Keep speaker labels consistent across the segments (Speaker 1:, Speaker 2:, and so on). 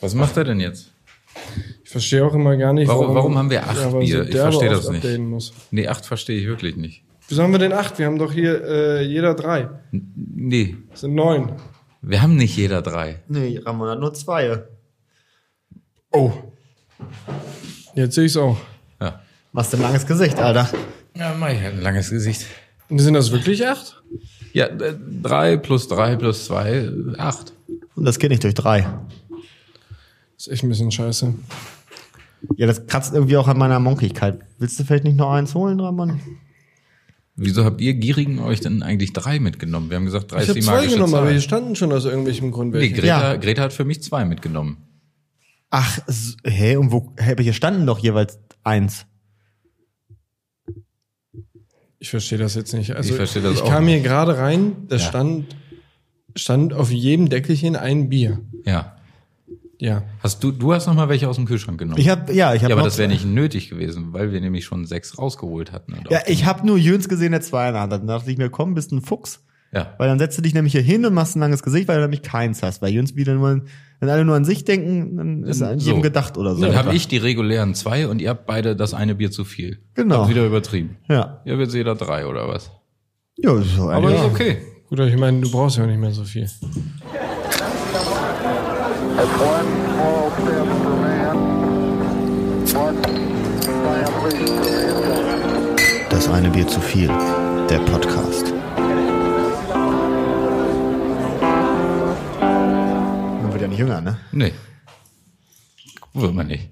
Speaker 1: Was macht er denn jetzt?
Speaker 2: Ich verstehe auch immer gar nicht,
Speaker 1: Warum- warum haben wir acht
Speaker 2: aber
Speaker 1: Bier? Ich
Speaker 2: derbe
Speaker 1: verstehe das
Speaker 2: oft
Speaker 1: nicht.
Speaker 2: updaten Muss.
Speaker 1: Nee, acht verstehe ich wirklich nicht.
Speaker 2: Wieso haben wir denn acht? Wir haben doch hier äh, jeder drei.
Speaker 1: Nee,
Speaker 2: Das sind neun.
Speaker 1: wir haben nicht jeder drei.
Speaker 3: Nee, Ramon hat nur zwei.
Speaker 2: Oh. Jetzt sehe ich es auch.
Speaker 1: Ja.
Speaker 3: Machst du ein langes Gesicht, Alter.
Speaker 1: Ja, Mai hat ein langes Gesicht.
Speaker 2: Sind das wirklich acht?
Speaker 1: Ja, äh, drei plus drei plus zwei, äh, acht.
Speaker 3: Und das geht nicht durch drei.
Speaker 2: Das ist echt ein bisschen scheiße.
Speaker 3: Ja, das kratzt irgendwie auch an meiner Monkigkeit. Willst du vielleicht nicht noch eins holen, Ramon?
Speaker 1: Wieso habt ihr Gierigen euch denn eigentlich drei mitgenommen? Wir haben gesagt, drei
Speaker 2: Ich
Speaker 1: ist
Speaker 2: habe
Speaker 1: die
Speaker 2: zwei
Speaker 1: magische
Speaker 2: genommen, aber
Speaker 1: Zahl.
Speaker 2: hier standen schon aus irgendwelchem Grund
Speaker 1: Nee,
Speaker 2: welche.
Speaker 1: Greta,
Speaker 3: Ja.
Speaker 1: Greta hat für mich zwei mitgenommen.
Speaker 3: Ach, s- hä, und wo, hä, aber hier standen doch jeweils eins.
Speaker 2: Ich verstehe das jetzt nicht. Also,
Speaker 1: Ich verstehe das
Speaker 2: ich
Speaker 1: auch
Speaker 2: kam
Speaker 1: nicht.
Speaker 2: hier gerade rein, da
Speaker 1: Ja.
Speaker 2: stand, stand auf jedem Deckelchen ein Bier.
Speaker 1: Ja.
Speaker 2: Ja.
Speaker 1: Hast du, du hast noch mal welche aus dem Kühlschrank genommen.
Speaker 3: Ich hab, ja, ich hab
Speaker 1: ja, aber
Speaker 3: noch
Speaker 1: das wäre
Speaker 3: zwei.
Speaker 1: nicht nötig gewesen, weil wir nämlich schon sechs rausgeholt hatten. und
Speaker 3: Ja,
Speaker 1: auch-
Speaker 3: ich hab nur Jöns gesehen, der zwei in der Hand hat. Dann dachte ich mir, komm, bist ein Fuchs.
Speaker 1: ja.
Speaker 3: Weil dann setzt du dich nämlich hier hin und machst ein langes Gesicht, weil du nämlich keins hast. Weil Jöns wieder nur, an- wenn alle nur an sich denken, dann ist
Speaker 1: So.
Speaker 3: an jedem gedacht oder so.
Speaker 1: Dann
Speaker 3: etwa.
Speaker 1: habe ich die regulären zwei und ihr habt beide das eine Bier zu viel.
Speaker 3: Genau.
Speaker 1: Habt wieder übertrieben.
Speaker 3: Ja.
Speaker 1: Ja, wird jeder drei oder was?
Speaker 3: Ja, so
Speaker 1: Aber
Speaker 3: eigentlich-
Speaker 1: ist okay.
Speaker 2: Gut, aber ich meine, du brauchst ja auch nicht mehr so viel.
Speaker 4: That's one small step for man, one giant leap for mankind.
Speaker 3: Das eine Bier zu viel. Der Podcast. Man wird ja nicht jünger, ne?
Speaker 1: Nee. Wird man nicht.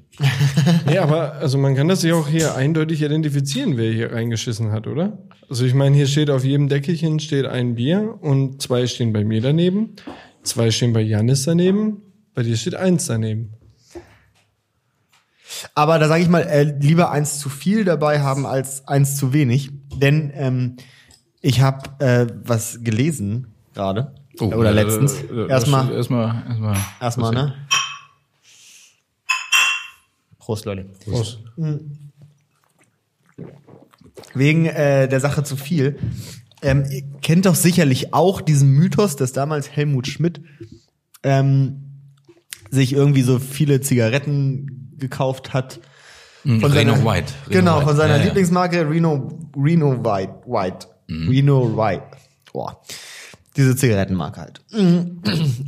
Speaker 2: Nee, aber also man kann das ja auch hier eindeutig identifizieren, wer hier reingeschissen hat, oder? Also ich meine, hier steht auf jedem Deckelchen steht ein Bier und zwei stehen bei mir daneben, zwei stehen bei Janis daneben, bei dir steht eins daneben.
Speaker 3: Aber da sage ich mal, äh, lieber eins zu viel dabei haben als eins zu wenig. Denn ähm, ich habe äh, was gelesen gerade. oder
Speaker 1: äh,
Speaker 3: letztens.
Speaker 1: äh, äh,
Speaker 3: erstmal,
Speaker 1: Erstmal. Erstmal.
Speaker 3: erstmal, ne? Prost, Leute. Hm.
Speaker 2: Prost.
Speaker 3: Wegen äh, der Sache zu viel. Ähm, ihr kennt doch sicherlich auch diesen Mythos, dass damals Helmut Schmidt ähm, sich irgendwie so viele Zigaretten gekauft hat.
Speaker 1: Von Mhm. Reno White. Reno
Speaker 3: genau,
Speaker 1: White.
Speaker 3: von seiner
Speaker 1: Ja, ja.
Speaker 3: Lieblingsmarke Reno, Reno White. White.
Speaker 1: Mhm.
Speaker 3: Reno White. Boah. Diese Zigarettenmarke halt.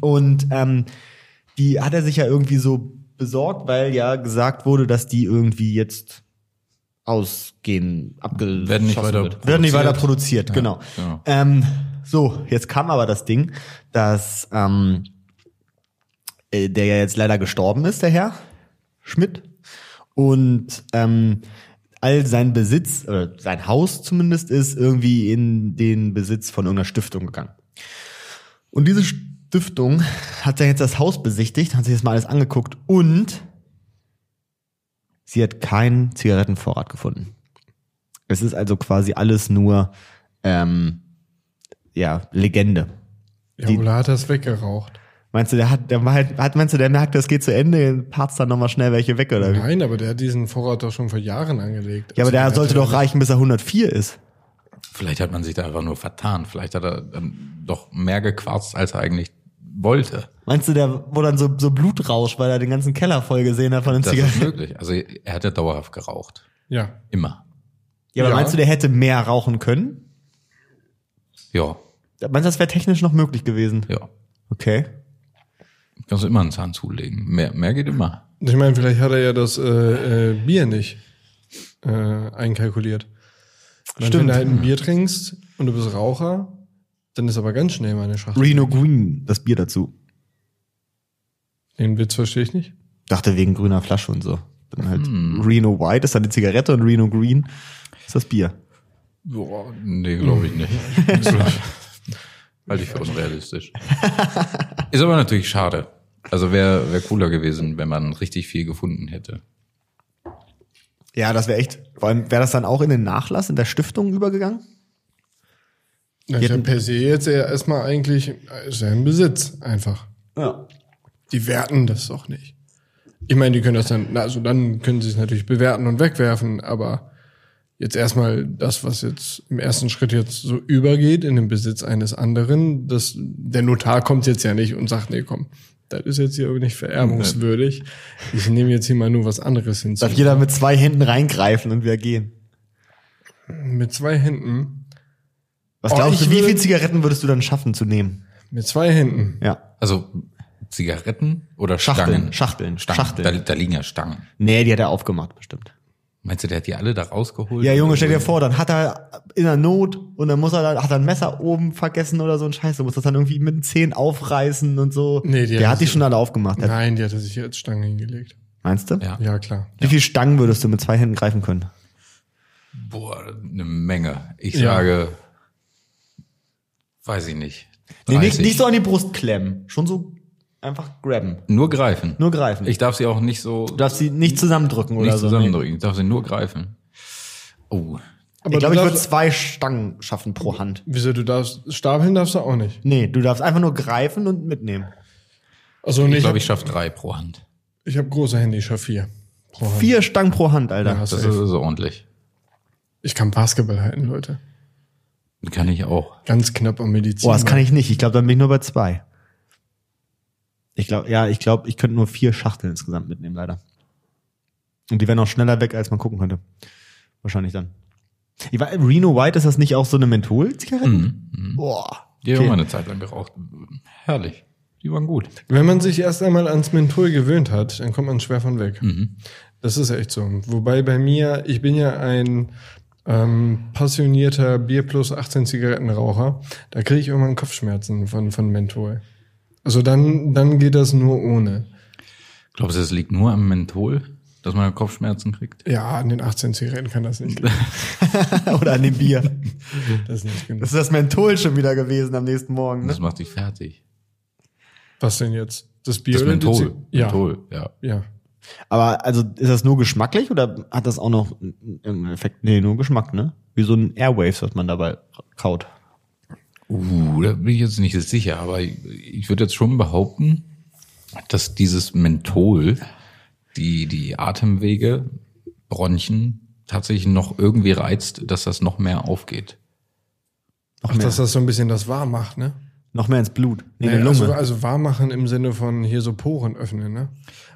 Speaker 3: Und ähm, die hat er sich ja irgendwie so besorgt, weil ja gesagt wurde, dass die irgendwie jetzt ausgehen, abgeschossen
Speaker 1: Werden nicht weiter
Speaker 3: wird. Werden nicht
Speaker 1: produziert.
Speaker 3: weiter produziert, genau.
Speaker 1: genau.
Speaker 3: Ähm, so, jetzt kam aber das Ding, dass ähm, äh, der ja jetzt leider gestorben ist, der Herr Schmidt. Und ähm, all sein Besitz, oder sein Haus zumindest, ist irgendwie in den Besitz von irgendeiner Stiftung gegangen. Und diese Stiftung hat ja jetzt das Haus besichtigt, hat sich das mal alles angeguckt und sie hat keinen Zigarettenvorrat gefunden. Es ist also quasi alles nur ähm, ja, Legende.
Speaker 2: Ja,
Speaker 3: Die-
Speaker 2: Ola hat das weggeraucht.
Speaker 3: Meinst du, der hat, der war halt, hat, meinst du, der merkt, das geht zu Ende, patzt dann nochmal schnell welche weg oder wie?
Speaker 2: Nein, aber der hat diesen Vorrat doch schon vor Jahren angelegt.
Speaker 3: Ja, aber
Speaker 2: Also
Speaker 3: der
Speaker 2: hat
Speaker 3: sollte doch reichen, bis er 104 ist.
Speaker 1: Vielleicht hat man sich da einfach nur vertan. Vielleicht hat er dann doch mehr gequarzt, als er eigentlich wollte.
Speaker 3: Meinst du, der wurde dann so, so Blutrausch, weil er den ganzen Keller voll gesehen hat von den
Speaker 1: Das ist
Speaker 3: Zigaretten?
Speaker 1: möglich. Also er hat ja dauerhaft geraucht.
Speaker 2: Ja.
Speaker 1: Immer.
Speaker 3: Ja, aber
Speaker 2: Ja.
Speaker 3: meinst du, der hätte mehr rauchen können?
Speaker 1: Ja,
Speaker 3: Meinst du, das wäre technisch noch möglich gewesen?
Speaker 1: ja.
Speaker 3: Okay.
Speaker 1: Kannst du immer einen Zahn zulegen. Mehr, mehr geht immer.
Speaker 2: Ich meine, vielleicht hat er ja das äh, äh, Bier nicht äh, einkalkuliert. Ich meine, Wenn
Speaker 3: Stimmt.
Speaker 2: du halt ein Bier trinkst und du bist Raucher, dann ist aber ganz schnell mal eine Schachtel.
Speaker 3: Reno Green, das Bier dazu.
Speaker 2: Den Witz verstehe ich nicht.
Speaker 3: Dachte wegen grüner Flasche und so. Dann halt
Speaker 1: Hm.
Speaker 3: Reno White ist dann die Zigarette und Reno Green ist das Bier.
Speaker 1: Boah, nee, glaube ich nicht. Also, Halte ich für unrealistisch. Ist aber natürlich schade. Also wäre wär cooler gewesen, wenn man richtig viel gefunden hätte.
Speaker 3: Ja, das wäre echt. Vor allem wäre das dann auch in den Nachlass in der Stiftung übergegangen?
Speaker 2: Na, ist ja
Speaker 3: Hätten-
Speaker 2: per se jetzt ja erstmal eigentlich äh, ist ja im Besitz einfach.
Speaker 3: Ja.
Speaker 2: Die werten das doch nicht. Ich meine, die können das dann, na, also dann können sie es natürlich bewerten und wegwerfen, aber jetzt erstmal das, was jetzt im ersten Schritt jetzt so übergeht in den Besitz eines anderen, das, der Notar kommt jetzt ja nicht und sagt, nee, komm, das ist jetzt hier irgendwie nicht vererbungswürdig. Ich nehme jetzt hier mal nur was anderes hinzu.
Speaker 3: Darf jeder mit zwei Händen reingreifen und wieder gehen.
Speaker 2: Mit zwei Händen.
Speaker 3: Was
Speaker 2: Oh,
Speaker 3: glaubst
Speaker 2: ich
Speaker 3: du, wie
Speaker 2: würde-
Speaker 3: viel Zigaretten würdest du dann schaffen zu nehmen?
Speaker 2: Mit zwei Händen.
Speaker 3: Ja.
Speaker 1: Also Zigaretten oder
Speaker 3: Schachteln.
Speaker 1: Stangen?
Speaker 3: Schachteln.
Speaker 1: Stangen.
Speaker 3: Schachteln.
Speaker 1: Da, da liegen ja Stangen.
Speaker 3: Nee, die hat er aufgemacht, bestimmt.
Speaker 1: Meinst du, der hat die alle da rausgeholt?
Speaker 3: Ja, Junge, stell dir vor, dann hat er in der Not und dann muss er dann, hat er ein Messer oben vergessen oder so ein Scheiß. Du musst das dann irgendwie mit den Zehen aufreißen und so.
Speaker 2: Nee, die hat
Speaker 3: der
Speaker 2: das-
Speaker 3: hat die schon alle aufgemacht. Der-
Speaker 2: Nein, die hat er sich hier als Stange hingelegt.
Speaker 3: Meinst du?
Speaker 1: Ja.
Speaker 2: Ja, klar.
Speaker 3: Wie viel Stangen würdest du mit zwei Händen greifen können?
Speaker 1: Boah, eine Menge. Ich
Speaker 2: Ja.
Speaker 1: sage, weiß ich nicht.
Speaker 3: Nee, nicht,
Speaker 1: 30.
Speaker 3: nicht so an die Brust klemmen. Schon so einfach grabben.
Speaker 1: Nur greifen.
Speaker 3: Nur greifen.
Speaker 1: Ich darf sie auch nicht so
Speaker 3: du darfst sie nicht zusammendrücken oder
Speaker 1: nicht
Speaker 3: so.
Speaker 1: zusammendrücken. Ich darf sie nur greifen. Oh.
Speaker 3: Nee. Ich
Speaker 2: du
Speaker 3: glaube, ich würde
Speaker 2: darfst,
Speaker 3: zwei Stangen schaffen pro Hand.
Speaker 2: wieso du darfst, stapeln darfst du auch nicht.
Speaker 3: Nee, du darfst einfach nur greifen und mitnehmen.
Speaker 2: Also
Speaker 1: Ich
Speaker 2: nicht.
Speaker 1: glaube, ich schaffe drei pro Hand.
Speaker 2: Ich habe große Hände, ich schaffe vier. Pro Hand.
Speaker 3: Vier Stangen pro Hand, Alter.
Speaker 2: Ja,
Speaker 1: Das
Speaker 2: safe.
Speaker 1: ist so ordentlich.
Speaker 2: Ich kann Basketball halten, Leute.
Speaker 1: Kann ich auch.
Speaker 2: Ganz knapp am Medizin.
Speaker 3: Boah, das kann ich nicht. Ich glaube, dann bin ich nur bei zwei. Ich glaube, ja, ich glaube, ich könnte nur vier Schachteln insgesamt mitnehmen, leider. Und die wären auch schneller weg, als man gucken könnte. Wahrscheinlich dann. Ich weiß, Reno White, ist das nicht auch so eine Menthol-Zigarette?
Speaker 2: Mhm,
Speaker 3: Boah.
Speaker 1: Die haben
Speaker 3: Okay.
Speaker 1: wir eine Zeit lang geraucht. Herrlich. Die waren gut.
Speaker 2: Wenn man sich erst einmal ans Menthol gewöhnt hat, dann kommt man schwer von weg.
Speaker 1: Mhm.
Speaker 2: Das ist echt so. Wobei bei mir, ich bin ja ein ähm, passionierter Bier plus 18 Zigarettenraucher, da kriege ich irgendwann Kopfschmerzen von, von Menthol. Also dann, dann geht das nur ohne.
Speaker 1: Glaubst du, es liegt nur am Menthol, dass man Kopfschmerzen kriegt?
Speaker 2: Ja, an den 18 Zigaretten kann das nicht liegen.
Speaker 3: Oder an dem Bier.
Speaker 2: Das ist nicht genug.
Speaker 3: Das ist das Menthol schon wieder gewesen am nächsten Morgen. Ne?
Speaker 1: Das macht dich fertig.
Speaker 2: Was denn jetzt? Das Bier
Speaker 1: Das
Speaker 2: oder die
Speaker 1: Menthol.
Speaker 2: Zi- Ja.
Speaker 1: Menthol, ja.
Speaker 2: Ja.
Speaker 3: Aber also ist das nur geschmacklich oder hat das auch noch irgendeinen Effekt? Nee, nur Geschmack, ne? Wie so ein Airwaves, was man dabei kaut.
Speaker 1: Uh, da bin ich jetzt nicht sicher, aber ich, ich würde jetzt schon behaupten, dass dieses Menthol die, die Atemwege, Bronchien tatsächlich noch irgendwie reizt, dass das noch mehr aufgeht.
Speaker 3: Noch
Speaker 2: Ach,
Speaker 3: mehr,
Speaker 2: dass das so ein bisschen das warm macht, ne?
Speaker 3: noch mehr ins Blut. Nee, in
Speaker 2: Nee,
Speaker 3: der Lunge.
Speaker 2: also, also warm machen im Sinne von hier so Poren öffnen, ne?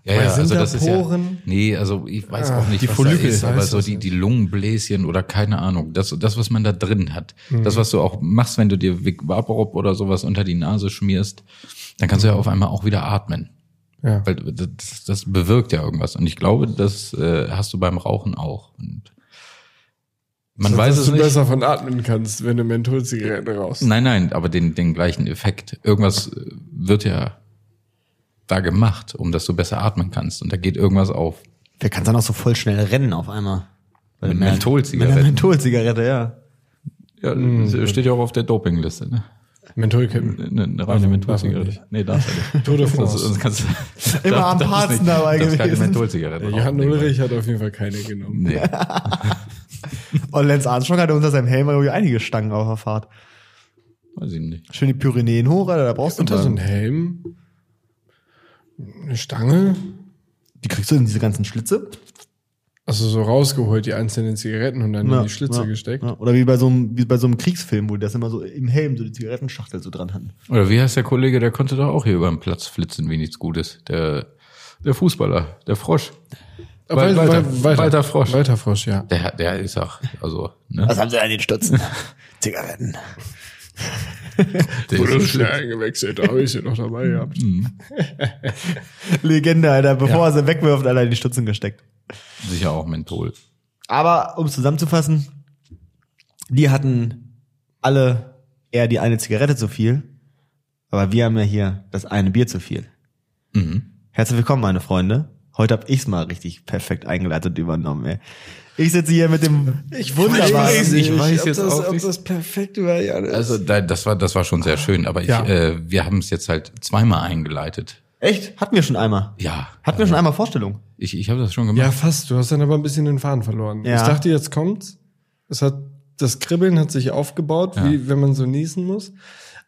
Speaker 1: Ja,
Speaker 2: Weil
Speaker 1: ja,
Speaker 2: sind
Speaker 1: also
Speaker 2: da
Speaker 1: das ist ja,
Speaker 2: Poren?
Speaker 1: nee, also ich weiß
Speaker 2: Ah,
Speaker 1: auch nicht,
Speaker 2: die
Speaker 1: was
Speaker 2: Follikel,
Speaker 1: da ist, aber
Speaker 2: weiß
Speaker 1: so
Speaker 2: das
Speaker 1: die,
Speaker 2: nicht.
Speaker 1: die Lungenbläschen oder keine Ahnung, das, das, was man da drin hat,
Speaker 2: Mhm.
Speaker 1: das, was du auch machst, wenn du dir Vic Vaporub oder sowas unter die Nase schmierst, dann kannst du ja auf einmal auch wieder atmen.
Speaker 2: Ja.
Speaker 1: Weil das, das bewirkt ja irgendwas. Und ich glaube, das äh, hast du beim Rauchen auch. Und man
Speaker 2: So,
Speaker 1: weiß
Speaker 2: dass
Speaker 1: es
Speaker 2: du
Speaker 1: nicht.
Speaker 2: besser von atmen kannst, wenn du Mentholzigaretten raus.
Speaker 1: Nein, nein, aber den, den gleichen Effekt. Irgendwas äh, wird ja da gemacht, um dass du besser atmen kannst. Und da geht irgendwas auf.
Speaker 3: Wer kann dann auch so voll schnell rennen auf einmal? Weil
Speaker 1: Mit
Speaker 3: man-
Speaker 1: Mentholzigaretten.
Speaker 3: Mit einer Mentholzigarette, ja.
Speaker 1: Ja,
Speaker 3: Hm,
Speaker 1: das steht ja auch auf der Dopingliste, ne?
Speaker 2: Mentholkippen.
Speaker 1: Eine, eine reine
Speaker 2: Also, darf
Speaker 1: Mentholzigarette. Nee, darfst du nicht.
Speaker 2: Tour de France.
Speaker 1: Sonst- sonst kannst du-
Speaker 3: Immer am
Speaker 1: darfst
Speaker 3: Parzen
Speaker 1: nicht-
Speaker 3: dabei
Speaker 1: darfst Keine
Speaker 3: gewesen.
Speaker 1: Mentholzigarette.
Speaker 2: Der Johann
Speaker 1: rauchen,
Speaker 2: Ulrich hat auf jeden Fall keine genommen.
Speaker 1: Nee.
Speaker 3: Und Lenz Armstrong hatte unter seinem Helm irgendwie einige Stangen auf der Fahrt.
Speaker 1: Weiß ich nicht.
Speaker 3: Schön die Pyrenäen hoch, Alter, da brauchst du
Speaker 2: Unter so einen
Speaker 3: dann.
Speaker 2: Helm, eine Stange,
Speaker 3: Die kriegst du in diese ganzen Schlitze.
Speaker 2: also so rausgeholt, die einzelnen Zigaretten und dann in die Schlitze
Speaker 3: ja,
Speaker 2: gesteckt.
Speaker 3: Ja. Oder wie bei, so einem, wie bei so einem Kriegsfilm, wo die das immer so im Helm, so die Zigarettenschachtel so dran hatten.
Speaker 1: Oder wie heißt der Kollege, der konnte doch auch hier über den Platz flitzen, wie nichts Gutes. Der, der Fußballer, der Frosch. Wal-
Speaker 2: Wal-
Speaker 1: Walter,
Speaker 2: Wal-
Speaker 1: Walter, Frosch.
Speaker 2: Walter Frosch, ja.
Speaker 1: Der, der ist auch, also, ne?
Speaker 3: Was haben sie an den Stutzen? Zigaretten.
Speaker 1: Der
Speaker 2: Wurde
Speaker 1: ist
Speaker 2: schnell eingewechselt, da habe ich sie noch dabei gehabt.
Speaker 3: Legende, Alter, bevor er sie wegwirft, Alter, in die Stutzen gesteckt.
Speaker 1: sicher auch Menthol.
Speaker 3: Aber um zusammenzufassen, die hatten alle eher die eine Zigarette zu viel, aber wir haben ja hier das eine Bier zu viel.
Speaker 1: Mhm.
Speaker 3: Herzlich willkommen, meine Freunde. Heute hab ich's mal richtig perfekt eingeleitet und übernommen. Ey. Ich sitze hier mit dem ich wunderbaren.
Speaker 1: weiß nicht, Ich weiß ob jetzt das- auch ob nicht.
Speaker 2: perfekt war, ja.
Speaker 1: Also, da, das war, das war schon sehr schön, aber ich,
Speaker 2: Ja.
Speaker 1: äh, wir haben es jetzt halt zweimal eingeleitet.
Speaker 3: Echt? Hatten wir schon einmal.
Speaker 1: Ja. also
Speaker 3: Hatten wir schon einmal Vorstellung.
Speaker 1: Ich, ich habe das schon
Speaker 2: Ja,
Speaker 1: gemacht.
Speaker 2: fast. Du hast dann aber ein bisschen den Faden verloren.
Speaker 3: Ja.
Speaker 2: Ich dachte, jetzt kommt's. Es hat, das Kribbeln hat sich aufgebaut,
Speaker 1: Ja.
Speaker 2: wie wenn man so niesen muss.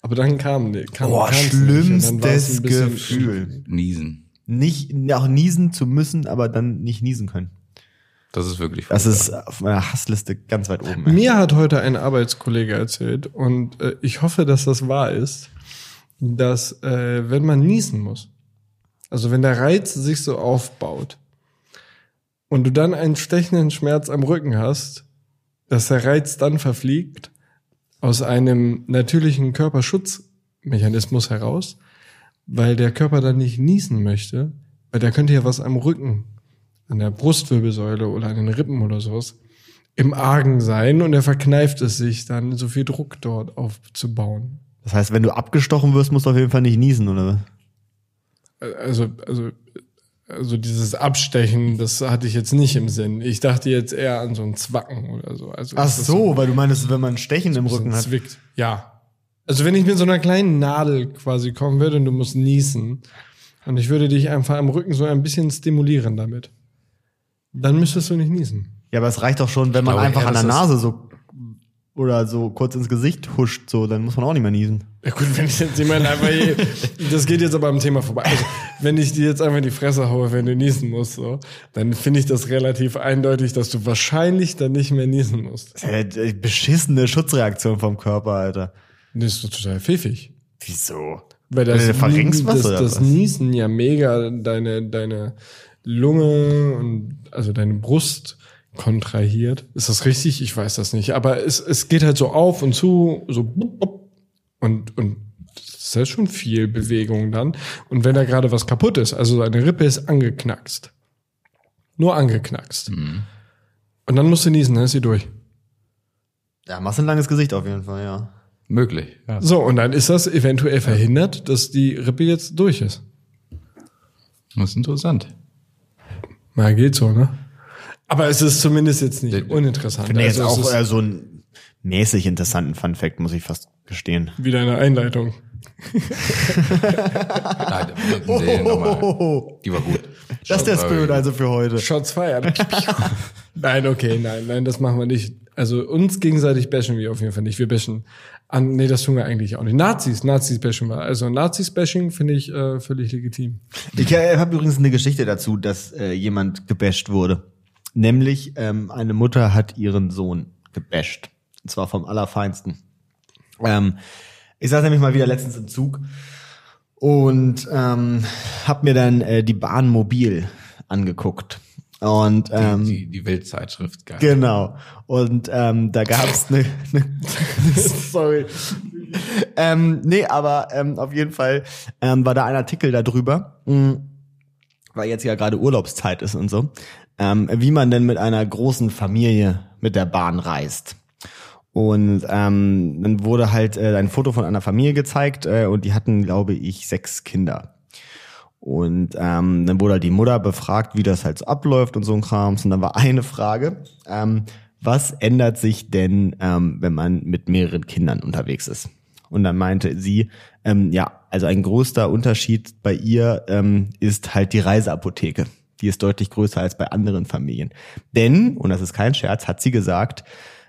Speaker 2: Aber dann kam, ne- kam
Speaker 3: Boah,
Speaker 2: kam's nicht. Und dann war's
Speaker 3: schlimmstes
Speaker 2: ein bisschen-
Speaker 3: Gefühl.
Speaker 1: Niesen.
Speaker 3: Nicht, auch niesen zu müssen, aber dann nicht niesen können.
Speaker 1: Das ist wirklich
Speaker 3: Das ist auf meiner Hassliste ganz weit oben. ey.
Speaker 2: Mir hat heute ein Arbeitskollege erzählt und äh, ich hoffe, dass das wahr ist, dass äh, wenn man niesen muss, Also wenn der Reiz sich so aufbaut und du dann einen stechenden Schmerz am Rücken hast, dass der Reiz dann verfliegt aus einem natürlichen Körperschutzmechanismus heraus, weil der Körper dann nicht niesen möchte, weil der könnte ja was am Rücken, an der Brustwirbelsäule oder an den Rippen oder sowas im Argen sein und er verkneift es sich dann, so viel Druck dort aufzubauen.
Speaker 3: Das heißt, wenn du abgestochen wirst, musst du auf jeden Fall nicht niesen, oder? was?
Speaker 2: Also, also, also dieses Abstechen, das hatte ich jetzt nicht im Sinn. Ich dachte jetzt eher an so ein Zwacken oder so. Also
Speaker 3: Ach
Speaker 2: dass das
Speaker 3: so, weil du meinst, wenn man Stechen im
Speaker 2: so ein
Speaker 3: Rücken hat.
Speaker 2: zwickt. Ja. Also wenn ich mit so einer kleinen Nadel quasi kommen würde und du musst niesen und ich würde dich einfach am Rücken so ein bisschen stimulieren damit, dann müsstest du nicht niesen.
Speaker 3: Ja, aber es reicht doch schon, wenn man
Speaker 1: glaube
Speaker 3: einfach
Speaker 1: eher,
Speaker 3: an der
Speaker 1: dass das-
Speaker 3: Nase so oder so kurz ins Gesicht huscht, so, dann muss man auch nicht mehr niesen.
Speaker 2: Ja gut, wenn ich jetzt jemand einfach hier, das geht jetzt aber am Thema vorbei. Also, wenn ich dir jetzt einfach in die Fresse haue, wenn du niesen musst, so, dann finde ich das relativ eindeutig, dass du wahrscheinlich dann nicht mehr niesen musst.
Speaker 3: Das ist ja eine beschissene Schutzreaktion vom Körper, Alter.
Speaker 2: Das ist doch total pfiffig.
Speaker 3: Wieso?
Speaker 2: Weil
Speaker 3: Wenn
Speaker 2: das,
Speaker 3: du dir verrenkst, was
Speaker 2: das,
Speaker 3: oder
Speaker 2: das
Speaker 3: was?
Speaker 2: Niesen ja mega deine, deine Lunge und also deine Brust kontrahiert. Ist das richtig? Ich weiß das nicht. Aber es, es geht halt so auf und zu, so bup, bup. und, und das ist halt schon viel Bewegung dann. Und wenn da gerade was kaputt ist, also deine Rippe ist angeknackst. Nur angeknackst.
Speaker 3: Mhm.
Speaker 2: Und dann musst du niesen, dann ist sie durch.
Speaker 3: Ja, machst ein langes Gesicht auf jeden Fall, ja.
Speaker 1: Möglich. Ja.
Speaker 2: So, und dann ist das eventuell verhindert, dass die Rippe jetzt durch ist.
Speaker 1: Das ist interessant.
Speaker 2: Na, geht so, ne? Aber es ist zumindest jetzt nicht uninteressant. Also
Speaker 3: Finde ich jetzt
Speaker 2: es
Speaker 3: auch
Speaker 2: ist
Speaker 3: eher so einen mäßig interessanten Funfact, muss ich fast gestehen.
Speaker 2: wieder eine Einleitung.
Speaker 1: Nein, nee, nochmal. Die war gut.
Speaker 3: Das ist der Spirit also für heute.
Speaker 2: Shots feiern. nein, okay, nein, nein, das machen wir nicht. Also uns gegenseitig bashen wir auf jeden Fall nicht. Wir bashen an, nee, das tun wir eigentlich auch nicht. Nazis, Nazis bashen wir. Also Nazis bashing finde ich äh, völlig legitim.
Speaker 3: Ich äh, habe übrigens eine Geschichte dazu, dass äh, jemand gebasht wurde. Nämlich ähm, eine Mutter hat ihren Sohn gebasht. Und zwar vom Allerfeinsten. Ähm, ich saß nämlich mal wieder letztens im Zug und ähm, habe mir dann äh, die Bahn mobil angeguckt. Und ähm,
Speaker 1: Die, die Weltzeitschrift, geil.
Speaker 3: Genau. Und ähm, da gab's ne, ne Sorry. ähm, nee, aber ähm, auf jeden Fall ähm, war da ein Artikel darüber, mh, weil jetzt ja gerade Urlaubszeit ist und so, ähm, wie man denn mit einer großen Familie mit der Bahn reist. Und ähm, dann wurde halt äh, ein Foto von einer Familie gezeigt äh, und die hatten, glaube ich, sechs Kinder. Und ähm, dann wurde halt die Mutter befragt, wie das halt so abläuft und so ein Krams. Und dann war eine Frage, ähm, was ändert sich denn, ähm, wenn man mit mehreren Kindern unterwegs ist? Und dann meinte sie, ähm, ja, also ein größter Unterschied bei ihr ähm, ist halt die Reiseapotheke. Die ist deutlich größer als bei anderen Familien. Denn, und das ist kein Scherz, hat sie gesagt,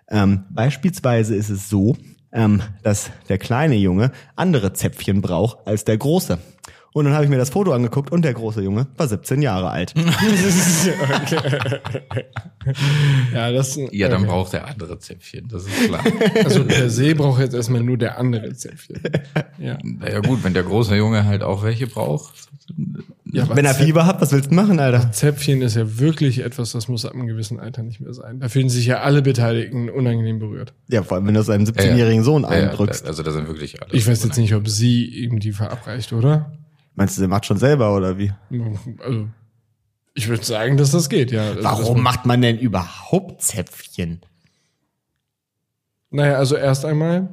Speaker 3: ähm, beispielsweise ist es so, ähm, dass der kleine Junge andere Zäpfchen braucht als der große. Und dann habe ich mir das Foto angeguckt und der große Junge war 17 Jahre alt.
Speaker 2: Ja, das.
Speaker 1: Ja, dann
Speaker 2: okay.
Speaker 1: braucht der andere Zäpfchen, das ist klar.
Speaker 2: Also per se braucht jetzt erstmal nur der andere Zäpfchen. Ja.
Speaker 1: naja gut, wenn der große Junge halt auch welche braucht.
Speaker 2: ja
Speaker 3: Wenn er Fieber hat, was willst du machen, Alter?
Speaker 2: Zäpfchen ist ja wirklich etwas, das muss ab einem gewissen Alter nicht mehr sein. Da fühlen sich ja alle Beteiligten unangenehm berührt.
Speaker 3: Ja, vor allem, wenn du seinem 17-jährigen Sohn
Speaker 1: Ja, ja,
Speaker 3: eindrückst.
Speaker 1: Also da sind wirklich alle.
Speaker 2: Ich weiß jetzt nicht, ob sie ihm die verabreicht, oder?
Speaker 3: Meinst du, der macht schon selber oder wie?
Speaker 2: Also, ich würde sagen, dass das geht, ja. Also,
Speaker 3: Warum macht man denn überhaupt Zäpfchen?
Speaker 2: Das, naja, also erst einmal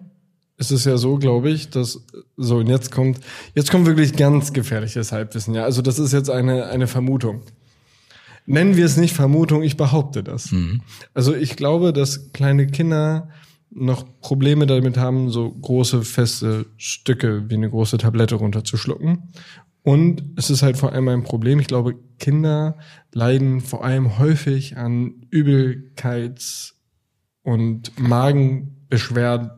Speaker 2: ist es ja so, glaube ich, dass so und jetzt kommt, jetzt kommt wirklich ganz gefährliches Halbwissen. Ja, also das ist jetzt eine eine Vermutung. Nennen wir es nicht Vermutung, ich behaupte das.
Speaker 3: Mhm.
Speaker 2: Also ich glaube, dass kleine Kinder noch Probleme damit haben, so große feste Stücke wie eine große Tablette runterzuschlucken. Und es ist halt vor allem ein Problem. Ich glaube, Kinder leiden vor allem häufig an Übelkeits- und Magenbeschwerden.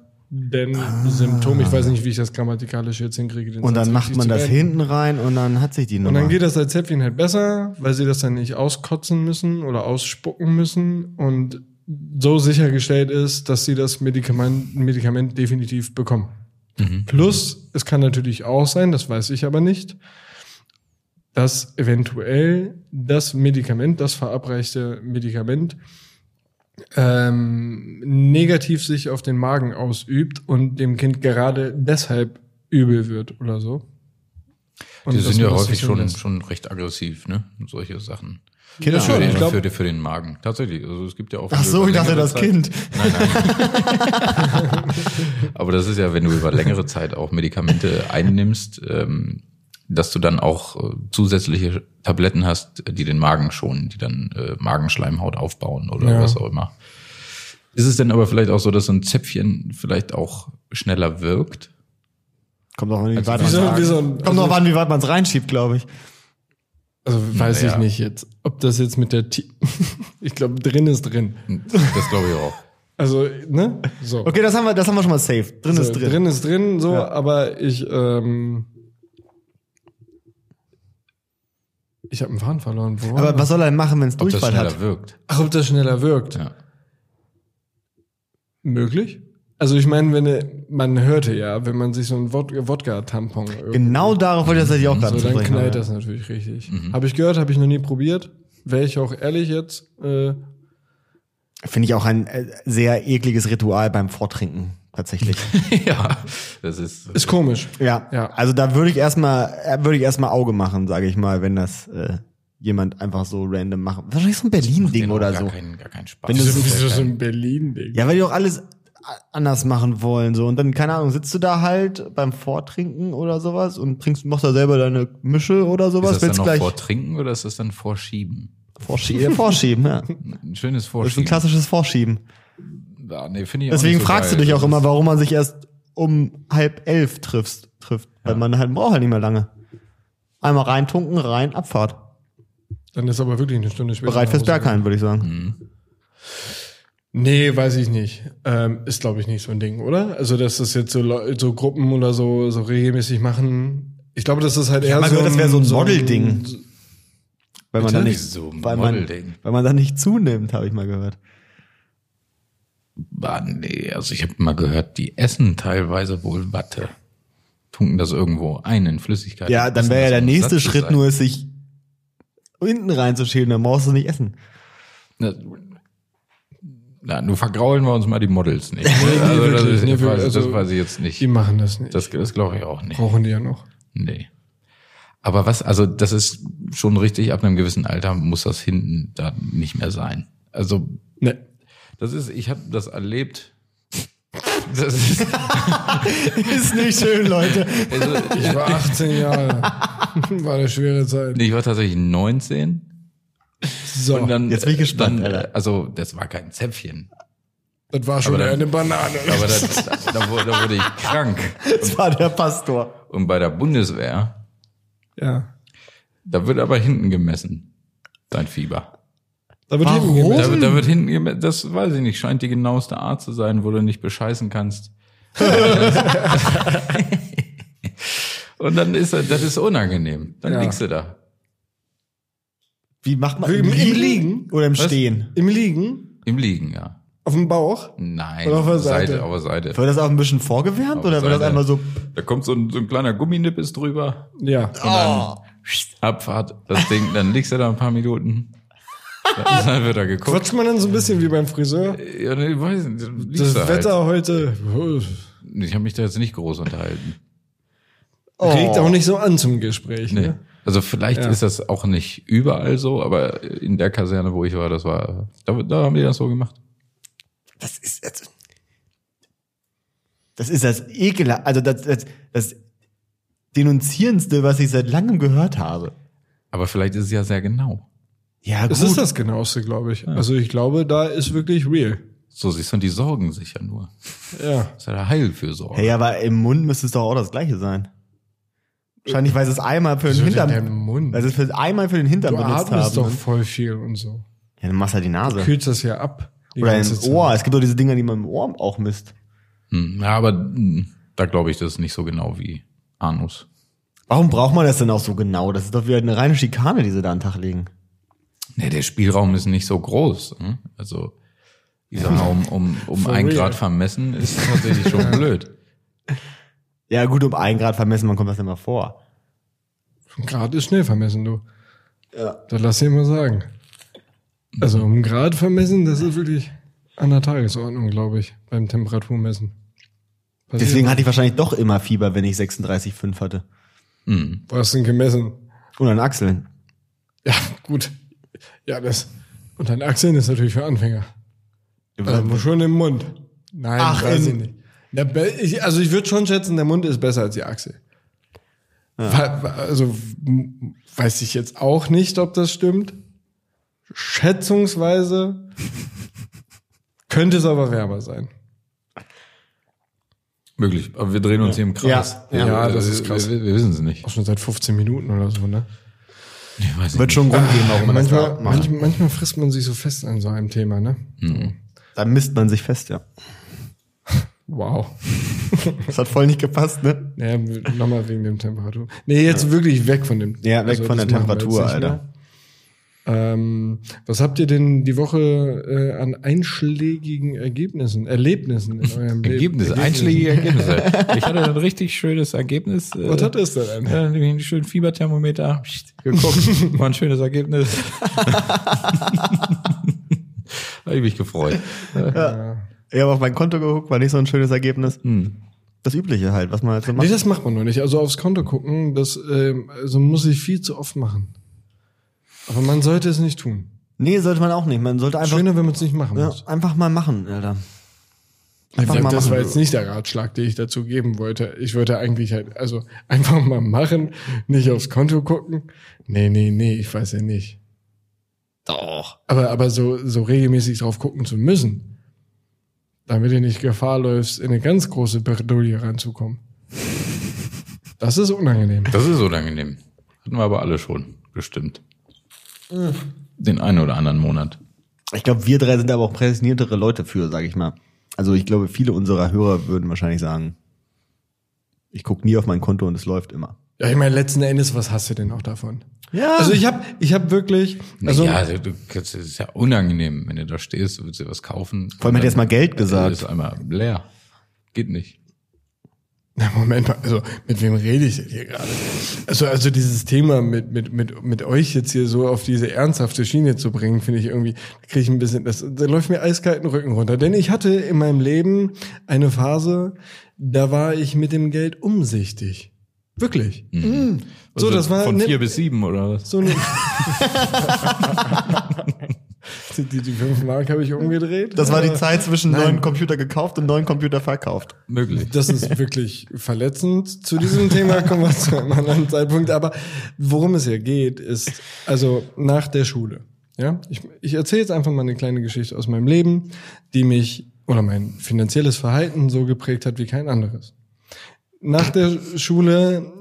Speaker 2: Symptom, ich weiß nicht, wie ich das grammatikalisch jetzt hinkriege. den
Speaker 3: Ah. Und
Speaker 2: Satz
Speaker 3: dann macht
Speaker 2: richtig
Speaker 3: man
Speaker 2: zu
Speaker 3: das
Speaker 2: beenden.
Speaker 3: hinten rein und dann hat sich die Nummer.
Speaker 2: Und dann geht das als Zäpfchen halt besser, weil sie das dann nicht auskotzen müssen oder ausspucken müssen und so sichergestellt ist, dass sie das Medikament, Medikament definitiv
Speaker 1: Mhm.
Speaker 2: bekommen. Plus, es kann natürlich auch sein, das weiß ich aber nicht, dass eventuell das Medikament, das verabreichte Medikament, ähm, negativ sich auf den Magen ausübt und dem Kind gerade deshalb übel wird oder so. Und
Speaker 1: Die
Speaker 2: dass
Speaker 1: sind ja
Speaker 2: man das
Speaker 1: häufig
Speaker 2: so
Speaker 1: schon,
Speaker 2: lässt.
Speaker 1: schon recht aggressiv, ne? Solche Sachen.
Speaker 3: Kinder.
Speaker 1: für, den,
Speaker 2: ich glaub-
Speaker 1: für, den- für den Magen. Tatsächlich. Also es gibt ja auch.
Speaker 3: Ach so,
Speaker 1: über
Speaker 3: ich dachte
Speaker 1: längere
Speaker 3: das
Speaker 1: Zeit-
Speaker 3: Kind.
Speaker 1: Nein, nein. Aber das ist ja, wenn du über längere Zeit auch Medikamente einnimmst, ähm, dass du dann auch äh, zusätzliche Tabletten hast, die den Magen schonen, die dann äh, Magenschleimhaut aufbauen oder
Speaker 2: Ja.
Speaker 1: was auch immer. Ist es denn aber vielleicht auch so, dass so ein Zäpfchen vielleicht auch schneller wirkt?
Speaker 3: Kommt noch an, wie
Speaker 1: Also
Speaker 3: weit
Speaker 1: wie
Speaker 3: man's
Speaker 2: so-
Speaker 3: rein-
Speaker 2: wie so ein-
Speaker 3: Kommt noch an, wie weit man es reinschiebt, glaube ich.
Speaker 2: Also weiß
Speaker 1: Naja.
Speaker 2: ich nicht jetzt, ob das jetzt mit der T ich glaube drin ist drin.
Speaker 1: Das glaube ich auch.
Speaker 2: Also, ne? So.
Speaker 3: Okay, das haben wir, das haben wir schon mal safe. Drin ist
Speaker 2: so,
Speaker 3: drin.
Speaker 2: Drin ist drin, so,
Speaker 3: Ja.
Speaker 2: aber ich, ähm, ich habe einen Faden verloren. Wo war
Speaker 3: Aber was soll er denn machen, wenn es
Speaker 1: Ob das
Speaker 3: Durchfall
Speaker 1: schneller
Speaker 3: hat?
Speaker 1: wirkt.
Speaker 2: Ach, ob das schneller wirkt?
Speaker 1: Ja.
Speaker 2: Möglich? Also ich meine, wenn ne- man hörte ja, wenn man sich so ein Wod Wodka-Tampon irgendwie-
Speaker 3: Genau darauf wollte ich das auch gerade
Speaker 2: so, dann
Speaker 3: ansprechen.
Speaker 2: knallt das natürlich richtig. Habe ich gehört, habe ich noch nie probiert. Wäre ich auch ehrlich jetzt, äh,
Speaker 3: Finde ich auch ein äh, sehr ekliges Ritual beim Vortrinken, tatsächlich.
Speaker 1: ja, das ist.
Speaker 2: ist komisch.
Speaker 3: ja.
Speaker 2: Ja.
Speaker 3: Also da würde ich erstmal, äh, würde ich erstmal Auge machen, sage ich mal, wenn das äh, jemand einfach so random macht. Wahrscheinlich so ein Berlin-Ding
Speaker 1: denen auch
Speaker 3: oder
Speaker 1: Genau, gar
Speaker 3: so.
Speaker 1: Keinen, gar keinen Spaß.
Speaker 3: Wenn
Speaker 2: Das
Speaker 3: Das
Speaker 2: ist
Speaker 3: ist
Speaker 2: so, so ein Berlin-Ding.
Speaker 3: Ja, weil die auch alles a- anders machen wollen, so. Und dann, keine Ahnung, sitzt du da halt beim Vortrinken oder sowas und trinkst, machst da selber deine Mische oder
Speaker 1: ist
Speaker 3: sowas,
Speaker 1: das dann
Speaker 3: willst
Speaker 1: noch
Speaker 3: gleich
Speaker 1: vortrinken oder ist das dann vorschieben?
Speaker 3: vorschie- äh, vorschieben, ja.
Speaker 1: Ein schönes
Speaker 3: Das ist ein
Speaker 1: Vorschieben.
Speaker 3: klassisches Vorschieben.
Speaker 1: Ah, nee, finde ich auch
Speaker 3: Deswegen
Speaker 1: nicht so
Speaker 3: fragst
Speaker 1: geil.
Speaker 3: du dich auch
Speaker 1: Das
Speaker 3: immer,
Speaker 1: ist-
Speaker 3: warum man sich erst um halb elf trifft, trifft. Weil man halt braucht halt nicht mehr lange. Einmal reintunken, rein, Abfahrt.
Speaker 1: Genau,
Speaker 2: Dann ist aber wirklich eine Stunde später.
Speaker 3: Bereit
Speaker 2: nach
Speaker 3: fürs
Speaker 2: Hause.
Speaker 3: Bergheim, würde ich sagen.
Speaker 1: Mhm.
Speaker 2: Nee, weiß ich nicht. Ähm, ist, glaube ich, nicht so ein Ding, oder? Also, dass das jetzt so, Leu- so Gruppen oder so, so regelmäßig machen. Ich glaube, das ist halt eher
Speaker 3: mal
Speaker 2: so.
Speaker 3: gehört, das wäre so ein Model-Ding. Weil man,
Speaker 1: Bitte?
Speaker 3: dann nicht,
Speaker 1: So ein
Speaker 3: weil, man,
Speaker 1: Model-Ding.
Speaker 3: weil man dann nicht zunimmt, habe ich mal gehört.
Speaker 1: Ah, nee, also ich habe mal gehört, die essen teilweise wohl Watte. Tunken das irgendwo ein in Flüssigkeit.
Speaker 3: Ja, dann
Speaker 1: Essen
Speaker 3: wäre ja
Speaker 1: das,
Speaker 3: der
Speaker 1: um
Speaker 3: nächste
Speaker 1: satt zu
Speaker 3: Schritt
Speaker 1: sein.
Speaker 3: nur, es sich hinten reinzuschieben, dann brauchst du nicht essen.
Speaker 1: Na, Na, nur vergraulen wir uns mal die Models nicht.
Speaker 2: nee,
Speaker 1: das,
Speaker 2: wirklich,
Speaker 1: ist,
Speaker 2: nee,
Speaker 1: weiß,
Speaker 2: wirklich, also-
Speaker 1: das weiß ich jetzt
Speaker 2: Die
Speaker 1: nicht.
Speaker 2: machen das nicht.
Speaker 1: Das, das glaube ich auch nicht.
Speaker 2: brauchen die ja noch.
Speaker 1: Nee. Aber was, also das ist schon richtig, ab einem gewissen Alter muss das hinten da nicht mehr sein. Also
Speaker 2: Nee.
Speaker 1: das ist, ich habe das erlebt. Das ist,
Speaker 3: Ist nicht schön, Leute.
Speaker 1: also,
Speaker 2: Ich war 18 Jahre. War eine schwere Zeit.
Speaker 1: ich war tatsächlich 19
Speaker 2: So,
Speaker 1: und dann
Speaker 3: Jetzt bin ich
Speaker 1: äh,
Speaker 3: gespannt,
Speaker 1: Dann, äh,
Speaker 3: Alter.
Speaker 1: also das war kein Zäpfchen,
Speaker 2: das war schon
Speaker 1: aber dann-
Speaker 2: eine Banane.
Speaker 1: aber das, da, da, wurde, da wurde ich krank.
Speaker 3: Das war der Pastor.
Speaker 1: Und bei der Bundeswehr,
Speaker 2: ja.
Speaker 1: da wird aber hinten gemessen dein Fieber.
Speaker 2: Da wird
Speaker 3: Warum?
Speaker 2: hinten
Speaker 1: Da,
Speaker 2: gemessen.
Speaker 1: wird- da wird hinten gemessen, das weiß ich nicht, scheint die genaueste Art zu sein, wo du nicht bescheißen kannst. Und dann ist das das ist unangenehm. Dann
Speaker 2: Ja.
Speaker 1: liegst du da.
Speaker 3: Wie macht man
Speaker 2: Im- im Liegen?
Speaker 3: oder im Stehen?
Speaker 2: Im Liegen,
Speaker 1: Im Liegen, ja.
Speaker 2: auf dem Bauch.
Speaker 1: Nein,
Speaker 2: Oder auf der Seite.
Speaker 1: auf der Seite.
Speaker 3: Wird das auch ein bisschen vorgewärmt oder wird das
Speaker 1: Seite.
Speaker 3: einmal so
Speaker 1: Da kommt so ein, so ein kleiner Gumminippes drüber
Speaker 2: Ja.
Speaker 1: und dann Abfahrt, das Ding, dann liegst du da ein paar Minuten. Dann dann wird er geguckt.
Speaker 2: Quatscht man dann so ein bisschen wie beim Friseur?
Speaker 1: Ja, nee, ich weiß nicht, dann liegst
Speaker 2: Das
Speaker 1: du
Speaker 2: Wetter heute oh,
Speaker 1: Halt. Ich habe mich da jetzt nicht groß unterhalten.
Speaker 3: Oh.
Speaker 2: regt auch nicht so an zum Gespräch.
Speaker 1: Nee.
Speaker 2: Ne?
Speaker 1: Also vielleicht
Speaker 2: Ja.
Speaker 1: ist das auch nicht überall so, aber in der Kaserne, wo ich war, das war, da, da haben die das so gemacht.
Speaker 3: Das ist jetzt. Das ist das Ekel, also das, das, das Denunzierendste, was ich seit langem gehört habe.
Speaker 1: Aber vielleicht ist es ja sehr genau.
Speaker 3: Ja,
Speaker 2: Das ist das genaueste, glaube ich. Also ich glaube, da ist wirklich real.
Speaker 1: So siehst du, und die sorgen sich ja nur.
Speaker 2: Ja.
Speaker 1: Das ist ja der Heilfürsorge.
Speaker 3: Hey, aber im Mund müsste es doch auch das Gleiche sein. Wahrscheinlich, weil sie es einmal für den
Speaker 2: Wieso denn
Speaker 3: Hintern.
Speaker 2: der Mund?
Speaker 3: Weil sie es für, einmal für den Hintern
Speaker 2: Du
Speaker 3: benutzt
Speaker 2: atmest
Speaker 3: haben. ne?
Speaker 2: doch voll viel und so.
Speaker 3: Ja, dann machst du halt die Nase.
Speaker 2: Kühlst das ja ab. die
Speaker 3: Oder
Speaker 2: ganze
Speaker 3: im
Speaker 2: Zeit.
Speaker 3: Ohr. Es gibt doch diese Dinger, die man im Ohr auch misst.
Speaker 1: Hm, Ja, aber hm, da glaube ich, das ist nicht so genau wie Anus.
Speaker 3: Warum braucht man das denn auch so genau? Das ist doch wieder eine reine Schikane, die sie da an den Tag legen.
Speaker 1: Nee, der Spielraum ist nicht so groß. Hm? Also dieser Raum um, um
Speaker 2: For
Speaker 1: ein
Speaker 2: real.
Speaker 1: Grad vermessen ist tatsächlich schon blöd.
Speaker 3: Ja, gut, um ein Grad vermessen, man kommt das ja mal vor.
Speaker 2: Ein Grad ist schnell vermessen, du. Ja. Das lass dir mal sagen. Also um einen Grad vermessen, das ist wirklich an der Tagesordnung, glaube ich, beim Temperaturmessen. Passiert.
Speaker 3: Deswegen hatte ich wahrscheinlich doch immer Fieber, wenn ich 36,5 hatte.
Speaker 2: Wo hast du denn gemessen?
Speaker 3: Und an Achseln.
Speaker 2: Ja, gut. Ja, das. Und dein Achseln ist natürlich für Anfänger.
Speaker 3: Äh,
Speaker 2: Also schon im Mund. Nein,
Speaker 3: Ach,
Speaker 2: weiß ich
Speaker 3: in-
Speaker 2: nicht. Na, be- ich, also ich würde schon schätzen, der Mund ist besser als die Achsel. Wa- wa- Also m- weiß ich jetzt auch nicht, ob das stimmt. Schätzungsweise könnte es aber wärmer sein.
Speaker 1: Möglich. Aber wir drehen uns hier im Kreis.
Speaker 3: Ja, ja.
Speaker 2: Ja, das ist krass.
Speaker 1: Wir, wir, wir wissen es nicht.
Speaker 2: Auch schon seit 15 Minuten oder so, ne?
Speaker 1: Ich weiß
Speaker 3: Wird
Speaker 1: nicht.
Speaker 3: schon Grund geben, warum man das da
Speaker 2: Manchmal,
Speaker 3: macht.
Speaker 2: manchmal, manchmal frisst man sich so fest an so einem Thema, ne?
Speaker 3: Da misst man sich fest, ja.
Speaker 2: Wow.
Speaker 3: Das hat voll nicht gepasst, ne?
Speaker 2: Naja, nochmal wegen dem Temperatur. Nee, jetzt wirklich weg von dem. Also
Speaker 3: Ja, weg von
Speaker 2: das
Speaker 3: der
Speaker 2: machen wir jetzt
Speaker 3: Temperatur,
Speaker 2: nicht
Speaker 3: Alter.
Speaker 2: mehr. Ähm, was habt ihr denn die Woche äh, an einschlägigen Ergebnissen, Erlebnissen in eurem Leben?
Speaker 1: Ergebnisse,
Speaker 2: Ergebnissen?
Speaker 1: einschlägige Ergebnisse. Ich hatte ein richtig schönes Ergebnis. äh,
Speaker 2: Was hat das denn?
Speaker 1: Ja, dann einen schönen Fieberthermometer pst, geguckt. War ein schönes Ergebnis. Habe ich mich gefreut.
Speaker 3: Ich habe auf mein Konto geguckt, war nicht so ein schönes Ergebnis.
Speaker 1: Hm.
Speaker 3: Das Übliche halt, was man halt so
Speaker 2: Nee,
Speaker 3: macht.
Speaker 2: das macht man noch nicht. Also aufs Konto gucken, das ähm, also muss ich viel zu oft machen. Aber man sollte es nicht tun.
Speaker 3: Nee, sollte man auch nicht. Man sollte einfach,
Speaker 2: Schöner, wenn man es nicht machen
Speaker 3: ja,
Speaker 2: muss.
Speaker 3: einfach mal machen, Alter. Einfach
Speaker 2: Ja,
Speaker 3: mal
Speaker 2: das war
Speaker 3: machen.
Speaker 2: jetzt nicht der Ratschlag, den ich dazu geben wollte. Ich wollte eigentlich halt, also einfach mal machen, nicht aufs Konto gucken. Nee, nee, nee, ich weiß ja nicht.
Speaker 3: Doch.
Speaker 2: Aber, aber so, so regelmäßig drauf gucken zu müssen, damit du nicht Gefahr läufst, in eine ganz große Bredouille reinzukommen. Das ist unangenehm.
Speaker 1: Das ist unangenehm. Hatten wir aber alle schon, bestimmt. Den einen oder anderen Monat.
Speaker 3: Ich glaube, wir drei sind aber auch prädestiniertere Leute für, sage ich mal. Also ich glaube, viele unserer Hörer würden wahrscheinlich sagen, ich gucke nie auf mein Konto und es läuft immer.
Speaker 2: Ja, ich meine, letzten Endes, was hast du denn auch davon?
Speaker 3: Ja.
Speaker 2: Also ich habe ich hab wirklich, also
Speaker 1: ja, du, du, das ist ja unangenehm, wenn du da stehst, du willst dir was kaufen.
Speaker 3: Vor allem hat er jetzt mal Geld
Speaker 1: Das
Speaker 3: gesagt.
Speaker 1: ist einmal leer. Geht nicht.
Speaker 2: Na, Moment mal, also mit wem rede ich denn hier gerade? Also, also dieses Thema mit, mit, mit, mit euch jetzt hier so auf diese ernsthafte Schiene zu bringen, finde ich irgendwie, da kriege ich ein bisschen, das, da läuft mir eiskalten Rücken runter. Denn ich hatte in meinem Leben eine Phase, da war ich mit dem Geld umsichtig. Wirklich. Mm. So, das war
Speaker 1: Mhm. Also von
Speaker 2: ne-
Speaker 1: vier bis sieben oder was?
Speaker 2: so eine. die, die, die fünf Mark habe ich umgedreht.
Speaker 3: Das war die Zeit zwischen neuen Computer gekauft und neuen Computer verkauft.
Speaker 1: Möglich.
Speaker 2: Das ist wirklich verletzend. Zu diesem Thema kommen wir zu einem anderen Zeitpunkt. Aber worum es hier geht, ist, also nach der Schule. Ja, ich, ich erzähle jetzt einfach mal eine kleine Geschichte aus meinem Leben, die mich oder mein finanzielles Verhalten so geprägt hat wie kein anderes. Nach der Schule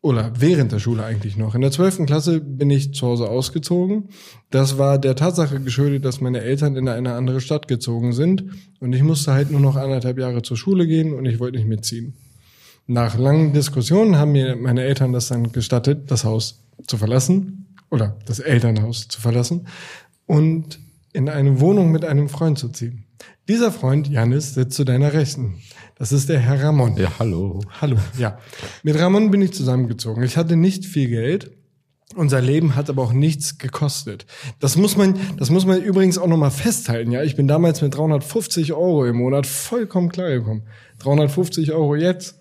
Speaker 2: oder während der Schule eigentlich noch. In der 12. Klasse bin ich zu Hause ausgezogen. Das war der Tatsache geschuldet, dass meine Eltern in eine andere Stadt gezogen sind und ich musste halt nur noch anderthalb Jahre zur Schule gehen und ich wollte nicht mitziehen. Nach langen Diskussionen haben mir meine Eltern das dann gestattet, das Haus zu verlassen oder das Elternhaus zu verlassen und in eine Wohnung mit einem Freund zu ziehen. Dieser Freund, Janis, sitzt zu deiner Rechten. Das ist der Herr Ramon.
Speaker 1: Ja, hallo.
Speaker 2: Hallo, ja. Mit Ramon bin ich zusammengezogen. Ich hatte nicht viel Geld. Unser Leben hat aber auch nichts gekostet. Das muss man, das muss man übrigens auch nochmal festhalten. Ja, ich bin damals mit 350 Euro im Monat vollkommen klargekommen. 350 Euro jetzt.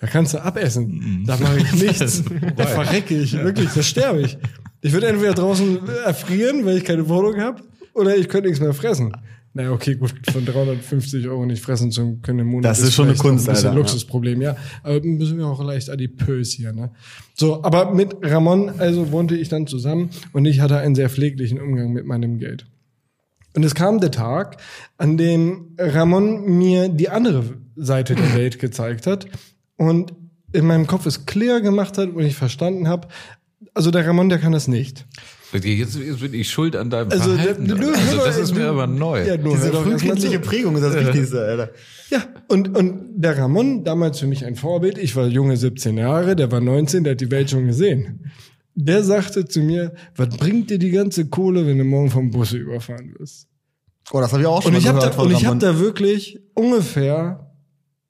Speaker 2: Da kannst du abessen.
Speaker 3: Mhm.
Speaker 2: Da mache ich nichts. Da verrecke ich. Wirklich, da sterbe ich. Ich würde entweder draußen erfrieren, weil ich keine Wohnung habe, oder ich könnte nichts mehr fressen. Na naja, okay, gut, von 350 Euro nicht fressen zu können im Monat.
Speaker 3: Das ist schon eine
Speaker 2: vielleicht auch
Speaker 3: Kunst,
Speaker 2: Ein bisschen
Speaker 3: Alter, ja.
Speaker 2: Luxusproblem, ja. Aber müssen wir auch leicht adipös hier, ne? So, aber mit Ramon, also wohnte ich dann zusammen und ich hatte einen sehr pfleglichen Umgang mit meinem Geld. Und es kam der Tag, an dem Ramon mir die andere Seite der Welt gezeigt hat und in meinem Kopf es clear gemacht hat und ich verstanden habe, also der Ramon, der kann das nicht.
Speaker 1: Jetzt, jetzt bin ich schuld an deinem
Speaker 2: Also,
Speaker 1: Verhalten.
Speaker 2: der- du-
Speaker 1: also das
Speaker 2: du-
Speaker 1: ist mir aber neu.
Speaker 2: Ja, nur hör
Speaker 3: Diese
Speaker 2: doch erst mal
Speaker 3: frühkindliche
Speaker 2: zu.
Speaker 3: Prägung ist das Wichtigste, Alter.
Speaker 2: Ja, und, und der Ramon, damals für mich ein Vorbild, ich war junge 17 Jahre, der war 19, der hat die Welt schon gesehen. Der sagte zu mir, was bringt dir die ganze Kohle, wenn du morgen vom Bus überfahren wirst?
Speaker 3: Oh, das habe ich auch schon
Speaker 2: Und
Speaker 3: mal
Speaker 2: ich habe
Speaker 3: gehört
Speaker 2: da,
Speaker 3: von
Speaker 2: und ich hab
Speaker 3: Ramon.
Speaker 2: da wirklich ungefähr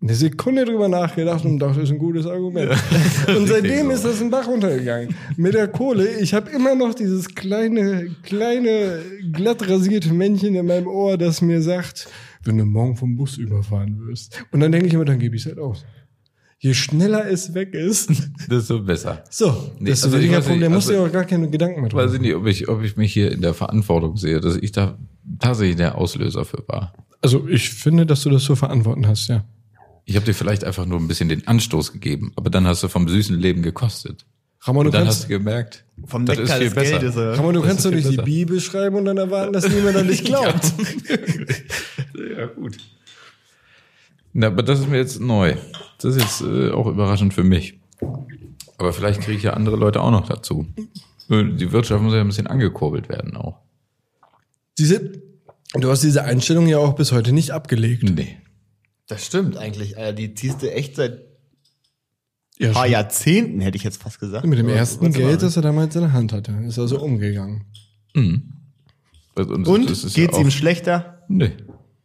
Speaker 2: eine Sekunde drüber nachgedacht und dachte, das ist ein gutes Argument. und seitdem
Speaker 1: so.
Speaker 2: ist das im Bach runtergegangen. Mit der Kohle, ich habe immer noch dieses kleine, kleine, glatt rasierte Männchen in meinem Ohr, das mir sagt, wenn du morgen vom Bus überfahren wirst. Und dann denke ich immer, dann gebe ich es halt aus. Je schneller es weg ist,
Speaker 1: Desto besser.
Speaker 2: so,
Speaker 1: Nee,
Speaker 2: desto
Speaker 1: also ich
Speaker 2: weniger
Speaker 1: weiß nicht,
Speaker 2: Problem. Da musst du
Speaker 1: also-
Speaker 2: dir auch gar keine Gedanken mehr
Speaker 1: Weiß
Speaker 2: drüber
Speaker 1: ich nicht, ob ich, ob ich mich hier in der Verantwortung sehe, dass ich da tatsächlich der Auslöser für war.
Speaker 2: Also ich finde, dass du das zu verantworten hast, ja.
Speaker 1: Ich habe dir vielleicht einfach nur ein bisschen den Anstoß gegeben, aber dann hast du vom süßen Leben gekostet.
Speaker 2: Ramon, du
Speaker 1: Und dann
Speaker 2: kannst,
Speaker 1: hast du gemerkt,
Speaker 3: Vom
Speaker 1: das ist
Speaker 3: Nektar
Speaker 1: viel
Speaker 3: des
Speaker 1: besser.
Speaker 3: Geldes. äh.
Speaker 2: Ramon, du kannst doch
Speaker 1: viel
Speaker 2: nicht die
Speaker 1: besser.
Speaker 2: Bibel schreiben und dann erwarten, dass niemand an dich glaubt.
Speaker 1: Ja, gut. Na, aber das ist mir jetzt neu. Das ist jetzt äh, auch überraschend für mich. Aber vielleicht kriege ich ja andere Leute auch noch dazu. Die Wirtschaft muss ja ein bisschen angekurbelt werden auch.
Speaker 2: Diese, du hast diese Einstellung ja auch bis heute nicht abgelegt.
Speaker 1: Nee.
Speaker 3: Das stimmt eigentlich. Alter, die ziehst du echt seit ein
Speaker 2: Ja,
Speaker 3: paar
Speaker 2: schon.
Speaker 3: Jahrzehnten, hätte ich jetzt fast gesagt.
Speaker 2: Mit dem
Speaker 3: Aber-
Speaker 2: ersten
Speaker 3: warte mal.
Speaker 2: Geld, das er damals in der Hand hatte, ist er so umgegangen.
Speaker 1: Also,
Speaker 3: Und
Speaker 1: das ist ja
Speaker 3: geht's
Speaker 1: auch-
Speaker 3: ihm schlechter?
Speaker 1: Nee.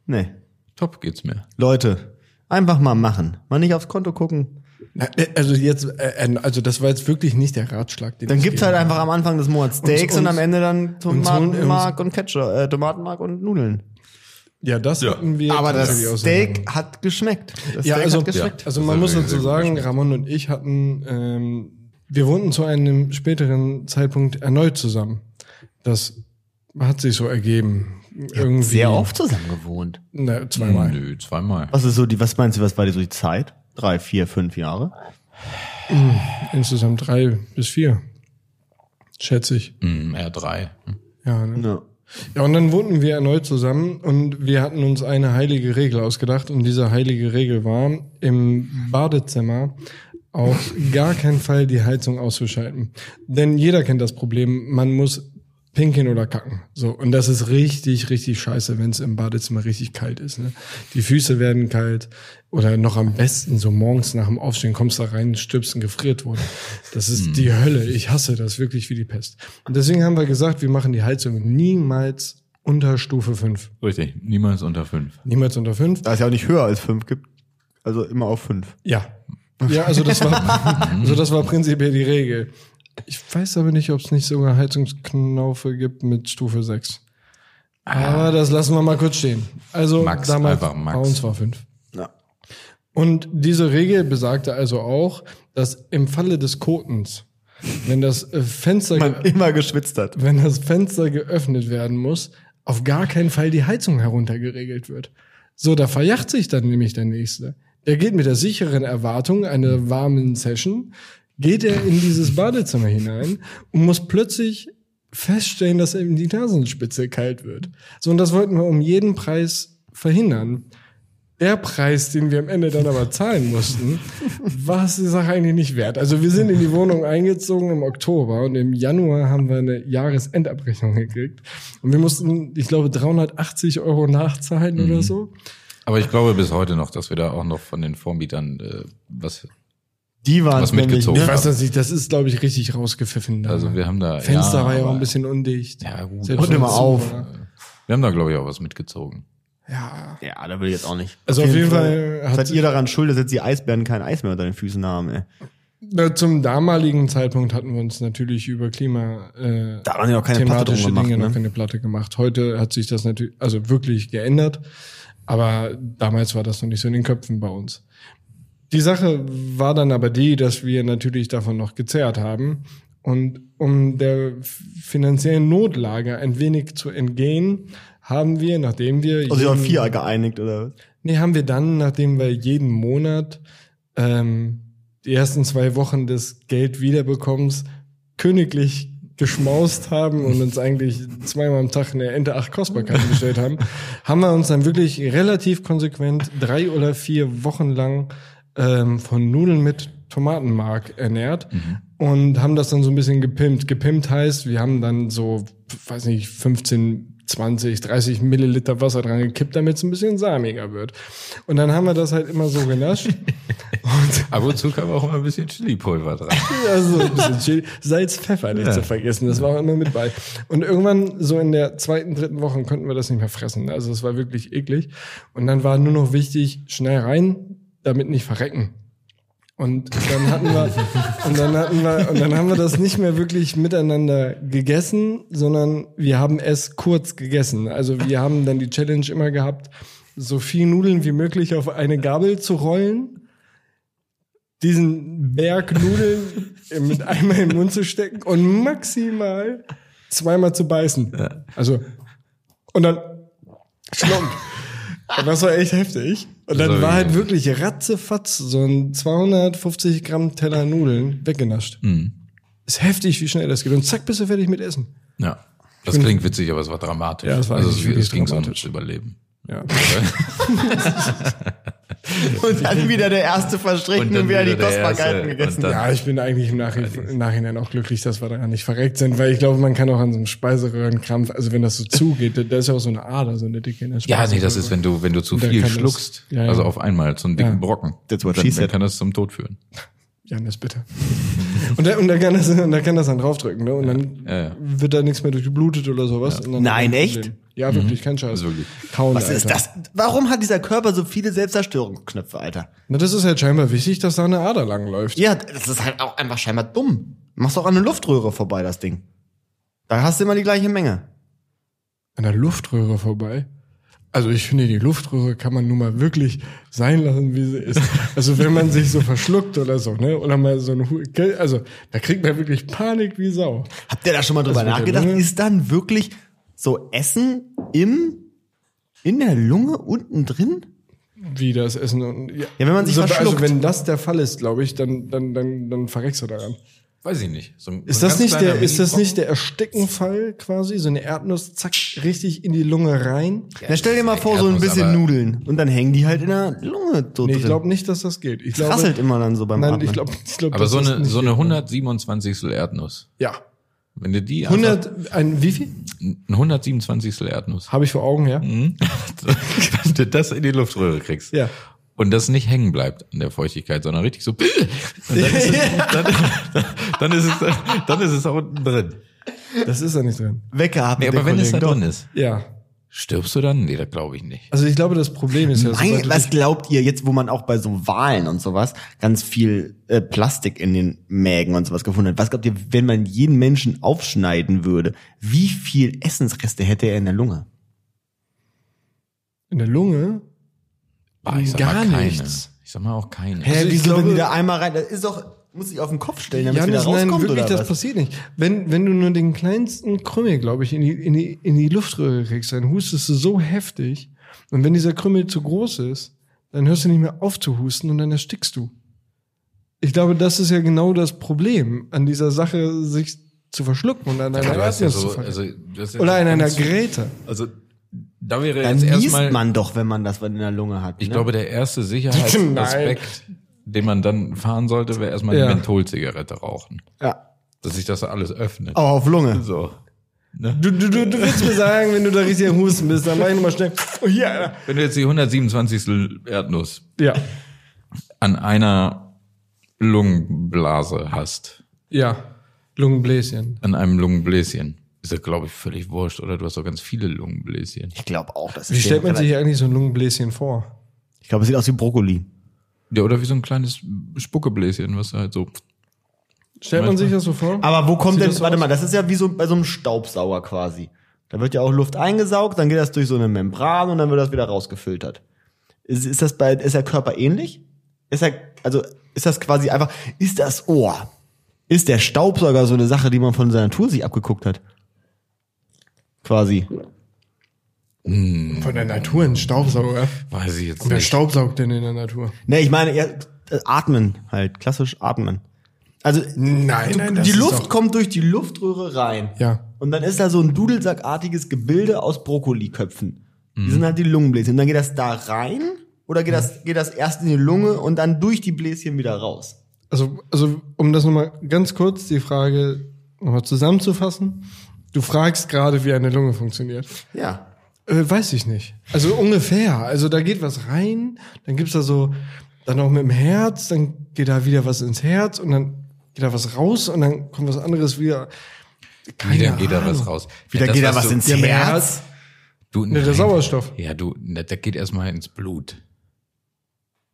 Speaker 3: Nee.
Speaker 1: Top geht's mir.
Speaker 3: Leute, einfach mal machen. Mal nicht aufs Konto gucken.
Speaker 2: Na, äh, Also jetzt, äh, äh, also das war jetzt wirklich nicht der Ratschlag. Den
Speaker 3: Dann
Speaker 2: ich
Speaker 3: gibt's
Speaker 2: gebe.
Speaker 3: halt einfach am Anfang des Monats Steaks und,
Speaker 2: und-
Speaker 3: am Ende dann
Speaker 2: und-
Speaker 3: Tomatenmark und, Ketchup, äh, Tomatenmark und Nudeln.
Speaker 2: Ja, das hatten wir.
Speaker 3: Aber das
Speaker 2: tatsächlich aus dem
Speaker 3: Steak
Speaker 2: Rahmen.
Speaker 3: hat geschmeckt. Das
Speaker 2: Ja,
Speaker 3: Steak
Speaker 2: also,
Speaker 3: hat geschmeckt.
Speaker 2: also
Speaker 1: Das
Speaker 2: man
Speaker 1: hat
Speaker 2: muss
Speaker 1: wirklich
Speaker 2: dazu
Speaker 1: sehr gut
Speaker 2: sagen, Ramon und ich hatten, ähm, wir wohnten zu einem späteren Zeitpunkt erneut zusammen. Das hat sich so ergeben. Irgendwie.
Speaker 3: Sehr oft zusammen gewohnt.
Speaker 2: Na, zweimal.
Speaker 1: Nö, zweimal.
Speaker 3: Was ist so die, was meinst du, was war die so die Zeit? Drei, vier, fünf Jahre?
Speaker 2: Insgesamt drei bis vier. Schätze ich.
Speaker 1: Hm, R3. Hm.
Speaker 2: Ja, ne?
Speaker 3: Ja.
Speaker 2: Ja, und dann wohnten wir erneut zusammen und wir hatten uns eine heilige Regel ausgedacht und diese heilige Regel war, im Badezimmer auf gar keinen Fall die Heizung auszuschalten. Denn jeder kennt das Problem, man muss pinkeln oder kacken. So, und das ist richtig, richtig scheiße, wenn es im Badezimmer richtig kalt ist. Ne? Die Füße werden kalt oder noch am besten so morgens nach dem Aufstehen kommst da rein, stirbst und gefriert wurde. Das ist die Hölle. Ich hasse das wirklich wie die Pest. Und deswegen haben wir gesagt, wir machen die Heizung niemals unter Stufe 5.
Speaker 1: Richtig. Niemals unter fünf.
Speaker 2: Niemals unter 5?
Speaker 3: Da es ja auch nicht höher als fünf gibt. Also immer auf fünf.
Speaker 2: Ja. Ja, also das war, also das war prinzipiell die Regel. Ich weiß aber nicht, ob es nicht sogar Heizungsknaufe gibt mit Stufe 6. Aber das lassen wir mal kurz stehen. Also
Speaker 1: Ah, Max,
Speaker 2: damals
Speaker 1: einfach Max.
Speaker 2: bei uns war 5.
Speaker 3: Ja.
Speaker 2: Und diese Regel besagte also auch, dass im Falle des Kotens, wenn das äh, Fenster,
Speaker 3: Man immer geschwitzt hat.
Speaker 2: wenn das Fenster geöffnet werden muss, auf gar keinen Fall die Heizung heruntergeregelt wird. So, da verjacht sich dann nämlich der Nächste. Der geht mit der sicheren Erwartung einer warmen Session, geht er in dieses Badezimmer hinein und muss plötzlich feststellen, dass ihm die Nasenspitze kalt wird. So, und das wollten wir um jeden Preis verhindern. Der Preis, den wir am Ende dann aber zahlen mussten, war es die Sache eigentlich nicht wert. Also wir sind in die Wohnung eingezogen im Oktober und im Januar haben wir eine Jahresendabrechnung gekriegt. Und wir mussten, ich glaube, 380 Euro nachzahlen
Speaker 1: Mhm.
Speaker 2: oder so.
Speaker 1: Aber ich glaube bis heute noch, dass wir da auch noch von den Vormietern äh, was.
Speaker 3: Die waren
Speaker 1: Was
Speaker 3: nämlich,
Speaker 1: mitgezogen.
Speaker 2: Ich
Speaker 3: ne?
Speaker 2: weiß das nicht, das ist, glaube ich, richtig rausgepfiffen. Da.
Speaker 1: Also wir haben da.
Speaker 2: Fenster
Speaker 1: ja,
Speaker 2: war ja auch
Speaker 1: aber-
Speaker 2: ein bisschen undicht.
Speaker 1: Ja, gut.
Speaker 2: Selbst
Speaker 1: aber-
Speaker 3: Und immer
Speaker 2: wenn's zu
Speaker 3: auf.
Speaker 2: war.
Speaker 1: Wir haben da, glaube ich, auch was mitgezogen.
Speaker 2: Ja.
Speaker 3: Ja, da will ich jetzt auch nicht.
Speaker 2: Also auf jeden Fall hat
Speaker 3: seid
Speaker 2: sie-
Speaker 3: ihr daran schuld, dass jetzt die Eisbären kein Eis mehr unter den Füßen haben, ey.
Speaker 2: Na, zum damaligen Zeitpunkt hatten wir uns natürlich über Klima äh,
Speaker 3: Da haben wir auch keine Platte drum
Speaker 2: thematische
Speaker 3: gemacht,
Speaker 2: Dinge noch
Speaker 3: ne?
Speaker 2: keine Platte gemacht. Heute hat sich das natürlich, also wirklich geändert, aber damals war das noch nicht so in den Köpfen bei uns. Die Sache war dann aber die, dass wir natürlich davon noch gezerrt haben und um der f- finanziellen Notlage ein wenig zu entgehen, haben wir, nachdem wir
Speaker 3: Also ihr habt
Speaker 2: jeden-
Speaker 3: vier geeinigt, oder?
Speaker 2: Nee, haben wir dann, nachdem wir jeden Monat ähm, die ersten zwei Wochen des Geld wiederbekommens königlich geschmaust haben und uns eigentlich zweimal am Tag eine Ente acht Kostbarkeiten bestellt haben, haben wir uns dann wirklich relativ konsequent drei oder vier Wochen lang ähm, von Nudeln mit Tomatenmark ernährt und haben das dann so ein bisschen gepimpt. Gepimpt heißt, wir haben dann so, weiß nicht, 15, 20, 30 Milliliter Wasser dran gekippt, damit es ein bisschen samiger wird. Und dann haben wir das halt immer so genascht. und
Speaker 1: Ab und zu kam auch immer ein bisschen Chili-Pulver dran.
Speaker 2: also ein bisschen Chili. Salz, Pfeffer nicht zu vergessen, das war auch immer mit bei. Und irgendwann, so in der zweiten, dritten Woche, konnten wir das nicht mehr fressen. Also es war wirklich eklig. Und dann war nur noch wichtig, schnell rein, damit nicht verrecken. Und dann hatten wir, und dann hatten wir, und dann haben wir das nicht mehr wirklich miteinander gegessen, sondern wir haben es kurz gegessen. Also wir haben dann die Challenge immer gehabt, so viel Nudeln wie möglich auf eine Gabel zu rollen, diesen Berg Nudeln mit einmal im Mund zu stecken und maximal zweimal zu beißen. Also, und dann schlumpf. Und das war echt heftig. Und dann
Speaker 1: Sorry.
Speaker 2: war halt wirklich ratzefatz so ein 250 Gramm Teller Nudeln weggenascht. Ist heftig, wie schnell das geht. Und zack, bist du fertig mit Essen.
Speaker 1: Ja. Das klingt witzig, aber es war dramatisch.
Speaker 2: Ja, es war
Speaker 1: also
Speaker 2: eigentlich
Speaker 1: es,
Speaker 2: wirklich
Speaker 1: es ging so
Speaker 2: dramatisch.
Speaker 1: ums Überleben.
Speaker 2: Ja.
Speaker 3: Und dann wieder der erste verstrichen
Speaker 1: Und
Speaker 3: und,
Speaker 1: dann
Speaker 3: wieder die
Speaker 1: wieder der
Speaker 3: Kostbarkeiten
Speaker 1: erste.
Speaker 3: gegessen.
Speaker 1: Und dann-
Speaker 3: Ja.
Speaker 2: ja, ich bin eigentlich im, Nach im Nachhinein auch glücklich, dass wir da nicht verreckt sind, weil ich glaube, man kann auch an so einem Speiseröhrenkrampf, also wenn das so zugeht, da da ist ja auch so eine Ader, so eine dicke in der
Speaker 1: Ja, nee,
Speaker 2: Speiseröhre.
Speaker 1: das ist, wenn du, wenn du zu
Speaker 2: Dann
Speaker 1: viel
Speaker 2: kann das-
Speaker 1: schluckst,
Speaker 2: Ja, ja.
Speaker 1: also auf einmal, so einen dicken
Speaker 2: Ja.
Speaker 1: Brocken,
Speaker 3: That's what
Speaker 1: dann,
Speaker 3: she
Speaker 1: dann
Speaker 3: said.
Speaker 1: kann das zum Tod führen.
Speaker 2: Janis, bitte. Und da, und da kann das, und da kann das dann draufdrücken, ne? Und dann
Speaker 1: Ja, ja.
Speaker 2: wird da nichts mehr durchgeblutet oder sowas. Und dann
Speaker 3: Nein, echt?
Speaker 2: Ja, wirklich, kein Scheiß.
Speaker 1: Also wirklich.
Speaker 2: Kauen,
Speaker 3: Was ist
Speaker 2: Alter.
Speaker 3: das? Warum hat dieser Körper so viele Selbstzerstörungsknöpfe, Alter?
Speaker 2: Na, das ist halt scheinbar wichtig, dass da eine Ader langläuft.
Speaker 3: Ja, das ist halt auch einfach scheinbar dumm. Machst auch an eine Luftröhre vorbei, das Ding. Da hast du immer die gleiche Menge.
Speaker 2: An der Luftröhre vorbei. Also ich finde, die Luftröhre kann man nun mal wirklich sein lassen, wie sie ist. Also wenn man sich so verschluckt oder so, ne? Oder mal so eine Hu- gell? Also da kriegt man wirklich Panik wie Sau.
Speaker 3: Habt ihr da schon mal drüber
Speaker 2: mit der
Speaker 3: nachgedacht?
Speaker 2: Lunge?
Speaker 3: Ist dann wirklich so Essen im, in der Lunge unten drin?
Speaker 2: Wie das Essen und. Ja,
Speaker 3: wenn man sich
Speaker 2: so,
Speaker 3: verschluckt.
Speaker 2: Also wenn das der Fall ist, glaube ich, dann, dann, dann, dann verreckst du daran.
Speaker 1: Weiß ich nicht. So ein,
Speaker 2: Ist
Speaker 1: so ein ganz
Speaker 2: das, nicht
Speaker 1: kleiner
Speaker 2: der, ist das
Speaker 1: Mini-Brocken.
Speaker 2: nicht der Erstickenfall quasi? So eine Erdnuss, zack, richtig in die Lunge rein?
Speaker 3: Na, stell dir mal vor, so ein
Speaker 1: Erdnuss,
Speaker 3: bisschen
Speaker 1: aber-
Speaker 3: Nudeln. Und dann hängen die halt in der Lunge so
Speaker 2: Nee, ich
Speaker 3: drin.
Speaker 2: glaube nicht, dass das geht. Ich
Speaker 3: das rasselt
Speaker 2: glaube,
Speaker 3: immer dann so beim
Speaker 2: nein,
Speaker 3: Atmen.
Speaker 2: ich glaube, ich glaub,
Speaker 1: Aber
Speaker 2: das
Speaker 1: so
Speaker 2: ist
Speaker 1: eine,
Speaker 2: nicht
Speaker 1: so eine
Speaker 2: geht.
Speaker 1: 127. Erdnuss.
Speaker 2: Ja.
Speaker 1: Wenn du die
Speaker 2: 100, ein, wie viel?
Speaker 1: einfach, ein 127. Erdnuss,
Speaker 2: Habe ich vor Augen, ja?
Speaker 1: wenn Hm? du das in die Luftröhre kriegst
Speaker 2: Ja.
Speaker 1: und das nicht hängen bleibt an der Feuchtigkeit, sondern richtig so, und dann, ist es, dann, dann, ist es, dann ist es auch unten drin.
Speaker 2: Das ist da nicht drin.
Speaker 3: Weggeatmet.
Speaker 1: Nee, aber
Speaker 3: den
Speaker 1: wenn es da
Speaker 3: Kollegen.
Speaker 1: drin ist,
Speaker 2: Ja.
Speaker 1: stirbst du dann? Nee, das glaube ich nicht.
Speaker 2: Also ich glaube, das Problem ist ja, sobald
Speaker 3: Nein,
Speaker 2: du
Speaker 3: was
Speaker 2: dich-
Speaker 3: glaubt ihr jetzt, wo man auch bei so Wahlen und sowas ganz viel äh, Plastik in den Mägen und sowas gefunden hat? Was glaubt ihr, wenn man jeden Menschen aufschneiden würde, wie viel Essensreste hätte er in der Lunge?
Speaker 2: in der Lunge.
Speaker 1: Ah, ich sag
Speaker 2: Gar
Speaker 1: mal keine.
Speaker 2: nichts.
Speaker 1: Ich sag mal auch keine.
Speaker 3: Hä,
Speaker 2: Also ich
Speaker 3: wieso,
Speaker 2: glaube-
Speaker 3: wenn die da einmal rein, das ist doch, muss ich auf den Kopf stellen, damit es wieder
Speaker 2: Janis,
Speaker 3: rauskommt,
Speaker 2: nein, wirklich,
Speaker 3: oder
Speaker 2: das
Speaker 3: was?
Speaker 2: passiert nicht. Wenn, wenn du nur den kleinsten Krümmel, glaube ich, in die, in, die, in die Luftröhre kriegst, dann hustest du so heftig. Und wenn dieser Krümmel zu groß ist, dann hörst du nicht mehr auf zu husten und dann erstickst du. Ich glaube, das ist ja genau das Problem an dieser Sache, sich zu verschlucken und an einer
Speaker 1: Ja, du hast ja
Speaker 2: Erdnuss zu
Speaker 1: so,
Speaker 2: verrecken.
Speaker 1: also, du hast ja
Speaker 2: Oder
Speaker 1: so
Speaker 2: an einer
Speaker 1: ganz-
Speaker 2: Gräte.
Speaker 1: Also, da wäre
Speaker 3: Dann
Speaker 1: jetzt
Speaker 3: niest
Speaker 1: erstmal,
Speaker 3: man doch, wenn man das in der Lunge hat.
Speaker 1: ich
Speaker 3: ne?
Speaker 1: glaube, der erste Sicherheitsaspekt, den man dann fahren sollte, wäre erstmal
Speaker 2: Ja.
Speaker 1: die Mentholzigarette rauchen.
Speaker 3: Ja.
Speaker 1: Dass sich das alles öffnet.
Speaker 3: Auch auf Lunge.
Speaker 1: So.
Speaker 2: Du, du, du, du willst mir sagen, wenn du da richtig am Husten bist, dann mach ich nochmal schnell. Oh, ja.
Speaker 1: Wenn du jetzt die 127. Erdnuss
Speaker 2: ja.
Speaker 1: an einer Lungenblase hast,
Speaker 2: Ja. Lungenbläschen.
Speaker 1: an einem Lungenbläschen, ist das, glaube ich, völlig wurscht, oder? Du hast doch ganz viele Lungenbläschen.
Speaker 3: Ich glaube auch, das ist
Speaker 2: Wie stellt man
Speaker 3: relativ-
Speaker 2: sich eigentlich so ein Lungenbläschen vor?
Speaker 3: Ich glaube, es sieht aus wie Brokkoli.
Speaker 1: Ja, oder wie so ein kleines Spuckebläschen, was halt so
Speaker 2: Stellt man sich das so vor?
Speaker 3: Aber wo kommt
Speaker 2: Sieht
Speaker 3: denn,
Speaker 2: das so
Speaker 3: warte
Speaker 2: aus?
Speaker 3: mal, das ist ja wie so bei so einem Staubsauger quasi. Da wird ja auch Luft eingesaugt, dann geht das durch so eine Membran und dann wird das wieder rausgefiltert. Ist, ist das bei, ist der Körper ähnlich? Ist er, also, ist das quasi einfach, ist das Ohr? Ist der Staubsauger so eine Sache, die man von seiner Natur sich abgeguckt hat? Quasi.
Speaker 2: Von der Natur ein Staubsauger.
Speaker 1: Weiß ich jetzt
Speaker 2: Wer
Speaker 1: nicht.
Speaker 2: staubsaugt denn in der Natur?
Speaker 3: Ne, ich meine, ja, äh, atmen halt, klassisch atmen. Also,
Speaker 2: Nein,
Speaker 3: du,
Speaker 2: nein, das
Speaker 3: die
Speaker 2: ist
Speaker 3: Luft
Speaker 2: doch-
Speaker 3: kommt durch die Luftröhre rein.
Speaker 2: Ja.
Speaker 3: Und dann ist da so ein dudelsackartiges Gebilde aus Brokkoliköpfen.
Speaker 2: Mhm.
Speaker 3: Die sind halt die Lungenbläschen. Und dann geht das da rein oder geht das, geht das erst in die Lunge und dann durch die Bläschen wieder raus.
Speaker 2: Also, also um das nochmal ganz kurz, die Frage nochmal zusammenzufassen. Du fragst gerade, wie eine Lunge funktioniert.
Speaker 3: Ja.
Speaker 2: Äh, weiß ich nicht. Also ungefähr. Also da geht was rein, dann gibt's da so, dann auch mit dem Herz, dann geht da wieder was ins Herz und dann geht da was raus und dann kommt was anderes wieder. Keine
Speaker 1: Wieder geht da was
Speaker 2: Ahnung.
Speaker 1: raus.
Speaker 3: Wieder
Speaker 1: das,
Speaker 3: geht da was
Speaker 1: du-
Speaker 3: ins
Speaker 2: Ja, mit
Speaker 3: Herz.
Speaker 1: Du,
Speaker 2: der
Speaker 1: nein. ne,
Speaker 2: Sauerstoff.
Speaker 1: Ja, du, da da geht erstmal ins Blut.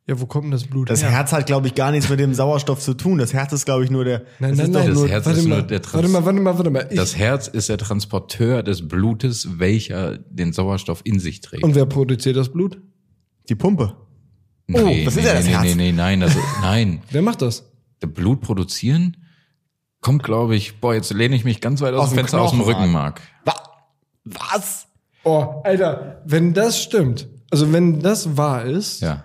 Speaker 2: Ja, wo kommt denn das Blut
Speaker 3: Das
Speaker 2: her?
Speaker 3: Herz hat, glaube ich, gar nichts mit dem Sauerstoff zu tun. Das Herz ist, glaube ich, nur der.
Speaker 2: Nein, nein,
Speaker 3: das
Speaker 2: nein,
Speaker 3: ist doch-
Speaker 1: Das
Speaker 2: nur-
Speaker 1: Herz
Speaker 2: warte
Speaker 1: ist
Speaker 2: mal,
Speaker 1: nur der Trans-
Speaker 2: Warte mal, warte mal, warte mal. Ich,
Speaker 1: Das Herz ist der Transporteur des Blutes, welcher den Sauerstoff in sich trägt.
Speaker 3: oh,
Speaker 2: und wer produziert das Blut?
Speaker 3: Die Pumpe.
Speaker 1: nee,
Speaker 3: das
Speaker 1: nee,
Speaker 3: ist ja das
Speaker 1: nee,
Speaker 3: Herz.
Speaker 1: nee, nee, nein, das, nein.
Speaker 2: Wer macht das?
Speaker 1: Der Blut produzieren kommt, glaube ich, boah, jetzt lehne ich mich ganz weit aus,
Speaker 3: Aus
Speaker 1: dem
Speaker 3: dem
Speaker 1: Fenster aus dem Rückenmark.
Speaker 3: Knochenmark. Wa- Was?
Speaker 2: Oh, Alter, wenn das stimmt, also wenn das wahr ist,
Speaker 1: Ja.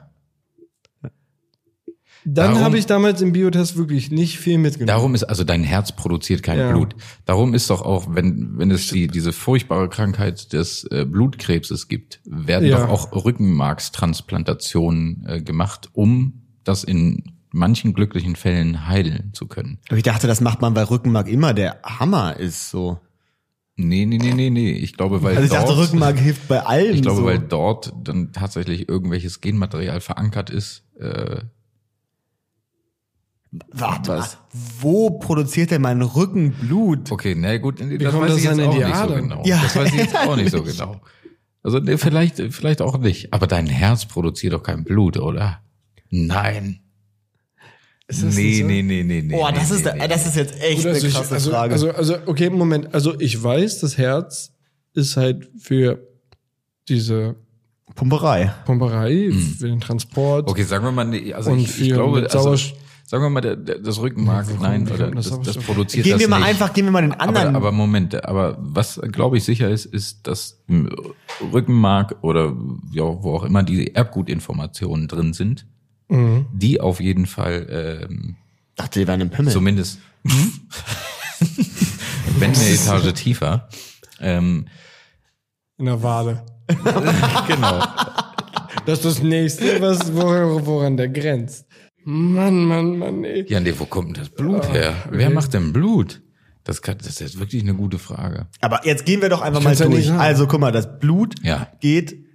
Speaker 2: dann
Speaker 1: Darum-
Speaker 2: habe ich damals im Biotest wirklich nicht viel mitgenommen.
Speaker 1: Darum ist, also dein Herz produziert kein
Speaker 2: Ja.
Speaker 1: Blut. Darum ist doch auch, wenn, wenn es die, diese furchtbare Krankheit des äh, Blutkrebses gibt, werden
Speaker 2: Ja.
Speaker 1: doch auch Rückenmarkstransplantationen äh, gemacht, um das in manchen glücklichen Fällen heilen zu können.
Speaker 3: Aber ich dachte, das macht man, weil Rückenmark immer der Hammer ist, so.
Speaker 1: Nee, nee, nee, nee, nee. Ich glaube, weil
Speaker 3: Also ich dachte,
Speaker 1: dort,
Speaker 3: Rückenmark hilft bei allem.
Speaker 1: ich glaube,
Speaker 3: so.
Speaker 1: weil dort dann tatsächlich irgendwelches Genmaterial verankert ist. Äh,
Speaker 3: Warte
Speaker 1: Was?
Speaker 3: mal, wo produziert denn mein Rücken Blut?
Speaker 1: okay, na gut, das
Speaker 2: kommt
Speaker 1: weiß
Speaker 2: das
Speaker 1: ich jetzt
Speaker 2: dann in
Speaker 1: auch
Speaker 2: die
Speaker 1: nicht so
Speaker 2: Adern?
Speaker 1: genau.
Speaker 3: Ja,
Speaker 1: das weiß ich jetzt auch nicht so genau. Also nee, vielleicht, vielleicht auch nicht. Aber dein Herz produziert doch kein Blut, oder? Nein.
Speaker 2: Ist das nicht
Speaker 1: nee,
Speaker 2: so?
Speaker 1: nee, nee, nee, nee.
Speaker 3: Boah, das
Speaker 1: nee,
Speaker 3: ist,
Speaker 1: nee,
Speaker 3: das
Speaker 1: nee.
Speaker 3: ist jetzt echt
Speaker 2: Oder
Speaker 3: eine
Speaker 2: also ich-
Speaker 3: krasse
Speaker 2: also,
Speaker 3: Frage.
Speaker 2: Also, also, okay, Moment. Also ich weiß, das Herz ist halt für diese
Speaker 3: Pumperei.
Speaker 2: Pumperei, für den Transport.
Speaker 1: Hm. Okay, sagen wir mal, nee, also
Speaker 2: Und
Speaker 1: ich, ich
Speaker 2: viel
Speaker 1: glaube,
Speaker 2: mit
Speaker 1: also,
Speaker 2: Sauerst-
Speaker 1: sagen wir mal, der, der, das Rückenmark,
Speaker 2: Wie kommt-
Speaker 1: nein,
Speaker 2: wie
Speaker 1: oder
Speaker 2: kommt das
Speaker 1: das, das
Speaker 2: Sauerstoff?
Speaker 1: produziert
Speaker 3: Gehen
Speaker 1: das
Speaker 3: wir mal
Speaker 1: nicht.
Speaker 3: einfach, gehen wir mal den anderen.
Speaker 1: Aber, aber Moment, aber was glaube ich sicher ist, ist, dass im Rückenmark oder ja, wo auch immer die Erbgutinformationen drin sind,
Speaker 2: Mhm.
Speaker 1: die auf jeden Fall ähm,
Speaker 3: dachte, wir wären im Pimmel.
Speaker 1: zumindest
Speaker 3: Mhm.
Speaker 1: wenn eine Etage tiefer. Ähm,
Speaker 2: In der Wade.
Speaker 1: genau.
Speaker 2: Das ist das nächste, was, wo- woran der grenzt. Mann, Mann, Mann, ey.
Speaker 1: Ja, nee, wo kommt denn das
Speaker 3: Ah,
Speaker 1: Blut her? Wer macht denn Blut? Das, kann, das ist jetzt wirklich eine gute Frage.
Speaker 3: aber jetzt gehen wir doch einfach
Speaker 2: Ich
Speaker 3: mal
Speaker 2: kann's ja nicht
Speaker 3: durch.
Speaker 2: sagen.
Speaker 3: also, guck mal, das Blut
Speaker 1: Ja.
Speaker 3: geht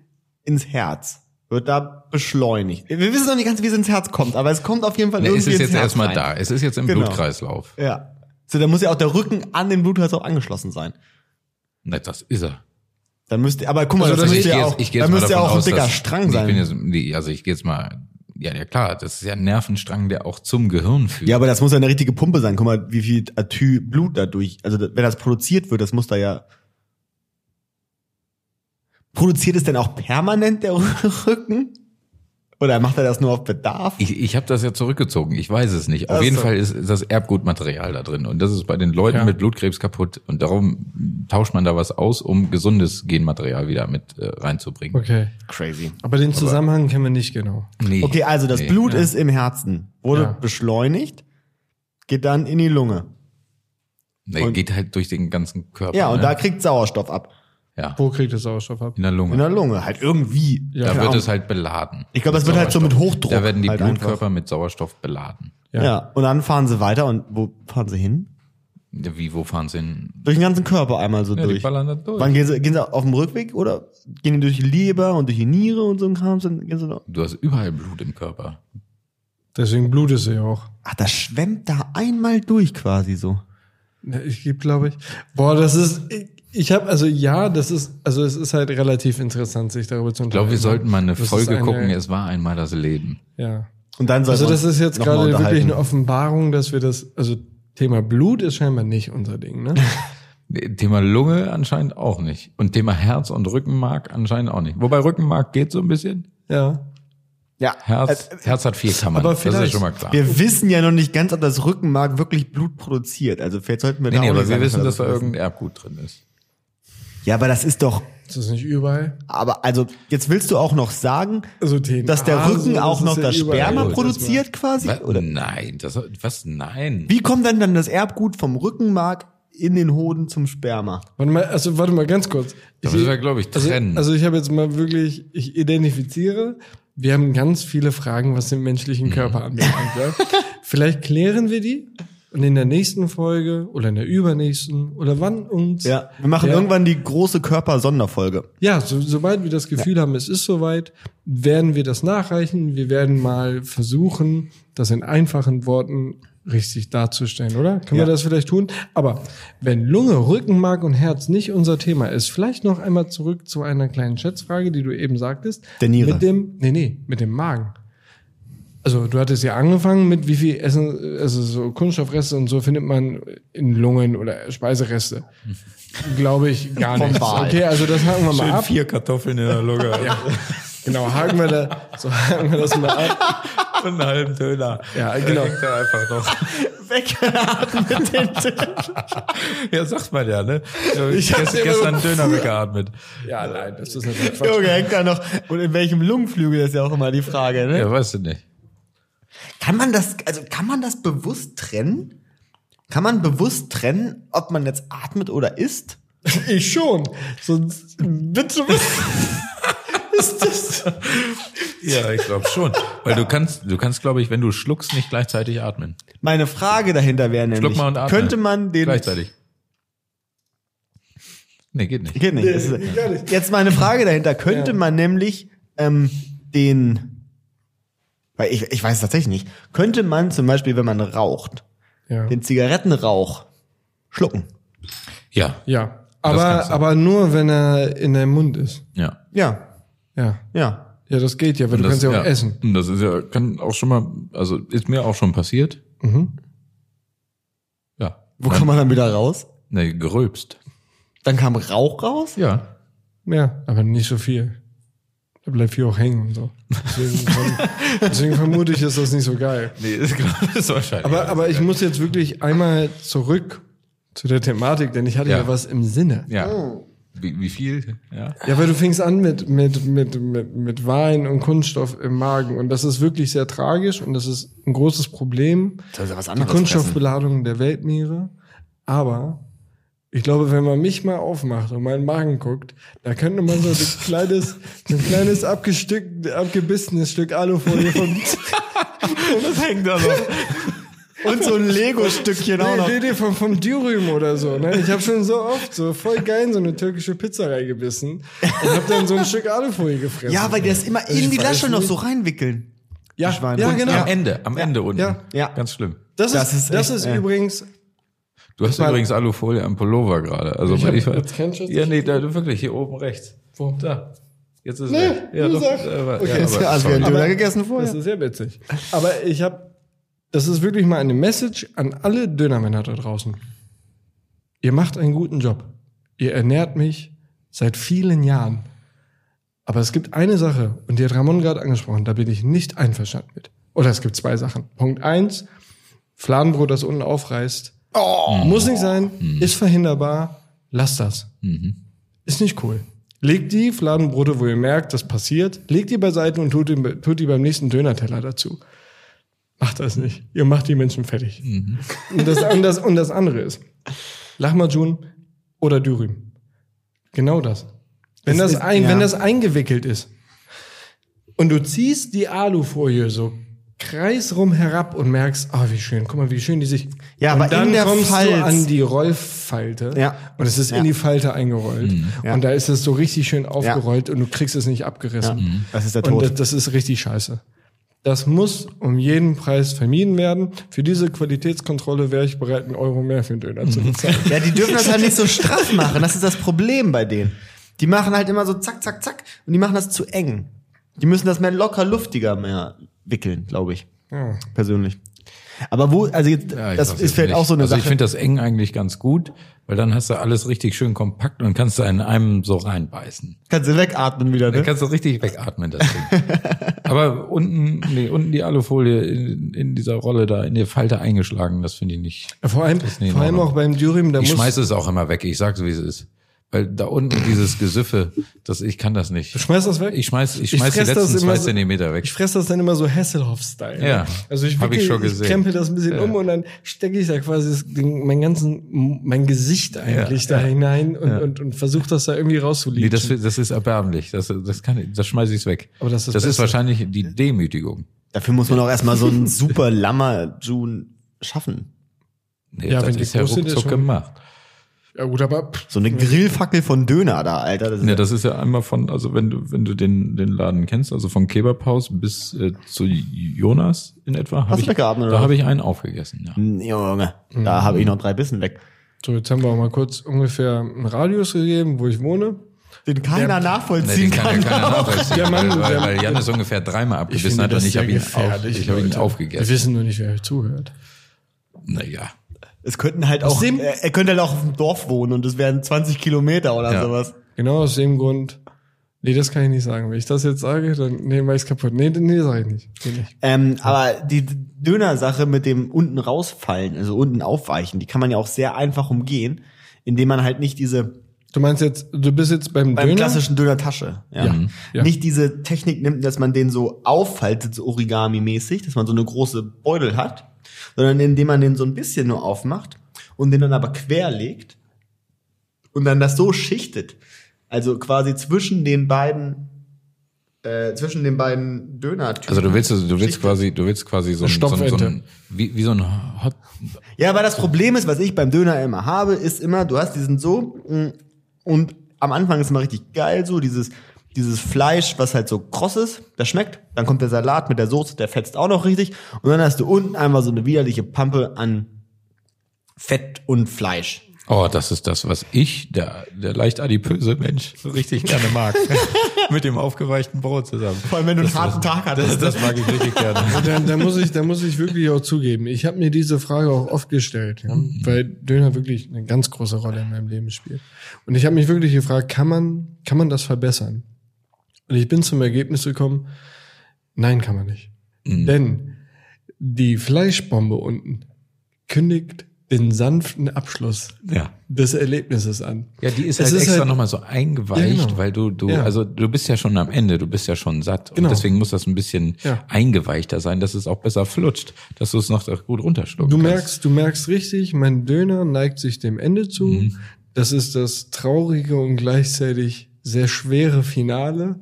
Speaker 3: ins Herz. Wird da beschleunigt. Wir wissen noch nicht ganz, wie es ins Herz kommt, aber es kommt auf jeden Fall
Speaker 1: Nee,
Speaker 3: irgendwie
Speaker 1: es ist
Speaker 3: ins
Speaker 1: jetzt
Speaker 3: Herz
Speaker 1: erstmal
Speaker 3: rein.
Speaker 1: da. Es ist jetzt im
Speaker 3: Genau.
Speaker 1: Blutkreislauf.
Speaker 3: Ja. So, dann muss ja auch der Rücken an den Blutkreislauf angeschlossen sein.
Speaker 1: Na, das ist er.
Speaker 3: Dann müsste, aber guck mal,
Speaker 2: Also
Speaker 3: das
Speaker 2: das-
Speaker 1: ich
Speaker 3: müsste
Speaker 1: gehe
Speaker 3: ja
Speaker 1: jetzt-
Speaker 3: auch,
Speaker 1: ich gehe
Speaker 3: da
Speaker 1: jetzt mal
Speaker 3: müsste ja
Speaker 1: davon
Speaker 3: auch ein
Speaker 1: aus,
Speaker 3: dicker
Speaker 1: dass-
Speaker 3: Strang
Speaker 1: Ich bin
Speaker 3: sein.
Speaker 1: jetzt, nee, also ich gehe jetzt mal, ja, ja klar, das ist ja ein Nervenstrang, der auch zum Gehirn führt.
Speaker 3: Ja, aber das muss ja eine richtige Pumpe sein. Guck mal, wie viel Atü Blut dadurch, also da- wenn das produziert wird, das muss da ja. Produziert es denn auch permanent der Rücken? Oder macht er das nur auf Bedarf?
Speaker 1: Ich, ich habe das ja zurückgezogen, ich weiß es nicht. Auf
Speaker 3: Ach
Speaker 1: jeden
Speaker 3: so.
Speaker 1: Fall ist das Erbgutmaterial da drin und das ist bei den Leuten
Speaker 2: Ja.
Speaker 1: mit Blutkrebs kaputt und darum tauscht man da was aus, um gesundes Genmaterial wieder mit äh, reinzubringen.
Speaker 2: Okay.
Speaker 3: Crazy.
Speaker 2: Aber den Zusammenhang kennen wir nicht genau.
Speaker 1: Nee.
Speaker 3: Okay, also das
Speaker 1: Nee.
Speaker 3: Blut ist im Herzen, wurde
Speaker 2: Ja.
Speaker 3: beschleunigt, geht dann in die Lunge.
Speaker 1: Nee,
Speaker 3: und-
Speaker 1: geht halt durch den ganzen Körper.
Speaker 3: Ja, und
Speaker 1: ne?
Speaker 3: da kriegt Sauerstoff ab.
Speaker 1: ja.
Speaker 2: Wo kriegt das Sauerstoff ab?
Speaker 1: in der Lunge.
Speaker 3: In der Lunge, halt irgendwie.
Speaker 2: Ja.
Speaker 1: da
Speaker 3: Keine
Speaker 1: wird
Speaker 3: Ahnung.
Speaker 1: es halt beladen.
Speaker 3: ich glaube, das
Speaker 1: Mit
Speaker 3: wird halt so mit
Speaker 1: Sauerstoff.
Speaker 3: Hochdruck.
Speaker 1: Da werden die
Speaker 3: halt einfach.
Speaker 1: Blutkörper mit Sauerstoff beladen.
Speaker 3: Ja. und dann fahren sie weiter und wo fahren sie hin?
Speaker 1: Wie, wo fahren sie hin?
Speaker 3: Durch den ganzen Körper einmal so
Speaker 1: Ja, die
Speaker 3: durch.
Speaker 1: ballern da durch.
Speaker 3: Wann gehen sie, gehen sie auf dem Rückweg oder gehen die durch die Leber und durch die Niere und so ein Kram? Dann gehen sie noch.
Speaker 1: Du hast überall Blut im Körper.
Speaker 2: Deswegen blutet sie ja auch.
Speaker 3: Ach, das schwemmt da einmal durch quasi so.
Speaker 2: Ne, Ich gebe, glaube ich. Boah, das ist. Ich, ich habe also ja, das ist also es ist halt relativ interessant, sich darüber zu
Speaker 1: Ich glaube,
Speaker 2: unterhalten.
Speaker 1: wir sollten mal eine
Speaker 2: also, Das ist
Speaker 1: Folge
Speaker 2: eine-
Speaker 1: gucken. Es war einmal das Leben.
Speaker 2: Ja.
Speaker 3: Und dann soll
Speaker 2: Also
Speaker 3: man
Speaker 2: das ist jetzt
Speaker 3: noch mal
Speaker 2: gerade wirklich
Speaker 3: unterhalten.
Speaker 2: eine Offenbarung, dass wir das also Thema Blut ist scheinbar nicht unser Ding, ne?
Speaker 1: Thema Lunge anscheinend auch nicht. Und Thema Herz und Rückenmark anscheinend auch nicht. Wobei Rückenmark geht so ein bisschen.
Speaker 2: ja.
Speaker 3: ja.
Speaker 1: Herz,
Speaker 3: Äh,
Speaker 1: Herz hat vier Kammern.
Speaker 2: aber
Speaker 1: das ist
Speaker 2: vielleicht-
Speaker 1: schon mal klar.
Speaker 3: Wir wissen ja noch nicht ganz, ob das Rückenmark wirklich Blut produziert. Also vielleicht sollten wir
Speaker 1: Nee,
Speaker 3: da
Speaker 1: nee,
Speaker 3: auch
Speaker 1: aber
Speaker 3: nicht
Speaker 1: wir
Speaker 3: sagen,
Speaker 1: wissen, dass
Speaker 3: das
Speaker 1: da
Speaker 3: wissen.
Speaker 1: irgendein Erbgut drin ist.
Speaker 3: Ja, aber das ist doch.
Speaker 2: Ist das nicht überall?
Speaker 3: Aber also jetzt willst du auch noch sagen,
Speaker 2: Also DNA,
Speaker 3: dass der Rücken
Speaker 2: so,
Speaker 3: auch
Speaker 2: ist
Speaker 3: noch
Speaker 2: ja
Speaker 3: das
Speaker 2: überall.
Speaker 3: Sperma
Speaker 1: Gut, das
Speaker 3: produziert quasi?
Speaker 1: Was?
Speaker 3: Oder
Speaker 1: Nein, das, was? Nein.
Speaker 3: wie kommt denn dann das Erbgut vom Rückenmark in den Hoden zum Sperma?
Speaker 2: Warte mal, also warte mal ganz kurz.
Speaker 1: Da müssen wir, glaube ich,
Speaker 2: also,
Speaker 1: trennen.
Speaker 2: also ich habe jetzt mal wirklich, ich identifiziere, wir haben ganz viele Fragen, was den
Speaker 3: Mhm.
Speaker 2: menschlichen Körper anbelangt. Ja? Vielleicht klären wir die und in der nächsten Folge oder in der übernächsten oder wann uns.
Speaker 3: Ja, wir machen
Speaker 2: Ja.
Speaker 3: irgendwann die große Körper-Sonderfolge.
Speaker 2: Ja, so, sobald wir das Gefühl haben, es ist soweit, werden wir das nachreichen. Wir werden mal versuchen, das in einfachen Worten richtig darzustellen, oder? Können
Speaker 3: Ja.
Speaker 2: wir das vielleicht tun? Aber wenn Lunge, Rückenmark und Herz nicht unser Thema ist, vielleicht noch einmal zurück zu einer kleinen Schätzfrage, die du eben sagtest.
Speaker 3: Der Niere.
Speaker 2: Mit dem, nee, nee, mit dem Magen. Also du hattest ja angefangen mit wie viel Essen, also so Kunststoffreste und so findet man in Lungen oder Speisereste. Glaube ich gar
Speaker 3: Vom
Speaker 2: nicht.
Speaker 3: Wal.
Speaker 2: Okay, also das haken wir mal ab.
Speaker 5: vier Kartoffeln in der Lunge
Speaker 2: Ja. Genau, haken wir da, so haken wir das mal ab.
Speaker 5: und einen halben Döner.
Speaker 2: Ja, genau.
Speaker 5: Der hängt da einfach noch.
Speaker 3: Weggeatmet mit den Tisch.
Speaker 5: Ja, sagt man ja, ne? Ich,
Speaker 3: Ich
Speaker 5: habe
Speaker 3: hab's immer
Speaker 5: gestern einen
Speaker 3: so-
Speaker 5: Döner weggeatmet.
Speaker 2: Ja, nein, das ist natürlich Quatsch.
Speaker 3: Junge, hängt da noch. Und in welchem Lungenflügel ist ja auch immer die Frage, ne?
Speaker 1: Ja, weißt du nicht.
Speaker 3: Kann man das, also kann man das bewusst trennen? Kann man bewusst trennen, ob man jetzt atmet oder isst?
Speaker 2: Ich schon. Sonst
Speaker 3: Bitte, was ist das?
Speaker 5: Ja, ich glaube schon.
Speaker 1: Weil du kannst, du kannst, glaube ich, wenn du schluckst, nicht gleichzeitig atmen.
Speaker 3: Meine Frage dahinter wäre nämlich,
Speaker 1: Schluck mal und atme.
Speaker 3: könnte man den...
Speaker 1: Gleichzeitig. Nee, geht nicht.
Speaker 3: Geht nicht. Das ist, jetzt meine Frage dahinter, könnte man nämlich ähm, den... Weil ich, ich weiß es tatsächlich nicht. Könnte man zum Beispiel, wenn man raucht,
Speaker 2: ja.
Speaker 3: den Zigarettenrauch schlucken?
Speaker 1: Ja,
Speaker 2: ja.
Speaker 1: kannst
Speaker 2: Aber,
Speaker 1: du.
Speaker 2: aber nur, wenn er in deinem Mund ist.
Speaker 1: ja.
Speaker 3: Ja,
Speaker 2: Ja.
Speaker 3: ja.
Speaker 2: Ja, das geht ja, weil du kannst ja auch essen.
Speaker 1: Und Das ist ja, kann auch schon mal, also ist mir auch schon passiert.
Speaker 2: Mhm.
Speaker 1: Ja.
Speaker 3: Wo kann man dann wieder raus?
Speaker 1: Ne, gerülpst.
Speaker 3: Dann kam Rauch raus?
Speaker 1: Ja.
Speaker 2: Ja, aber nicht so viel. Da bleibt viel auch hängen und so. Deswegen, verm- deswegen vermute ich, ist das nicht so geil.
Speaker 1: Nee, ist klar, ist wahrscheinlich.
Speaker 2: Aber, aber ich muss jetzt wirklich einmal zurück zu der Thematik, denn ich hatte ja,
Speaker 1: Ja.
Speaker 2: was im Sinne.
Speaker 1: ja. Wie, wie viel? Ja.
Speaker 2: Oh. Ja, weil du fingst an mit, mit, mit, mit, mit Wein und Kunststoff im Magen. Und das ist wirklich sehr tragisch und das ist ein großes Problem.
Speaker 3: Das ist ja was
Speaker 2: Die
Speaker 3: anderes. fressen.
Speaker 2: Kunststoffbeladung der Weltmeere. Aber ich glaube, wenn man mich mal aufmacht und meinen Magen guckt, da könnte man so ein kleines, so ein kleines abgestückt, abgebissenes Stück Alufolie vom
Speaker 3: Das hängt da noch. Und so ein Lego-Stückchen auch
Speaker 2: Nee,
Speaker 3: noch.
Speaker 2: nee, nee, vom, vom Dürüm oder so. Ne? Ich habe schon so oft so voll geil in so eine türkische Pizza reingebissen und habe dann so ein Stück Alufolie gefressen. Also
Speaker 3: Ja, weil die das immer in die
Speaker 2: weiß
Speaker 3: Lasche noch
Speaker 2: nicht.
Speaker 3: so reinwickeln.
Speaker 2: ja,
Speaker 3: Schweine.
Speaker 2: ja
Speaker 3: Und-
Speaker 2: genau.
Speaker 1: Am Ende, am Ende unten.
Speaker 2: Ja.
Speaker 3: Ja.
Speaker 1: Ganz schlimm.
Speaker 2: Das,
Speaker 3: Das
Speaker 2: ist,
Speaker 3: ist
Speaker 2: das
Speaker 3: echt,
Speaker 2: ist
Speaker 3: äh,
Speaker 2: übrigens,
Speaker 1: Du hast
Speaker 2: war-
Speaker 1: übrigens Alufolie am Pullover gerade. Also,
Speaker 2: Ich hab
Speaker 1: ich war-
Speaker 2: jetzt keinen Schutz.
Speaker 1: Ja, nee, da, wirklich, hier oben rechts. Wo? Da. Jetzt ist es. weg. Ja,
Speaker 2: wie
Speaker 1: doch.
Speaker 2: gesagt.
Speaker 1: aber- ja,
Speaker 2: Okay.
Speaker 3: Als wir
Speaker 1: aber,
Speaker 3: als also wir einen
Speaker 1: sorry.
Speaker 3: Döner gegessen
Speaker 2: das
Speaker 3: vorher.
Speaker 2: ist sehr witzig. Aber ich habe, das ist wirklich mal eine Message an alle Dönermänner da draußen. Ihr macht einen guten Job. Ihr ernährt mich seit vielen Jahren. Aber es gibt eine Sache, und die hat Ramon gerade angesprochen, da bin ich nicht einverstanden mit. Oder es gibt zwei Sachen. Punkt eins, Fladenbrot, das unten aufreißt.
Speaker 3: Oh.
Speaker 2: Muss nicht sein,
Speaker 3: Hm.
Speaker 2: ist verhinderbar, lasst das. Ist nicht cool. Legt die Fladenbrote, wo ihr merkt, das passiert, legt die beiseite und tut, die- tut die beim nächsten Dönerteller dazu. Macht das nicht. Ihr macht die Menschen fertig.
Speaker 3: Mhm.
Speaker 2: Und, das, und, das, und das andere ist, Lahmacun oder Dürüm. Genau das. Wenn
Speaker 3: Das
Speaker 2: das,
Speaker 3: ist-
Speaker 2: ein,
Speaker 3: ja.
Speaker 2: wenn das eingewickelt ist und du ziehst die Alufolie so kreisrum herab und merkst, ah, wie schön, guck mal, wie schön die sich.
Speaker 3: Ja,
Speaker 2: und
Speaker 3: aber in
Speaker 2: dann
Speaker 3: der
Speaker 2: kommst du
Speaker 3: Falz.
Speaker 2: an die Rollfalte
Speaker 3: Ja.
Speaker 2: und es ist
Speaker 3: Ja.
Speaker 2: in die Falte eingerollt
Speaker 1: Mhm.
Speaker 3: Ja.
Speaker 2: und da ist es so richtig schön aufgerollt und du kriegst es nicht abgerissen.
Speaker 1: Mhm.
Speaker 3: Das ist der
Speaker 2: Und das,
Speaker 3: Tod.
Speaker 2: das ist richtig scheiße. Das muss um jeden Preis vermieden werden. Für diese Qualitätskontrolle wäre ich bereit, einen Euro mehr für den Döner
Speaker 1: Mhm.
Speaker 2: zu bezahlen.
Speaker 3: Ja, die dürfen das halt nicht so straff machen. Das ist das Problem bei denen. Die machen halt immer so zack, zack, zack. Und die machen das zu eng. Die müssen das mehr locker, luftiger mehr wickeln, glaube ich.
Speaker 2: Ja.
Speaker 3: Persönlich. Aber wo, also jetzt,
Speaker 1: Ja, ich
Speaker 3: das
Speaker 1: weiß
Speaker 3: ist
Speaker 1: jetzt
Speaker 3: vielleicht
Speaker 1: nicht.
Speaker 3: auch so eine
Speaker 1: also Ich
Speaker 3: Sache.
Speaker 1: finde das eng eigentlich ganz gut, weil dann hast du alles richtig schön kompakt und kannst da in einem so reinbeißen.
Speaker 3: Kannst du wegatmen wieder,
Speaker 1: Dann
Speaker 3: ne?
Speaker 1: kannst du richtig wegatmen, das Ding. Aber unten, nee, unten die Alufolie in, in dieser Rolle da, in der Falte eingeschlagen, das finde ich nicht.
Speaker 2: Vor allem,
Speaker 1: Das ist nicht in
Speaker 2: vor allem
Speaker 1: Ordnung.
Speaker 2: auch beim Dürüm, da
Speaker 1: Ich
Speaker 2: muss
Speaker 1: schmeiße es auch immer weg, ich sag's, wie es ist. Weil da unten dieses Gesiffe, das, ich kann das nicht.
Speaker 2: Du schmeißt das weg?
Speaker 1: Ich schmeiß, ich
Speaker 2: Ich
Speaker 1: schmeiß die
Speaker 2: fress das
Speaker 1: letzten
Speaker 2: immer
Speaker 1: zwei
Speaker 2: so-
Speaker 1: Zentimeter weg.
Speaker 2: Ich fresse das dann immer so Hasselhoff-Style.
Speaker 1: Ja,
Speaker 2: Also ich,
Speaker 1: hab ich
Speaker 2: wickel-
Speaker 1: schon gesehen.
Speaker 2: ich krempel das ein bisschen
Speaker 1: Ja.
Speaker 2: um und dann stecke ich da quasi das, Ding- mein ganzen, mein Gesicht eigentlich
Speaker 1: Ja,
Speaker 2: da
Speaker 1: ja.
Speaker 2: hinein und, und, und versuche das da irgendwie
Speaker 1: Nee,
Speaker 2: rauszuliegen.
Speaker 1: das, das ist erbärmlich. Das, das kann ich, das schmeiße ich weg.
Speaker 2: Aber das ist
Speaker 1: das ist
Speaker 2: besser.
Speaker 1: wahrscheinlich die Demütigung.
Speaker 3: Dafür muss man auch erstmal so einen super Lammer-June schaffen.
Speaker 1: Nee,
Speaker 2: Ja,
Speaker 1: das
Speaker 2: wenn die
Speaker 1: ist ja
Speaker 2: groß sind, ist
Speaker 1: ruckzuck
Speaker 2: schon-
Speaker 1: gemacht.
Speaker 2: ja gut, aber pff,
Speaker 3: So eine Grillfackel von Döner da, Alter. Das ist
Speaker 1: Ja, das ist ja einmal von, also wenn du, wenn du den, den Laden kennst, also von Kebabhaus bis äh, zu Jonas in etwa, hab
Speaker 3: Hast du
Speaker 1: ich,
Speaker 3: weggeatmet, oder
Speaker 1: da
Speaker 3: was?
Speaker 1: habe ich einen aufgegessen. Ja.
Speaker 3: Junge, da habe ich noch drei Bissen weg.
Speaker 2: so jetzt haben wir auch mal kurz ungefähr einen Radius gegeben, wo ich wohne.
Speaker 3: den keiner
Speaker 1: Nee, den
Speaker 3: nachvollziehen
Speaker 1: kann ja
Speaker 3: kann.
Speaker 1: keiner nachvollziehen.
Speaker 2: Der Mann-
Speaker 1: weil,
Speaker 2: der-
Speaker 1: weil, weil Jan ist ungefähr dreimal abgebissen hat und ich habe ihn, auf, ich hab ihn
Speaker 2: Leute. Wir
Speaker 1: aufgegessen.
Speaker 2: wissen nur nicht, wer euch zuhört.
Speaker 1: Naja.
Speaker 3: Es könnten halt auch,
Speaker 2: dem-
Speaker 3: er er könnte halt auch auf dem Dorf wohnen und es wären 20 Kilometer oder
Speaker 1: Ja.
Speaker 3: sowas.
Speaker 2: Genau aus dem Grund. Nee, das kann ich nicht sagen. Wenn ich das jetzt sage, dann nee, mach ich's kaputt. Nee, nee, sag ich nicht. Nee, nicht.
Speaker 3: Ähm, aber die Döner-Sache mit dem unten rausfallen, also unten aufweichen, die kann man ja auch sehr einfach umgehen, indem man halt nicht diese
Speaker 2: Du meinst jetzt, du bist jetzt beim,
Speaker 3: beim
Speaker 2: Döner?
Speaker 3: klassischen Döner-Tasche, ja.
Speaker 2: Ja, ja.
Speaker 3: nicht diese Technik nimmt, dass man den so auffaltet, so Origami-mäßig, dass man so eine große Beutel hat, sondern indem man den so ein bisschen nur aufmacht und den dann aber quer legt und dann das so schichtet, also quasi zwischen den beiden äh, zwischen den beiden Döner-Typen.
Speaker 1: Also du willst, du willst
Speaker 3: Schichten.
Speaker 1: quasi, du willst quasi so ein, so ein, so ein
Speaker 2: Stopfente.
Speaker 1: wie, wie so ein Hot,
Speaker 3: Ja, weil das Problem ist, was ich beim Döner immer habe, ist immer, du hast diesen so mm, und am Anfang ist immer richtig geil so dieses dieses Fleisch, was halt so kross ist, das schmeckt. Dann kommt der Salat mit der Soße, der fetzt auch noch richtig und dann hast du unten einmal so eine widerliche Pampe an Fett und Fleisch.
Speaker 1: oh, das ist das, was ich, der, der leicht adipöse Mensch, so richtig gerne mag.
Speaker 5: Mit dem aufgeweichten Brot zusammen.
Speaker 3: Vor allem, wenn du einen harten Tag
Speaker 5: Das,
Speaker 3: hattest.
Speaker 5: das mag ich richtig gerne.
Speaker 2: Da, da, muss ich, da muss ich wirklich auch zugeben. Ich habe mir diese Frage auch oft gestellt, ja, weil Döner wirklich eine ganz große Rolle in meinem Leben spielt. Und ich habe mich wirklich gefragt, kann man, kann man das verbessern? Und ich bin zum Ergebnis gekommen, nein, kann man nicht. Denn die Fleischbombe unten kündigt den sanften Abschluss
Speaker 1: Ja.
Speaker 2: des Erlebnisses an.
Speaker 1: Ja, die ist
Speaker 2: Es
Speaker 1: halt
Speaker 2: ist
Speaker 1: extra
Speaker 2: halt-
Speaker 1: nochmal so eingeweicht,
Speaker 2: Ja, genau.
Speaker 1: weil du, du,
Speaker 2: Ja.
Speaker 1: also du bist ja schon am Ende, du bist ja schon satt.
Speaker 2: Genau.
Speaker 1: Und deswegen muss das ein bisschen
Speaker 2: Ja.
Speaker 1: eingeweichter sein, dass es auch besser flutscht, dass du es noch gut runterschluckst.
Speaker 2: Du merkst, du merkst richtig, mein Döner neigt sich dem Ende zu. Das ist das traurige und gleichzeitig sehr schwere Finale.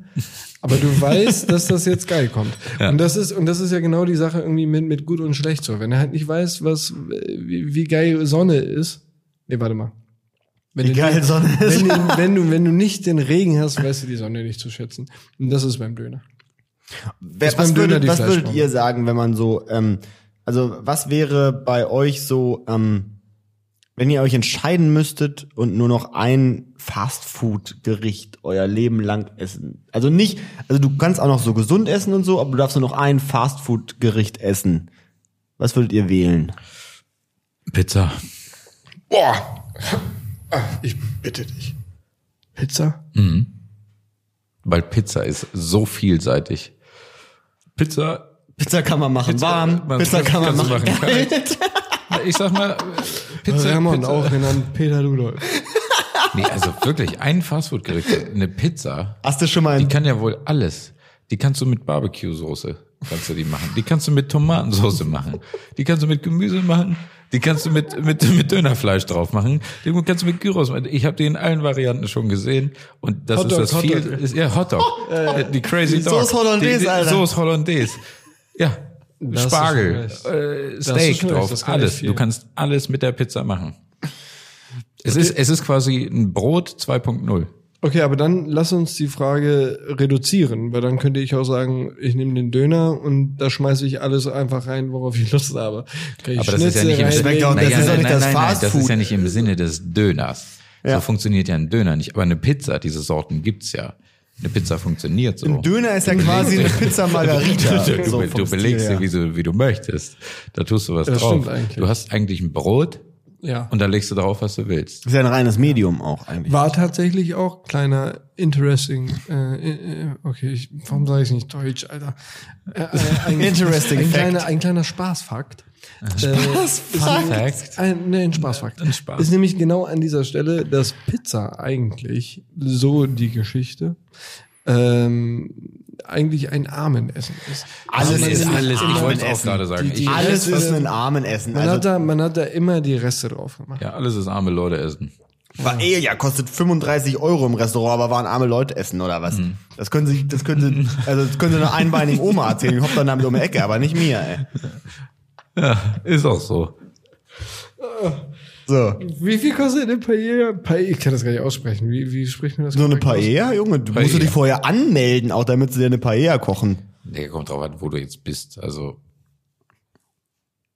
Speaker 2: Aber du weißt, dass das jetzt geil kommt. Und das ist, und das ist ja genau die Sache irgendwie mit, mit gut und schlecht so. Wenn er halt nicht weiß, was, wie, wie geil Sonne ist. Nee, warte mal. Wenn
Speaker 3: Wie
Speaker 2: du-
Speaker 3: geil Sonne ist.
Speaker 2: Wenn du, wenn du, wenn du nicht den Regen hast, weißt du die Sonne nicht zu schätzen. Und das ist beim Döner.
Speaker 3: Wer,
Speaker 2: Ist
Speaker 3: was
Speaker 2: beim Döner
Speaker 3: würdet,
Speaker 2: die
Speaker 3: was würdet
Speaker 2: Fleischbombe.
Speaker 3: ihr sagen, wenn man so, ähm, also was wäre bei euch so, ähm, wenn ihr euch entscheiden müsstet und nur noch ein Fastfood-Gericht euer Leben lang essen? Also nicht, also du kannst auch noch so gesund essen und so, aber du darfst nur noch ein Fastfood-Gericht essen. Was würdet ihr wählen?
Speaker 1: Pizza.
Speaker 2: Boah! Ich bitte dich. Pizza?
Speaker 1: Weil Pizza ist so vielseitig. Pizza
Speaker 3: Pizza kann man machen
Speaker 1: Pizza-
Speaker 3: warm,
Speaker 1: man-
Speaker 3: Pizza kann man
Speaker 1: kannst
Speaker 3: machen,
Speaker 1: du machen
Speaker 3: kalt.
Speaker 1: Ich sag mal, äh, Pizza,
Speaker 2: Ramon,
Speaker 1: Pizza.
Speaker 2: auch genannt Peter Ludolf.
Speaker 1: Nee, also wirklich, ein Fastfood-Gericht, eine Pizza,
Speaker 3: Hast du schon mal
Speaker 1: die
Speaker 3: ein,
Speaker 1: kann ja wohl alles. Die kannst du mit Barbecue-Soße, kannst du die machen. Die kannst du mit Tomatensoße machen. Die kannst du mit Gemüse machen. Die kannst du mit, mit, mit Dönerfleisch drauf machen. Die kannst du mit Gyros machen. Ich habe die in allen Varianten schon gesehen. Und das
Speaker 2: Hotdog,
Speaker 1: ist das viel,
Speaker 2: Hotdog. Oh!
Speaker 1: ist, ja, Hotdog. Äh, die Crazy
Speaker 3: Die
Speaker 1: Dog.
Speaker 3: Sauce Hollandaise,
Speaker 1: die, die,
Speaker 3: Alter.
Speaker 1: Sauce Hollandaise. Ja.
Speaker 2: Das ist
Speaker 1: Spargel,
Speaker 2: schon
Speaker 1: äh,
Speaker 2: Das ist
Speaker 1: Steak
Speaker 2: schon recht, das
Speaker 1: drauf,
Speaker 2: kann echt
Speaker 1: alles.
Speaker 2: viel.
Speaker 1: Du kannst alles mit der Pizza machen. Es ist, es ist quasi ein Brot 2.0.
Speaker 2: Okay, aber dann lass uns die Frage reduzieren, weil dann könnte ich auch sagen, ich nehme den Döner und da schmeiße ich alles einfach rein, worauf ich Lust habe. Kann ich
Speaker 1: Aber das ist ja
Speaker 2: Schnitzel
Speaker 1: nicht im
Speaker 2: reinlegen.
Speaker 3: Schmeckt auch- das
Speaker 1: Naja,
Speaker 3: ist
Speaker 1: nein,
Speaker 3: nicht
Speaker 1: nein,
Speaker 3: das
Speaker 1: nein, nein, Das ist
Speaker 3: Fastfood.
Speaker 1: ja nicht im Sinne des Döners.
Speaker 3: Ja.
Speaker 1: So funktioniert ja ein Döner nicht. Aber eine Pizza, diese Sorten gibt's ja. Eine Pizza funktioniert so.
Speaker 3: ein Döner ist ja quasi eine Pizza Margarita.
Speaker 1: Du,
Speaker 3: so
Speaker 1: be-
Speaker 3: vom
Speaker 1: du belegst
Speaker 3: Stil her.
Speaker 1: sie, wie du, wie du möchtest. Da tust du was
Speaker 2: Das
Speaker 1: drauf.
Speaker 2: stimmt eigentlich.
Speaker 1: Du hast eigentlich ein Brot
Speaker 2: Ja.
Speaker 1: und da legst du drauf, was du willst.
Speaker 3: Ist ja ein reines Medium auch eigentlich.
Speaker 2: War tatsächlich auch kleiner interesting, äh, äh, okay, ich, warum sage ich nicht deutsch, Alter? Äh, äh, ein,
Speaker 3: Interesting
Speaker 2: ein
Speaker 3: fact. Äh.
Speaker 2: kleiner, ein kleiner Spaßfakt. Spaßfakt?
Speaker 1: Perfekt.
Speaker 2: Ein, nee, ein Spaßfakt.
Speaker 1: Ein Spaß.
Speaker 2: Ist nämlich genau an dieser Stelle, dass Pizza eigentlich, so die Geschichte, ähm, eigentlich ein Armenessen ist.
Speaker 3: Alles
Speaker 2: man
Speaker 3: ist
Speaker 2: nämlich
Speaker 3: alles-
Speaker 2: immer-
Speaker 1: Ich wollte es auch
Speaker 3: Essen.
Speaker 1: gerade sagen.
Speaker 2: Die- die-
Speaker 1: ich,
Speaker 3: Alles
Speaker 2: Alles
Speaker 3: ist
Speaker 2: ist-
Speaker 3: ein Armenessen.
Speaker 2: Man, hat
Speaker 3: Also,
Speaker 2: da, man hat da immer die Reste drauf gemacht.
Speaker 1: ja, alles ist arme Leute essen.
Speaker 3: Paella eh, kostet 35 Euro im Restaurant, aber waren arme Leute essen oder was? Das können sie, das können sie, also das können sie einer einbeinigen Oma erzählen. Die hoppt dann damit um die Ecke, aber nicht mir, ey.
Speaker 1: Ist auch so.
Speaker 3: So.
Speaker 2: Wie viel kostet eine Paella? Paella? Ich kann das gar nicht aussprechen. Wie, wie spricht man das?
Speaker 3: So eine
Speaker 2: korrekt aus?
Speaker 3: Paella, Junge, du musst du
Speaker 1: Paella.
Speaker 3: dich vorher anmelden, auch damit sie dir eine Paella kochen.
Speaker 1: Nee, kommt drauf an, wo du jetzt bist. Also,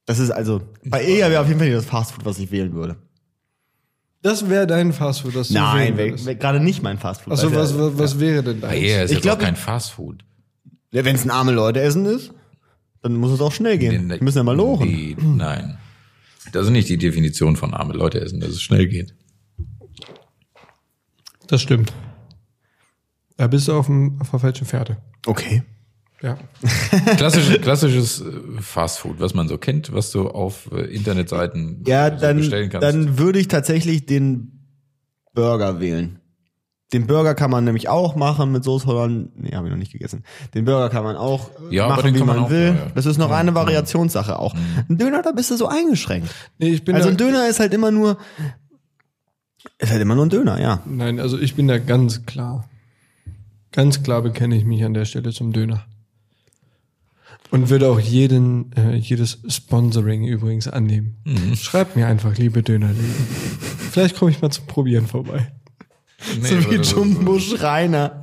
Speaker 3: Das ist also, Paella wäre auf jeden Fall nicht das Fastfood, was ich wählen würde.
Speaker 2: Das wäre dein Fastfood, das du
Speaker 3: Nein,
Speaker 2: wäre
Speaker 3: wär- wär gerade nicht mein Fastfood.
Speaker 2: Also
Speaker 3: weil
Speaker 2: was,
Speaker 3: der-
Speaker 2: was, was wäre denn dein?
Speaker 1: Paella ist
Speaker 3: Ich
Speaker 1: jetzt
Speaker 3: glaub,
Speaker 1: auch kein Fastfood.
Speaker 3: Ja, wenn es ein arme Leute essen ist, dann muss es auch schnell gehen. Die müssen ja mal lochen.
Speaker 1: Nee, nein. Das ist nicht die Definition von arme Leute essen, dass es schnell geht.
Speaker 2: Das stimmt. Da bist du auf, dem, auf der falschen Pferde.
Speaker 3: Okay.
Speaker 2: Ja.
Speaker 1: Klassisch, klassisches äh, Fastfood, was man so kennt, was du auf äh, Internetseiten
Speaker 3: Ja,
Speaker 1: so
Speaker 3: dann,
Speaker 1: Also bestellen kannst.
Speaker 3: dann würde ich tatsächlich den Burger wählen. Den Burger kann man nämlich auch machen mit Soße Holland. Nee, habe ich noch nicht gegessen. Den Burger kann man auch
Speaker 1: Ja, aber
Speaker 3: machen,
Speaker 1: den
Speaker 3: wie
Speaker 1: kann
Speaker 3: man,
Speaker 1: man auch,
Speaker 3: will.
Speaker 1: ja, genau. Mhm. ja.
Speaker 3: Das ist noch eine Variationssache auch. Ein Döner, da bist du so eingeschränkt.
Speaker 2: Nee, ich bin
Speaker 3: Also
Speaker 2: da,
Speaker 3: ein Döner ist halt immer nur, ist halt immer nur ein Döner, ja.
Speaker 2: Nein, also ich bin da ganz klar. Ganz klar bekenne ich mich an der Stelle zum Döner. Und würde auch jeden, äh, jedes Sponsoring übrigens annehmen.
Speaker 3: Mhm.
Speaker 2: Schreibt mir einfach, liebe Dönerläden. Vielleicht komme ich mal zum Probieren vorbei.
Speaker 1: Nee,
Speaker 3: so wie
Speaker 1: aber das-
Speaker 3: Jumbo Schreiner.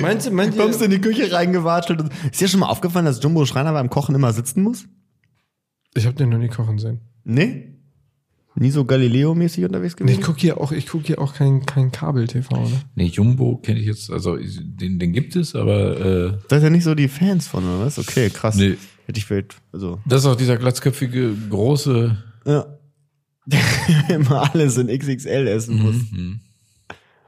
Speaker 2: Meinst du, meinst
Speaker 3: Kommst du in die Küche reingewatschelt. und- Ist dir schon mal aufgefallen, dass Jumbo Schreiner beim Kochen immer sitzen muss?
Speaker 2: Ich habe den noch nie kochen sehen.
Speaker 3: Nee? Nie so Galileo-mäßig unterwegs
Speaker 2: Nee, ich
Speaker 3: gewesen?
Speaker 2: gucke hier auch, ich guck hier auch kein, kein Kabel-TV, ne?
Speaker 1: Nee, Jumbo kenne ich jetzt, also ich- den, den gibt es, aber äh,
Speaker 3: Da ist ja nicht so die Fans von, oder was? Okay, krass.
Speaker 1: Nee.
Speaker 3: Hätte ich vielleicht, also,
Speaker 1: das ist auch dieser glatzköpfige, große.
Speaker 3: ja. immer alles in XXL essen muss.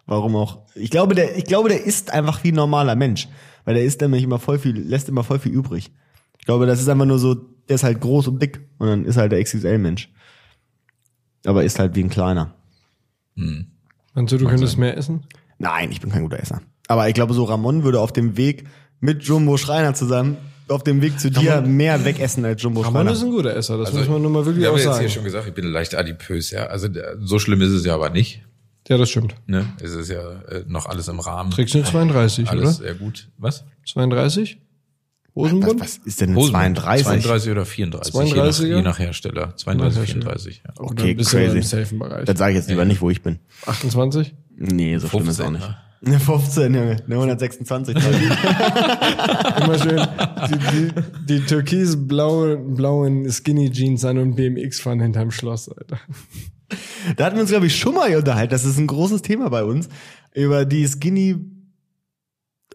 Speaker 3: Warum auch? Ich glaube, der, ich glaube, der isst einfach wie ein normaler Mensch. Weil der isst nämlich immer voll viel, lässt immer voll viel übrig. Ich glaube, das ist einfach nur so, der ist halt groß und dick. Und dann ist halt der XXL-Mensch. Aber isst halt wie ein kleiner.
Speaker 2: Meinst du, du könntest mehr essen?
Speaker 3: Nein, ich bin kein guter Esser. Aber ich glaube, so Ramon würde auf dem Weg mit Jumbo Schreiner zusammen, auf dem Weg zu dir mehr wegessen als Jumbo
Speaker 2: Ramon
Speaker 3: Schreiner.
Speaker 2: ist ein guter Esser,
Speaker 3: Also
Speaker 2: das muss man nun mal wirklich
Speaker 1: ich
Speaker 2: auch
Speaker 1: habe jetzt
Speaker 2: sagen.
Speaker 1: hier schon gesagt, ich bin leicht adipös, ja. Also der- so schlimm ist es ja aber nicht.
Speaker 2: Ja, das stimmt.
Speaker 1: Ne? Es ist ja äh, noch alles im Rahmen.
Speaker 2: Trägst du eine 32,
Speaker 1: alles
Speaker 2: oder?
Speaker 1: sehr gut. Was?
Speaker 2: 32? Hosenbund?
Speaker 3: Was, was ist denn eine
Speaker 1: Hosenbund.
Speaker 3: 32?
Speaker 1: 32 oder 34, je,
Speaker 2: 32er?
Speaker 1: nach, je nach Hersteller. 32, 34. Ja.
Speaker 2: Oder
Speaker 3: Okay,
Speaker 2: bist du
Speaker 3: crazy.
Speaker 2: im safen Bereich.
Speaker 3: Dann sage ich jetzt lieber nicht, wo ich bin.
Speaker 2: 28?
Speaker 3: Nee, so schlimm ist auch
Speaker 1: 15,
Speaker 3: nicht.
Speaker 1: ne?
Speaker 3: Eine 15, Junge. Eine 126. Leute.
Speaker 2: Immer schön die, die, die türkisblauen blauen Skinny Jeans an und BMX fahren hinterm Schloss, Alter.
Speaker 3: da hatten wir uns, glaube ich, schon mal hier unterhalten. Das ist ein großes Thema bei uns. Über die Skinny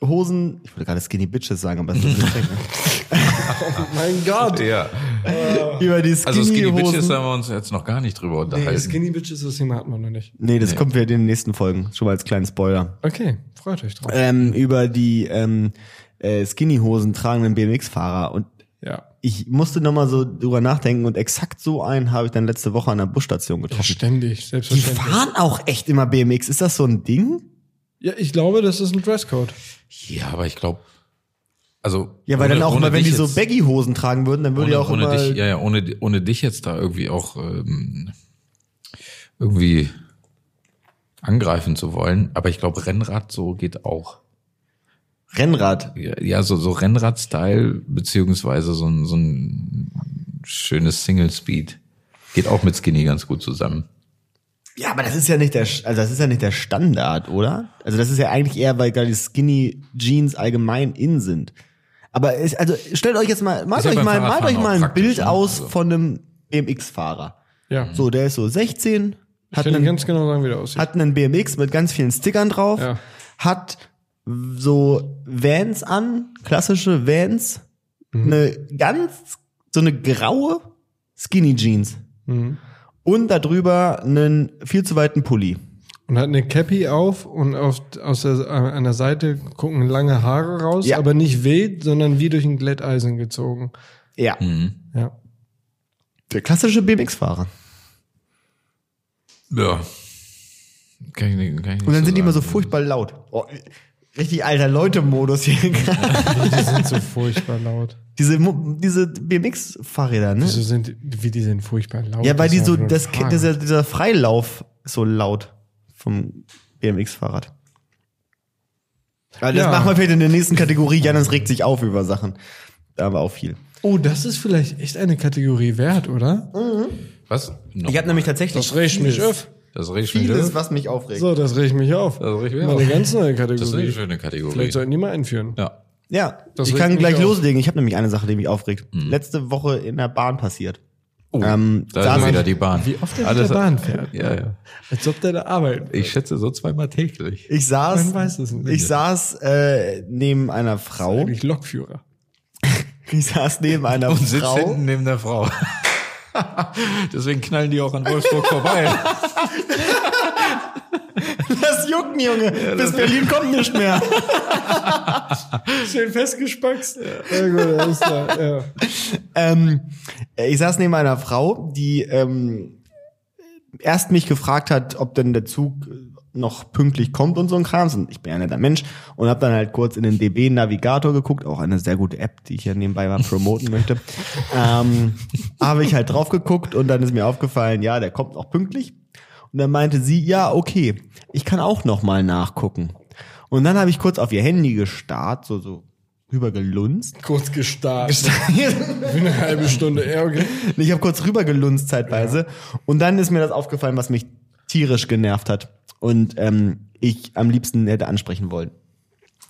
Speaker 3: Hosen. Ich wollte gerade Skinny Bitches sagen, aber das ist ne? nicht
Speaker 2: Mein Gott!
Speaker 1: Ja.
Speaker 3: Über die Skinny,
Speaker 1: Also Skinny
Speaker 3: Hosen.
Speaker 1: Bitches haben wir uns jetzt noch gar nicht drüber
Speaker 2: Nee,
Speaker 1: unterhalten.
Speaker 2: Skinny Bitches, das Thema hatten wir noch nicht.
Speaker 3: Nee, das kommt wieder in den nächsten Folgen. Schon mal als kleinen Spoiler.
Speaker 2: Okay, freut euch drauf.
Speaker 3: ähm, über die ähm, äh, Skinny-Hosen tragenden BMX-Fahrer. Und
Speaker 2: Ja.
Speaker 3: ich musste nochmal so drüber nachdenken und exakt so einen habe ich dann letzte Woche an der Busstation getroffen.
Speaker 2: Ständig,
Speaker 3: die
Speaker 2: selbstverständlich.
Speaker 3: fahren auch echt immer BMX. Ist das so ein Ding?
Speaker 2: Ja, ich glaube, das ist ein Dresscode.
Speaker 1: ja, aber ich glaube, also
Speaker 3: Ja, weil
Speaker 1: ohne-
Speaker 3: dann auch
Speaker 1: ohne
Speaker 3: mal, wenn die
Speaker 1: dich
Speaker 3: so
Speaker 1: jetzt-
Speaker 3: Baggy-Hosen tragen würden, dann würde
Speaker 1: ohne,
Speaker 3: ja auch
Speaker 1: ohne
Speaker 3: immer...
Speaker 1: dich, ja, ja, ohne, ohne dich jetzt da irgendwie auch ähm, irgendwie angreifen zu wollen. Aber ich glaube, Rennrad so geht auch.
Speaker 3: Rennrad.
Speaker 1: Ja, ja, so, so Rennrad-Style, beziehungsweise so ein, so ein schönes Single-Speed. Geht auch mit Skinny ganz gut zusammen.
Speaker 3: Ja, aber das ist ja nicht der, Sch- also das ist ja nicht der Standard, oder? Also das ist ja eigentlich eher, weil gerade die Skinny Jeans allgemein in sind. Aber es, also stellt euch jetzt mal, malt
Speaker 1: ja
Speaker 3: euch
Speaker 1: beim
Speaker 3: mal, malt
Speaker 1: Fahrradfahren
Speaker 3: euch
Speaker 1: auch
Speaker 3: mal ein
Speaker 1: praktisch,
Speaker 3: Bild
Speaker 1: ne?
Speaker 3: aus
Speaker 1: Also.
Speaker 3: von einem BMX-Fahrer.
Speaker 2: Ja.
Speaker 3: So, der ist so 16,
Speaker 2: ich
Speaker 3: hat
Speaker 2: kann dir
Speaker 3: einen,
Speaker 2: ganz genau sagen, wie der aussieht.
Speaker 3: hat einen BMX mit ganz vielen Stickern drauf,
Speaker 2: Ja.
Speaker 3: hat so Vans an, klassische Vans,
Speaker 2: Mhm.
Speaker 3: eine ganz, so eine graue Skinny Jeans
Speaker 2: Mhm.
Speaker 3: und darüber einen viel zu weiten Pulli.
Speaker 2: Und hat eine Cappy auf und auf, aus der, an der Seite gucken lange Haare raus,
Speaker 3: Ja.
Speaker 2: aber nicht wild, sondern wie durch ein Glätteisen gezogen.
Speaker 3: Ja,
Speaker 2: Ja.
Speaker 3: der klassische BMX-Fahrer.
Speaker 1: Ja. Kann ich nicht, kann ich nicht
Speaker 3: Und dann sind die immer so
Speaker 1: sagen.
Speaker 3: furchtbar laut. Oh, richtig alter Leute-Modus hier.
Speaker 2: Die sind so furchtbar laut.
Speaker 3: diese Mo- diese BMX-Fahrräder, ne?
Speaker 2: Wieso sind, wie die sind furchtbar laut?
Speaker 3: Ja, weil
Speaker 2: Das
Speaker 3: die
Speaker 2: ist
Speaker 3: so,
Speaker 2: einfach nur
Speaker 3: das,
Speaker 2: ein Fahrrad.
Speaker 3: dieser, dieser Freilauf ist so laut vom BMX-Fahrrad. Also das
Speaker 2: Ja.
Speaker 3: machen wir vielleicht in der nächsten Kategorie. Janis regt sich auf über Sachen. Da war auch viel.
Speaker 2: Oh, das ist vielleicht echt eine Kategorie wert, oder?
Speaker 1: Was? No.
Speaker 3: Ich habe nämlich tatsächlich
Speaker 2: regt mich
Speaker 3: vieles,
Speaker 2: auf. ne?
Speaker 1: Das ist richtig schön.
Speaker 3: vieles,
Speaker 1: Das
Speaker 3: was mich aufregt.
Speaker 2: So, das regt mich auf.
Speaker 1: Das regt mich
Speaker 2: Mal
Speaker 1: auf.
Speaker 2: Eine ganz neue
Speaker 1: ist eine
Speaker 2: Kategorie.
Speaker 1: schöne Kategorie.
Speaker 2: Vielleicht sollten die mal einführen.
Speaker 1: ja.
Speaker 3: Ja,
Speaker 2: Das
Speaker 3: ich
Speaker 2: regt
Speaker 3: kann
Speaker 2: mich
Speaker 3: gleich
Speaker 2: auf.
Speaker 3: Hm. loslegen. Ich habe nämlich eine Sache, die mich aufregt. Letzte Woche in der Bahn passiert. ähm,
Speaker 1: Da
Speaker 3: saß
Speaker 1: ist
Speaker 3: ich-
Speaker 1: wieder die Bahn.
Speaker 2: Wie oft er mit
Speaker 1: Alles-
Speaker 2: der Bahn fährt.
Speaker 1: Ja, ja.
Speaker 2: Als ob der da arbeitet.
Speaker 1: Ich schätze so zweimal täglich.
Speaker 3: ich saß,
Speaker 2: Man weiß es nicht.
Speaker 3: ich saß äh, neben einer Frau.
Speaker 2: Eigentlich Lokführer.
Speaker 3: Ich saß neben einer
Speaker 1: Und sitzt
Speaker 3: Frau.
Speaker 1: hinten neben der Frau. Deswegen knallen die auch an Wolfsburg vorbei.
Speaker 3: Das juckt mich, Junge. Bis Berlin kommt nicht mehr.
Speaker 2: Schön festgespackst. Ja, gut, alles klar. Ja.
Speaker 3: ähm, ich saß neben einer Frau, die ähm, erst mich gefragt hat, ob denn der Zug noch pünktlich kommt und so ein Krams. Und ich bin ja ein netter Mensch und habe dann halt kurz in den DB Navigator geguckt, auch eine sehr gute App, die ich hier nebenbei mal promoten möchte. ähm, habe ich halt drauf geguckt und dann ist mir aufgefallen, ja, der kommt auch pünktlich. Und dann meinte sie, ja, okay, ich kann auch noch mal nachgucken. Und dann habe ich kurz auf ihr Handy gestarrt, so so rübergelunzt.
Speaker 2: Kurz gestartet. Für eine halbe Stunde. Ja, okay.
Speaker 3: Nee, Ich habe kurz rübergelunzt zeitweise. Und dann ist mir das aufgefallen, was mich tierisch genervt hat. Und ähm, ich am liebsten hätte ansprechen wollen.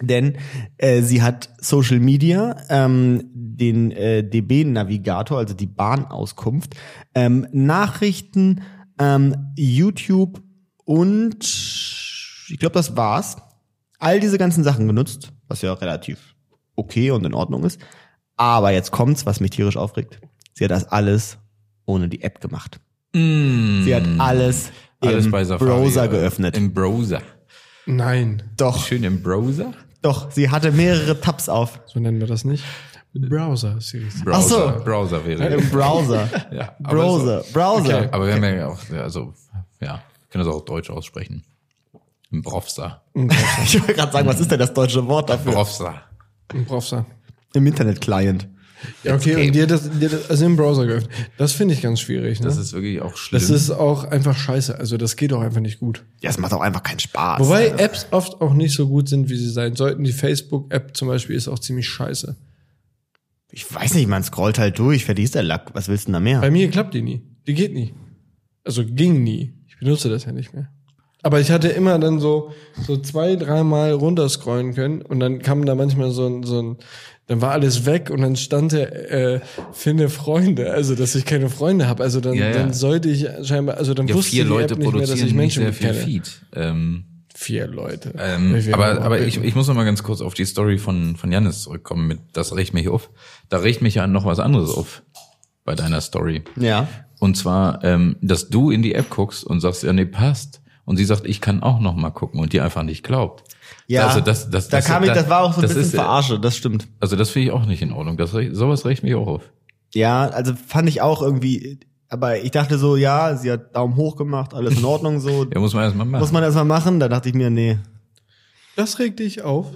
Speaker 3: Denn äh, sie hat Social Media, ähm, den äh, DB-Navigator, also die Bahnauskunft, ähm, Nachrichten, ähm, YouTube und ich glaube, das war's. All diese ganzen Sachen genutzt, was ja relativ okay und in Ordnung ist. Aber jetzt kommt's, was mich tierisch aufregt. Sie hat das alles ohne die App gemacht.
Speaker 1: Mm.
Speaker 3: Sie hat alles, im Browser
Speaker 1: äh,
Speaker 3: geöffnet.
Speaker 1: Im Browser.
Speaker 2: Nein.
Speaker 3: doch,
Speaker 1: Schön im Browser?
Speaker 3: doch, sie hatte mehrere Tabs auf.
Speaker 2: So nennen wir das nicht. Browser Series.
Speaker 1: Browser.
Speaker 3: so.
Speaker 1: Browser wäre.
Speaker 3: Im Browser.
Speaker 1: Ja, aber
Speaker 3: Browser. Browser.
Speaker 1: So, aber wir haben ja auch, ja, also, ja, ich kann das auch Deutsch aussprechen. Im Browser.
Speaker 3: Ich wollte gerade sagen, was ist denn das deutsche Wort dafür?
Speaker 1: Browser.
Speaker 2: Ein Browser.
Speaker 3: Im Internet-Client.
Speaker 2: Ja, okay, und dir das, dir das also im Browser geöffnet. Das finde ich ganz schwierig. Ne?
Speaker 1: Das ist wirklich auch schlimm.
Speaker 2: das ist auch einfach scheiße. Also das geht auch einfach nicht gut.
Speaker 3: Ja, es macht auch einfach keinen Spaß.
Speaker 2: Wobei Apps oft auch nicht so gut sind, wie sie sein sollten. Die Facebook-App zum Beispiel ist auch ziemlich scheiße.
Speaker 3: ich weiß nicht, man scrollt halt durch, verdienst der Lack. Was willst du denn da mehr?
Speaker 2: Bei mir klappt die nie. Die geht nie. Also ging nie. Ich benutze das ja nicht mehr. Aber ich hatte immer dann so, so zwei, dreimal runterscrollen können und dann kam da manchmal so ein, so ein, dann war alles weg und dann stand der, äh, finde Freunde, also dass ich keine Freunde habe. Also dann,
Speaker 1: Ja, ja.
Speaker 2: dann sollte ich scheinbar, also dann
Speaker 1: ja,
Speaker 2: wusste
Speaker 1: vier
Speaker 2: die
Speaker 1: Leute
Speaker 2: App nicht mehr, dass ich
Speaker 1: produzieren nicht
Speaker 2: Menschen
Speaker 1: sehr viel
Speaker 2: kenne.
Speaker 1: Feed. Ähm,
Speaker 2: Vier Leute.
Speaker 1: ähm,
Speaker 2: Wir werden
Speaker 1: aber aber
Speaker 2: auch
Speaker 1: ich,
Speaker 2: bitten.
Speaker 1: ich muss noch mal ganz kurz auf die Story von, von Janis zurückkommen. Mit, das regt mich auf. Da regt mich ja noch was anderes auf bei deiner Story.
Speaker 3: Ja.
Speaker 1: Und zwar, ähm, dass du in die App guckst und sagst, ja, nee, passt. Und sie sagt, ich kann auch noch mal gucken und dir einfach nicht glaubt.
Speaker 3: Ja,
Speaker 1: also das, das,
Speaker 3: da
Speaker 1: das,
Speaker 3: kam ich, das war auch so ein bisschen
Speaker 1: ist, äh,
Speaker 3: verarsche, das stimmt.
Speaker 1: Also das finde ich auch nicht in Ordnung. Das, regt- sowas regt mich auch auf.
Speaker 3: Ja, also fand ich auch irgendwie, aber ich dachte so, ja, sie hat Daumen hoch gemacht, alles in Ordnung so.
Speaker 1: Ja, muss man erstmal machen.
Speaker 3: Muss man erstmal machen, da dachte ich mir, nee.
Speaker 2: das regt dich auf.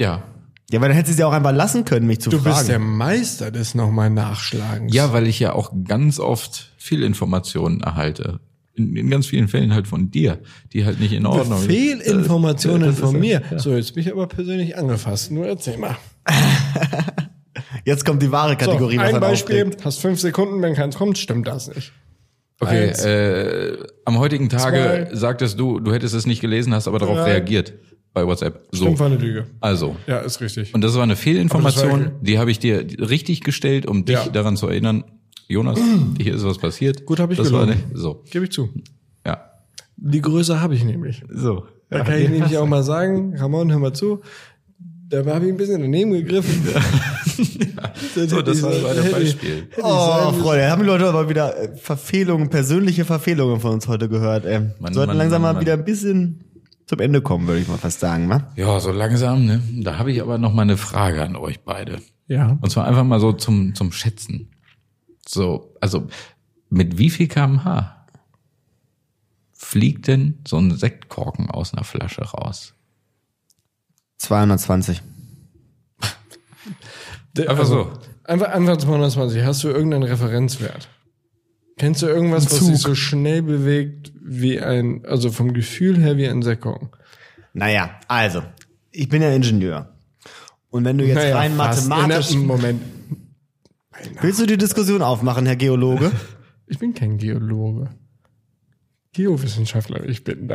Speaker 1: ja.
Speaker 3: Ja, weil dann hätte sie es ja auch einfach lassen können, mich zu
Speaker 2: Du
Speaker 3: fragen.
Speaker 2: bist der Meister des nochmal Nachschlagens.
Speaker 1: ja, weil ich ja auch ganz oft Fehlinformationen erhalte. In, in ganz vielen Fällen halt von dir, die halt nicht in Ordnung sind.
Speaker 2: Fehlinformationen
Speaker 1: Das- das ist
Speaker 2: von mir.
Speaker 1: halt- ja.
Speaker 2: So, jetzt bin ich aber persönlich angefasst. Nur erzähl mal.
Speaker 3: Jetzt kommt die wahre
Speaker 2: So,
Speaker 3: Kategorie, was
Speaker 2: ein
Speaker 3: einen
Speaker 2: Beispiel.
Speaker 3: aufregt.
Speaker 2: Hast fünf Sekunden, wenn keins kommt, stimmt das nicht.
Speaker 1: Okay,
Speaker 2: Eins.
Speaker 1: äh, am heutigen Tage
Speaker 2: Zwei.
Speaker 1: sagtest du, du hättest es nicht gelesen, hast aber darauf
Speaker 2: Drei.
Speaker 1: reagiert bei WhatsApp. So.
Speaker 2: Stimmt, war eine Lüge.
Speaker 1: Also,
Speaker 2: Ja, ist richtig.
Speaker 1: Und das war eine Fehlinformation,
Speaker 2: Aber das war
Speaker 1: die habe ich dir richtig gestellt, um dich
Speaker 2: Ja.
Speaker 1: daran zu erinnern, Jonas, hier ist was passiert.
Speaker 2: Gut, habe ich
Speaker 1: das war
Speaker 2: gelogen.
Speaker 1: nicht- So,
Speaker 2: Gebe ich zu.
Speaker 1: ja.
Speaker 2: Die Größe habe ich nämlich.
Speaker 1: So.
Speaker 2: Da kann ich nämlich auch mal sagen, Ramon, hör mal zu. Da habe ich ein bisschen daneben gegriffen.
Speaker 1: So, das war so ein
Speaker 2: Hätte ich-
Speaker 1: Beispiel.
Speaker 3: Oh, Freunde, haben die Leute aber wieder äh, Verfehlungen, persönliche Verfehlungen von uns heute gehört. Ey.
Speaker 1: Mann,
Speaker 3: Sollten
Speaker 1: Mann, Mann,
Speaker 3: langsam mal
Speaker 1: Mann.
Speaker 3: wieder ein bisschen zum Ende kommen, würde ich mal fast sagen. Ne?
Speaker 1: Ja, so langsam, ne? Da habe ich aber noch mal eine Frage an euch beide.
Speaker 2: Ja.
Speaker 1: Und zwar einfach mal so zum, zum Schätzen. So, also, mit wie viel kmh fliegt denn so ein Sektkorken aus einer Flasche raus?
Speaker 3: 220.
Speaker 2: Der- also
Speaker 1: Einfach so.
Speaker 2: Einfach, einfach 220. Hast du irgendeinen Referenzwert? Kennst du irgendwas, was sich so schnell bewegt wie ein, also vom Gefühl her wie ein Sektkorken?
Speaker 3: Naja, also, ich bin ja Ingenieur. Und wenn du jetzt
Speaker 2: Naja,
Speaker 3: rein
Speaker 2: fast.
Speaker 3: mathematisch...
Speaker 2: In einem Moment.
Speaker 3: Willst du die Diskussion aufmachen, Herr Geologe?
Speaker 2: Ich bin kein Geologe. Geowissenschaftler, ich bin da.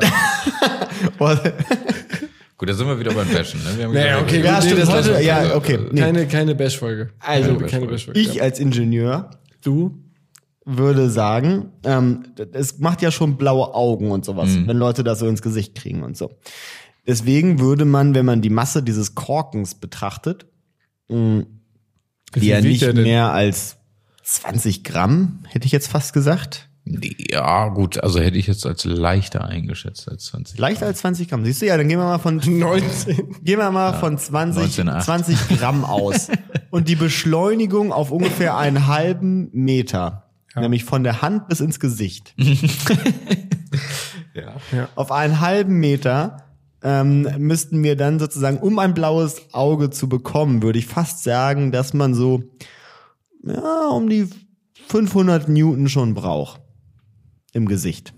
Speaker 1: Gut, da sind wir wieder beim Fashion, ne? Wir haben
Speaker 2: Naja, okay,
Speaker 3: ja,
Speaker 2: gut, nee,
Speaker 3: stimmt,
Speaker 2: das
Speaker 3: heute,
Speaker 1: lassen wir-
Speaker 3: ja, okay. Nee.
Speaker 2: Keine, keine Bash-Folge.
Speaker 3: Also,
Speaker 2: keine Bash-Folge.
Speaker 3: ich als Ingenieur
Speaker 2: du
Speaker 3: würde sagen, ähm, d- es macht ja schon blaue Augen und sowas, wenn Leute das so ins Gesicht kriegen und so. Deswegen würde man, wenn man die Masse dieses Korkens betrachtet,
Speaker 2: Wie
Speaker 3: die ja
Speaker 2: viel wiegt
Speaker 3: nicht
Speaker 2: der denn?
Speaker 3: mehr als 20 Gramm, hätte ich jetzt fast gesagt.
Speaker 1: Ja, gut, also hätte ich jetzt als leichter eingeschätzt als 20.
Speaker 3: Leichter als 20 Gramm. Siehst du ja, dann gehen wir mal von
Speaker 2: 19.
Speaker 3: Gehen wir mal von 20,
Speaker 1: 19,8.
Speaker 3: 20 Gramm aus. Und die Beschleunigung auf ungefähr einen halben Meter. Nämlich von der Hand bis ins Gesicht.
Speaker 2: Ja.
Speaker 3: Auf einen halben Meter ähm, müssten wir dann sozusagen, um ein blaues Auge zu bekommen, würde ich fast sagen, dass man so ja, um die 500 Newton schon braucht. Im Gesicht.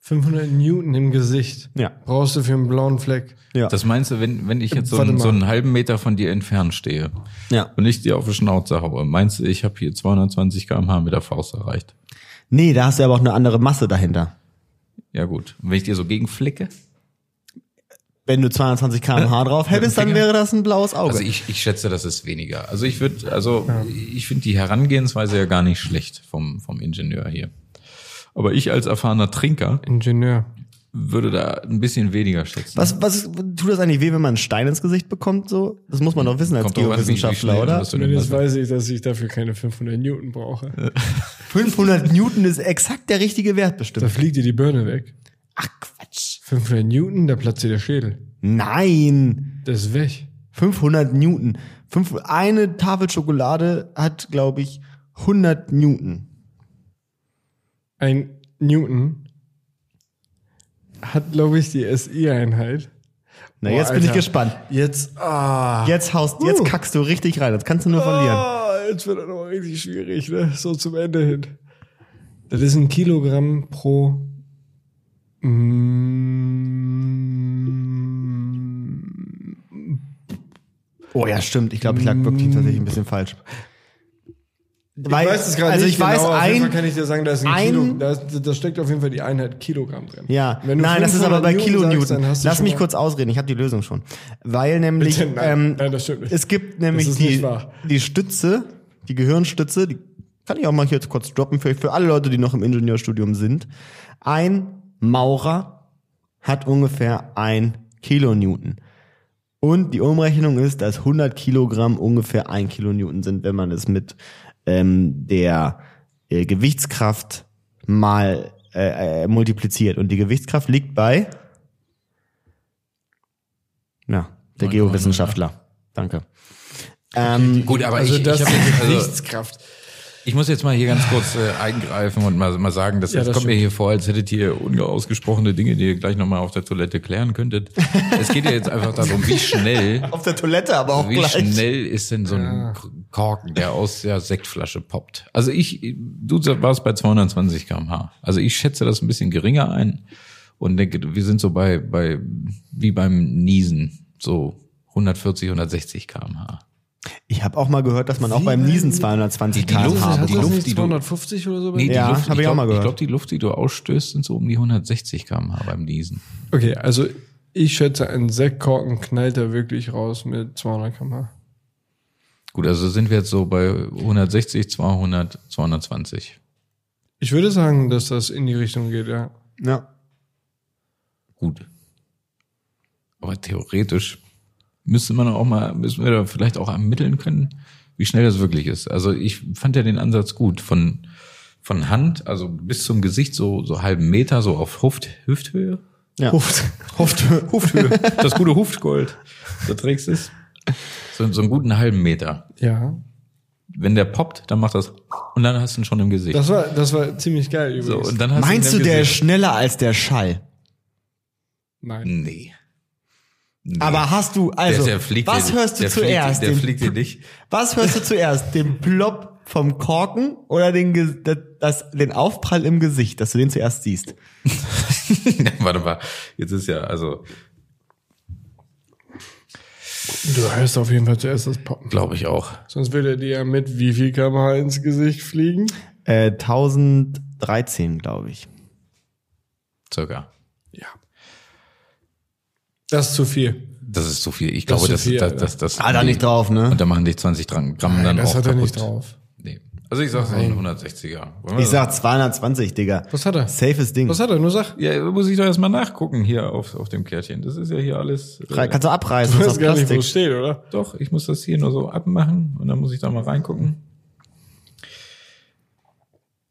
Speaker 2: 500 Newton im Gesicht.
Speaker 3: Ja.
Speaker 2: Brauchst du für einen blauen Fleck.
Speaker 3: Ja.
Speaker 1: Das meinst du, wenn, wenn ich jetzt so
Speaker 2: Warte
Speaker 1: einen,
Speaker 2: mal.
Speaker 1: so einen halben Meter von dir entfernt stehe
Speaker 3: ja.
Speaker 1: und ich dir auf die Schnauze haue, meinst du, ich habe hier 220 km/h mit der Faust erreicht?
Speaker 3: Nee, da hast du aber auch eine andere Masse dahinter.
Speaker 1: Ja, gut. Und wenn ich dir so gegenflicke?
Speaker 3: Wenn du 220 km/h drauf hättest, dann
Speaker 1: Finger?
Speaker 3: wäre das ein blaues Auge.
Speaker 1: Also ich, ich schätze, das ist weniger. Also ich würde, also ich finde die Herangehensweise ja gar nicht schlecht vom, vom Ingenieur hier. Aber ich als erfahrener Trinker
Speaker 2: Ingenieur.
Speaker 1: würde da ein bisschen weniger schätzen.
Speaker 3: Was, was tut das eigentlich weh, wenn man einen Stein ins Gesicht bekommt? So, das muss man doch wissen als
Speaker 1: Kommt drauf an, wie- wie
Speaker 3: Geowissenschaftler,
Speaker 1: schnell
Speaker 3: oder?
Speaker 1: das-
Speaker 2: Zumindest weiß ich, dass ich dafür keine 500 Newton brauche.
Speaker 3: 500 Newton ist exakt der richtige Wert
Speaker 2: Da
Speaker 3: bestimmt.
Speaker 2: fliegt dir die Birne weg.
Speaker 3: Ach Quatsch.
Speaker 2: 500 Newton, da platzt dir der Schädel.
Speaker 3: Nein,
Speaker 2: Das ist weg.
Speaker 3: 500 Newton. Fünf, eine Tafel Schokolade hat, glaube ich, 100 Newton.
Speaker 2: Ein Newton hat, glaube ich, die SI-Einheit.
Speaker 3: Na,
Speaker 2: Boah,
Speaker 3: jetzt bin ich
Speaker 2: Alter.
Speaker 3: gespannt.
Speaker 2: Jetzt, ah.
Speaker 3: Jetzt haust, jetzt kackst du richtig rein. Jetzt kannst du nur verlieren.
Speaker 2: Ah, jetzt wird das noch richtig schwierig, ne? So zum Ende hin. Das ist ein Kilogramm pro. Mm,
Speaker 3: Oh ja, stimmt. Ich glaube, ich lag
Speaker 2: Mm.
Speaker 3: wirklich tatsächlich ein bisschen falsch. Weil- also ich weiß,
Speaker 2: genau, auf jeden Fall
Speaker 3: ein,
Speaker 2: kann ich dir sagen, da ist ein,
Speaker 3: ein-
Speaker 2: Kilo, da, ist, da steckt auf jeden Fall die Einheit Kilogramm drin.
Speaker 3: Ja,
Speaker 2: Wenn du
Speaker 3: nein, das ist
Speaker 2: 500
Speaker 3: aber bei Kilonewton.
Speaker 2: sagst, dann hast du
Speaker 3: Lass
Speaker 2: schon
Speaker 3: mich
Speaker 2: mal-
Speaker 3: kurz ausreden, ich habe die Lösung schon. Weil nämlich,
Speaker 2: Bitte, nein,
Speaker 3: ähm,
Speaker 2: nein, das stimmt nicht.
Speaker 3: es gibt nämlich
Speaker 2: Das ist
Speaker 3: die,
Speaker 2: nicht wahr.
Speaker 3: die Stütze, die Gehirnstütze, die kann ich auch mal hier jetzt kurz droppen, für, für alle Leute, die noch im Ingenieurstudium sind. Ein Maurer hat ungefähr ein Kilonewton. Und die Umrechnung ist, dass 100 Kilogramm ungefähr ein Kilonewton sind, wenn man es mit ähm, der äh, Gewichtskraft mal äh, äh, multipliziert. Und die Gewichtskraft liegt bei na, der Geowissenschaftler. Danke. Ähm,
Speaker 1: Gut, aber
Speaker 2: Also
Speaker 1: ich,
Speaker 2: das
Speaker 1: ich, hab,
Speaker 2: ist
Speaker 1: jetzt- also,
Speaker 2: Gewichtskraft.
Speaker 1: ich muss jetzt mal hier ganz kurz äh, eingreifen und mal, mal sagen, dass
Speaker 2: Ja,
Speaker 1: das
Speaker 2: das
Speaker 1: kommt mir
Speaker 2: stimmt.
Speaker 1: hier vor, als hättet ihr unausgesprochene Dinge, die ihr gleich nochmal auf der Toilette klären könntet. es geht ja jetzt einfach darum, wie schnell,
Speaker 3: auf der Toilette aber auch
Speaker 1: wie
Speaker 3: gleich.
Speaker 1: schnell ist denn so ein K- Korken, der aus der Sektflasche poppt. Also ich, du warst bei 220 km/h. Also ich schätze das ein bisschen geringer ein und denke, wir sind so bei, bei wie beim Niesen, so 140, 160 km/h.
Speaker 3: Ich habe auch mal gehört, dass man auch beim Niesen 220
Speaker 1: Die Luft-
Speaker 3: km/h
Speaker 1: die
Speaker 2: Hast du
Speaker 3: bekommt.
Speaker 1: Luft-
Speaker 2: Also nicht
Speaker 1: die du-
Speaker 2: 250 oder so? bei
Speaker 1: Nee,
Speaker 2: dir?
Speaker 1: die
Speaker 3: Ja,
Speaker 1: Luft-
Speaker 3: hab ich auch
Speaker 1: glaub-
Speaker 3: mal gehört.
Speaker 1: Ich glaube, die Luft, die du ausstößt, sind so um die 160 km/h beim Niesen.
Speaker 2: Okay, also ich schätze, ein Sektkorken knallt da wirklich raus mit 200 km/h.
Speaker 1: Gut, also sind wir jetzt so bei 160, 200, 220.
Speaker 2: Ich würde sagen, dass das in die Richtung geht, ja.
Speaker 3: Ja.
Speaker 1: Gut. Aber theoretisch müsste man auch mal, müssen wir da vielleicht auch ermitteln können, wie schnell das wirklich ist. Also ich fand ja den Ansatz gut von, von Hand, also bis zum Gesicht so, so halben Meter, so auf Hüft, Hüfthöhe.
Speaker 3: ja.
Speaker 2: Huft.
Speaker 3: Hufthöhe.
Speaker 1: Hüfthöhe. Das gute Hüftgold. Da trägst du es. So, so einen guten halben Meter.
Speaker 2: Ja.
Speaker 1: wenn der poppt, dann macht das und dann hast du ihn schon im Gesicht.
Speaker 2: Das war, das war ziemlich geil übrigens.
Speaker 1: und dann hast
Speaker 3: Meinst du,
Speaker 1: ihn im
Speaker 3: der ist
Speaker 1: Gesicht.
Speaker 3: schneller als der Schall?
Speaker 2: Nein.
Speaker 1: Nee. nee.
Speaker 3: Aber hast du, also,
Speaker 1: der, der fliegt
Speaker 3: was
Speaker 1: dir-
Speaker 3: hörst du
Speaker 1: der
Speaker 3: zuerst?
Speaker 1: Fliegt, der
Speaker 3: den
Speaker 1: fliegt dir nicht.
Speaker 3: Was hörst du zuerst? Den Plop vom Korken oder den, Ge- das- das, den Aufprall im Gesicht, dass du den zuerst siehst?
Speaker 1: Warte mal, jetzt ist ja, also,
Speaker 2: Du hörst auf jeden Fall zuerst das Poppen.
Speaker 1: glaube ich auch.
Speaker 2: Sonst würde dir ja mit wie viel kmh ins Gesicht fliegen?
Speaker 3: Äh, 1013, glaube ich.
Speaker 1: Circa.
Speaker 2: Ja. Das ist zu viel.
Speaker 1: Das ist zu viel. Ich
Speaker 2: Das
Speaker 1: glaube,
Speaker 2: ist
Speaker 1: das,
Speaker 2: zu viel,
Speaker 1: das,
Speaker 2: Alter.
Speaker 1: das, das,
Speaker 3: Ah, da nicht Ah, drauf, ne?
Speaker 1: Und da machen dich 20 Gramm dann
Speaker 2: das
Speaker 1: auch
Speaker 2: hat er
Speaker 1: kaputt.
Speaker 2: nicht drauf.
Speaker 1: Nee. Also ich sag's nicht 160er. Wollen wir
Speaker 3: Ich
Speaker 1: das-
Speaker 3: sag 220, Digga.
Speaker 2: Was hat er?
Speaker 3: Safes Ding.
Speaker 2: Was hat er? Nur sag.
Speaker 1: Ja, muss ich doch erstmal nachgucken hier auf, auf dem Kärtchen. Das ist ja hier alles.
Speaker 3: Frei-
Speaker 1: Äh,
Speaker 3: Kannst du abreißen,
Speaker 2: Ich
Speaker 3: das
Speaker 2: weiß
Speaker 3: ist
Speaker 2: gar nicht, wo
Speaker 3: Plastik.
Speaker 2: es steht, oder?
Speaker 1: doch, ich muss das hier nur so abmachen und dann muss ich da mal reingucken.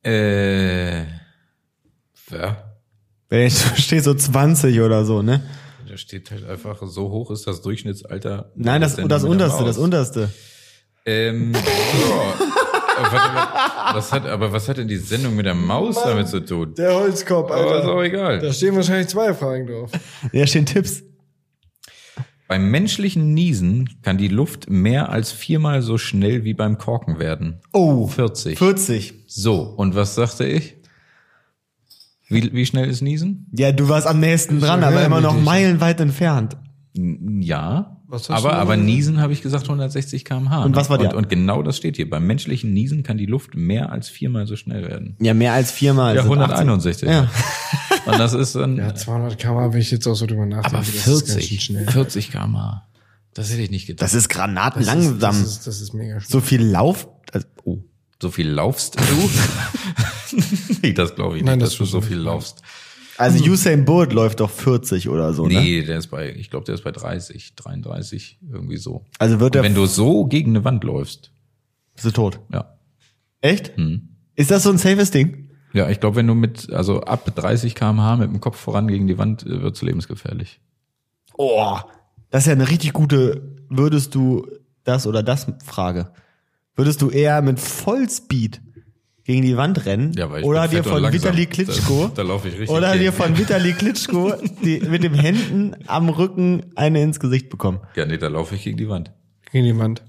Speaker 1: Äh. Ja.
Speaker 3: Wenn ich steht so 20 oder so, ne?
Speaker 1: Da steht halt einfach, so hoch ist das Durchschnittsalter.
Speaker 3: Nein, das,
Speaker 1: Zentimeter
Speaker 3: das unterste,
Speaker 1: raus.
Speaker 3: das unterste.
Speaker 1: Ähm, so. Äh, warte mal, was hat, aber was hat denn die Sendung mit der Maus damit zu tun?
Speaker 2: Der Holzkopf,
Speaker 1: Aber ist auch
Speaker 2: Alter. Da
Speaker 1: egal.
Speaker 2: stehen wahrscheinlich zwei Fragen drauf.
Speaker 3: Ja, stehen Tipps.
Speaker 1: Beim menschlichen Niesen kann die Luft mehr als viermal so schnell wie beim Korken werden.
Speaker 3: Oh,
Speaker 1: 40.
Speaker 3: 40.
Speaker 1: So, und was sagte ich? Wie, wie schnell ist Niesen?
Speaker 3: Ja, du warst am nächsten dran,
Speaker 2: erinnere
Speaker 3: aber immer
Speaker 2: mich
Speaker 3: noch
Speaker 2: nicht.
Speaker 3: meilenweit entfernt.
Speaker 1: N- Ja.
Speaker 2: Was hast
Speaker 1: aber,
Speaker 2: du
Speaker 1: aber
Speaker 2: gesagt?
Speaker 1: Niesen habe ich gesagt 160 km/h.
Speaker 3: Und was war die
Speaker 1: und,
Speaker 3: An-
Speaker 1: und genau das steht hier. Beim menschlichen Niesen kann die Luft mehr als viermal so schnell werden.
Speaker 3: Ja, mehr als viermal.
Speaker 1: Ja,
Speaker 3: sind
Speaker 1: 161.
Speaker 3: 18. Ja.
Speaker 1: Und das ist dann
Speaker 2: Ja, 200 km/h, wenn ich jetzt auch so drüber nachdenke.
Speaker 1: aber
Speaker 2: das ist ganz schön
Speaker 1: 40.
Speaker 2: schnell.
Speaker 1: 40 km/h. Das hätte ich nicht gedacht.
Speaker 3: Das ist granatenlangsam.
Speaker 2: Das ist, das ist mega
Speaker 3: so viel Lauf. Also, oh.
Speaker 1: so viel laufst du? nee, das glaube ich nicht,
Speaker 2: Nein, das
Speaker 1: dass du so viel laufst.
Speaker 3: also Usain Bolt läuft doch 40 oder so, ne?
Speaker 1: Nee, der ist bei, ich glaube, der ist bei 30, 33, irgendwie so.
Speaker 3: Also wird
Speaker 1: Und
Speaker 3: er
Speaker 1: wenn du so gegen eine Wand läufst,
Speaker 3: bist du tot.
Speaker 1: ja.
Speaker 3: Echt? Ist das so ein safes Ding?
Speaker 1: Ja, ich glaube, wenn du mit, also ab 30 km/h mit dem Kopf voran gegen die Wand, äh, wird's lebensgefährlich.
Speaker 3: Oh, das ist ja eine richtig gute, würdest du das oder das Frage. Würdest du eher mit Vollspeed gegen die Wand rennen oder dir von Vitali Klitschko
Speaker 1: Da, laufe ich richtig.
Speaker 3: oder dir von Vitali Klitschko die, mit dem Händen am Rücken eine ins Gesicht bekommen?
Speaker 1: Ja, nee, da laufe ich gegen die Wand.
Speaker 2: gegen die Wand.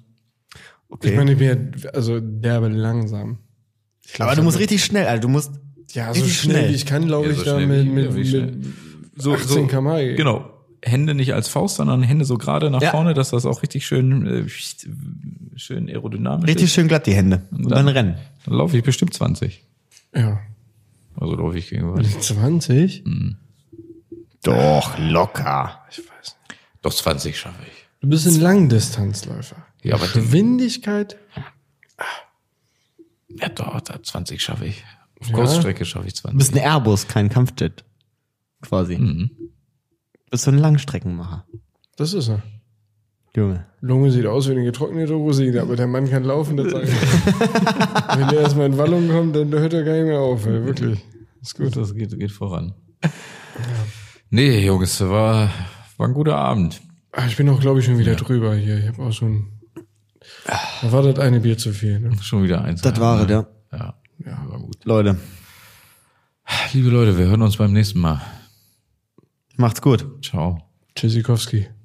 Speaker 3: Okay.
Speaker 2: Ich meine, ich bin ja also derbe langsam. Ich glaub,
Speaker 3: Aber du
Speaker 2: ich
Speaker 3: musst
Speaker 2: hab-
Speaker 3: richtig schnell, also du musst
Speaker 2: ja, so
Speaker 3: richtig
Speaker 2: schnell,
Speaker 3: schnell.
Speaker 2: wie ich kann, glaube
Speaker 1: Ja,
Speaker 2: ich,
Speaker 1: so
Speaker 2: da
Speaker 1: schnell
Speaker 2: mit,
Speaker 1: wie-
Speaker 2: mit,
Speaker 1: ja, wie schnell.
Speaker 2: mit
Speaker 1: So,
Speaker 2: 18 km/h. gehen.
Speaker 1: Genau. Hände nicht als Faust, sondern Hände so gerade nach
Speaker 3: Ja.
Speaker 1: vorne, dass das auch richtig schön, äh, schön aerodynamisch
Speaker 3: richtig
Speaker 1: ist.
Speaker 3: schön glatt die Hände und,
Speaker 1: dann-
Speaker 3: dann, rennen.
Speaker 1: Dann laufe ich bestimmt 20.
Speaker 2: Ja.
Speaker 1: Also laufe ich gegen die Wand.
Speaker 2: 20?
Speaker 1: Hm.
Speaker 3: Doch, locker.
Speaker 2: Ich weiß nicht.
Speaker 1: Doch 20 schaffe ich.
Speaker 2: Du bist ein Langdistanzläufer.
Speaker 1: Ja, aber-
Speaker 2: Geschwindigkeit?
Speaker 1: Ja, doch, da 20 schaffe ich. Auf
Speaker 2: Ja.
Speaker 1: Kurzstrecke schaffe ich
Speaker 3: Du
Speaker 1: 20.
Speaker 3: bist ein Airbus, kein Kampfjet. Quasi. Mhm. Bist so ein Langstreckenmacher.
Speaker 2: Das ist er.
Speaker 3: Junge.
Speaker 2: Lunge sieht aus wie eine getrocknete Rosine, aber der Mann kann laufen, das sage ich. Wenn der erstmal in Wallung kommt, dann hört er gar nicht mehr auf, ey, wirklich. Ist gut.
Speaker 1: Das geht, geht voran. Nee, Jungs, war, war ein guter Abend.
Speaker 2: Ah, ich bin auch, glaube ich, schon wieder drüber hier. Ich habe auch schon. Da war das eine Bier zu viel. Ne?
Speaker 1: Schon wieder eins.
Speaker 3: Das war es, ja.
Speaker 1: Ja. ja, war gut.
Speaker 3: Leute,
Speaker 1: Liebe Leute, wir hören uns beim nächsten Mal.
Speaker 3: macht's gut.
Speaker 1: Ciao.
Speaker 2: Tschüssikowski.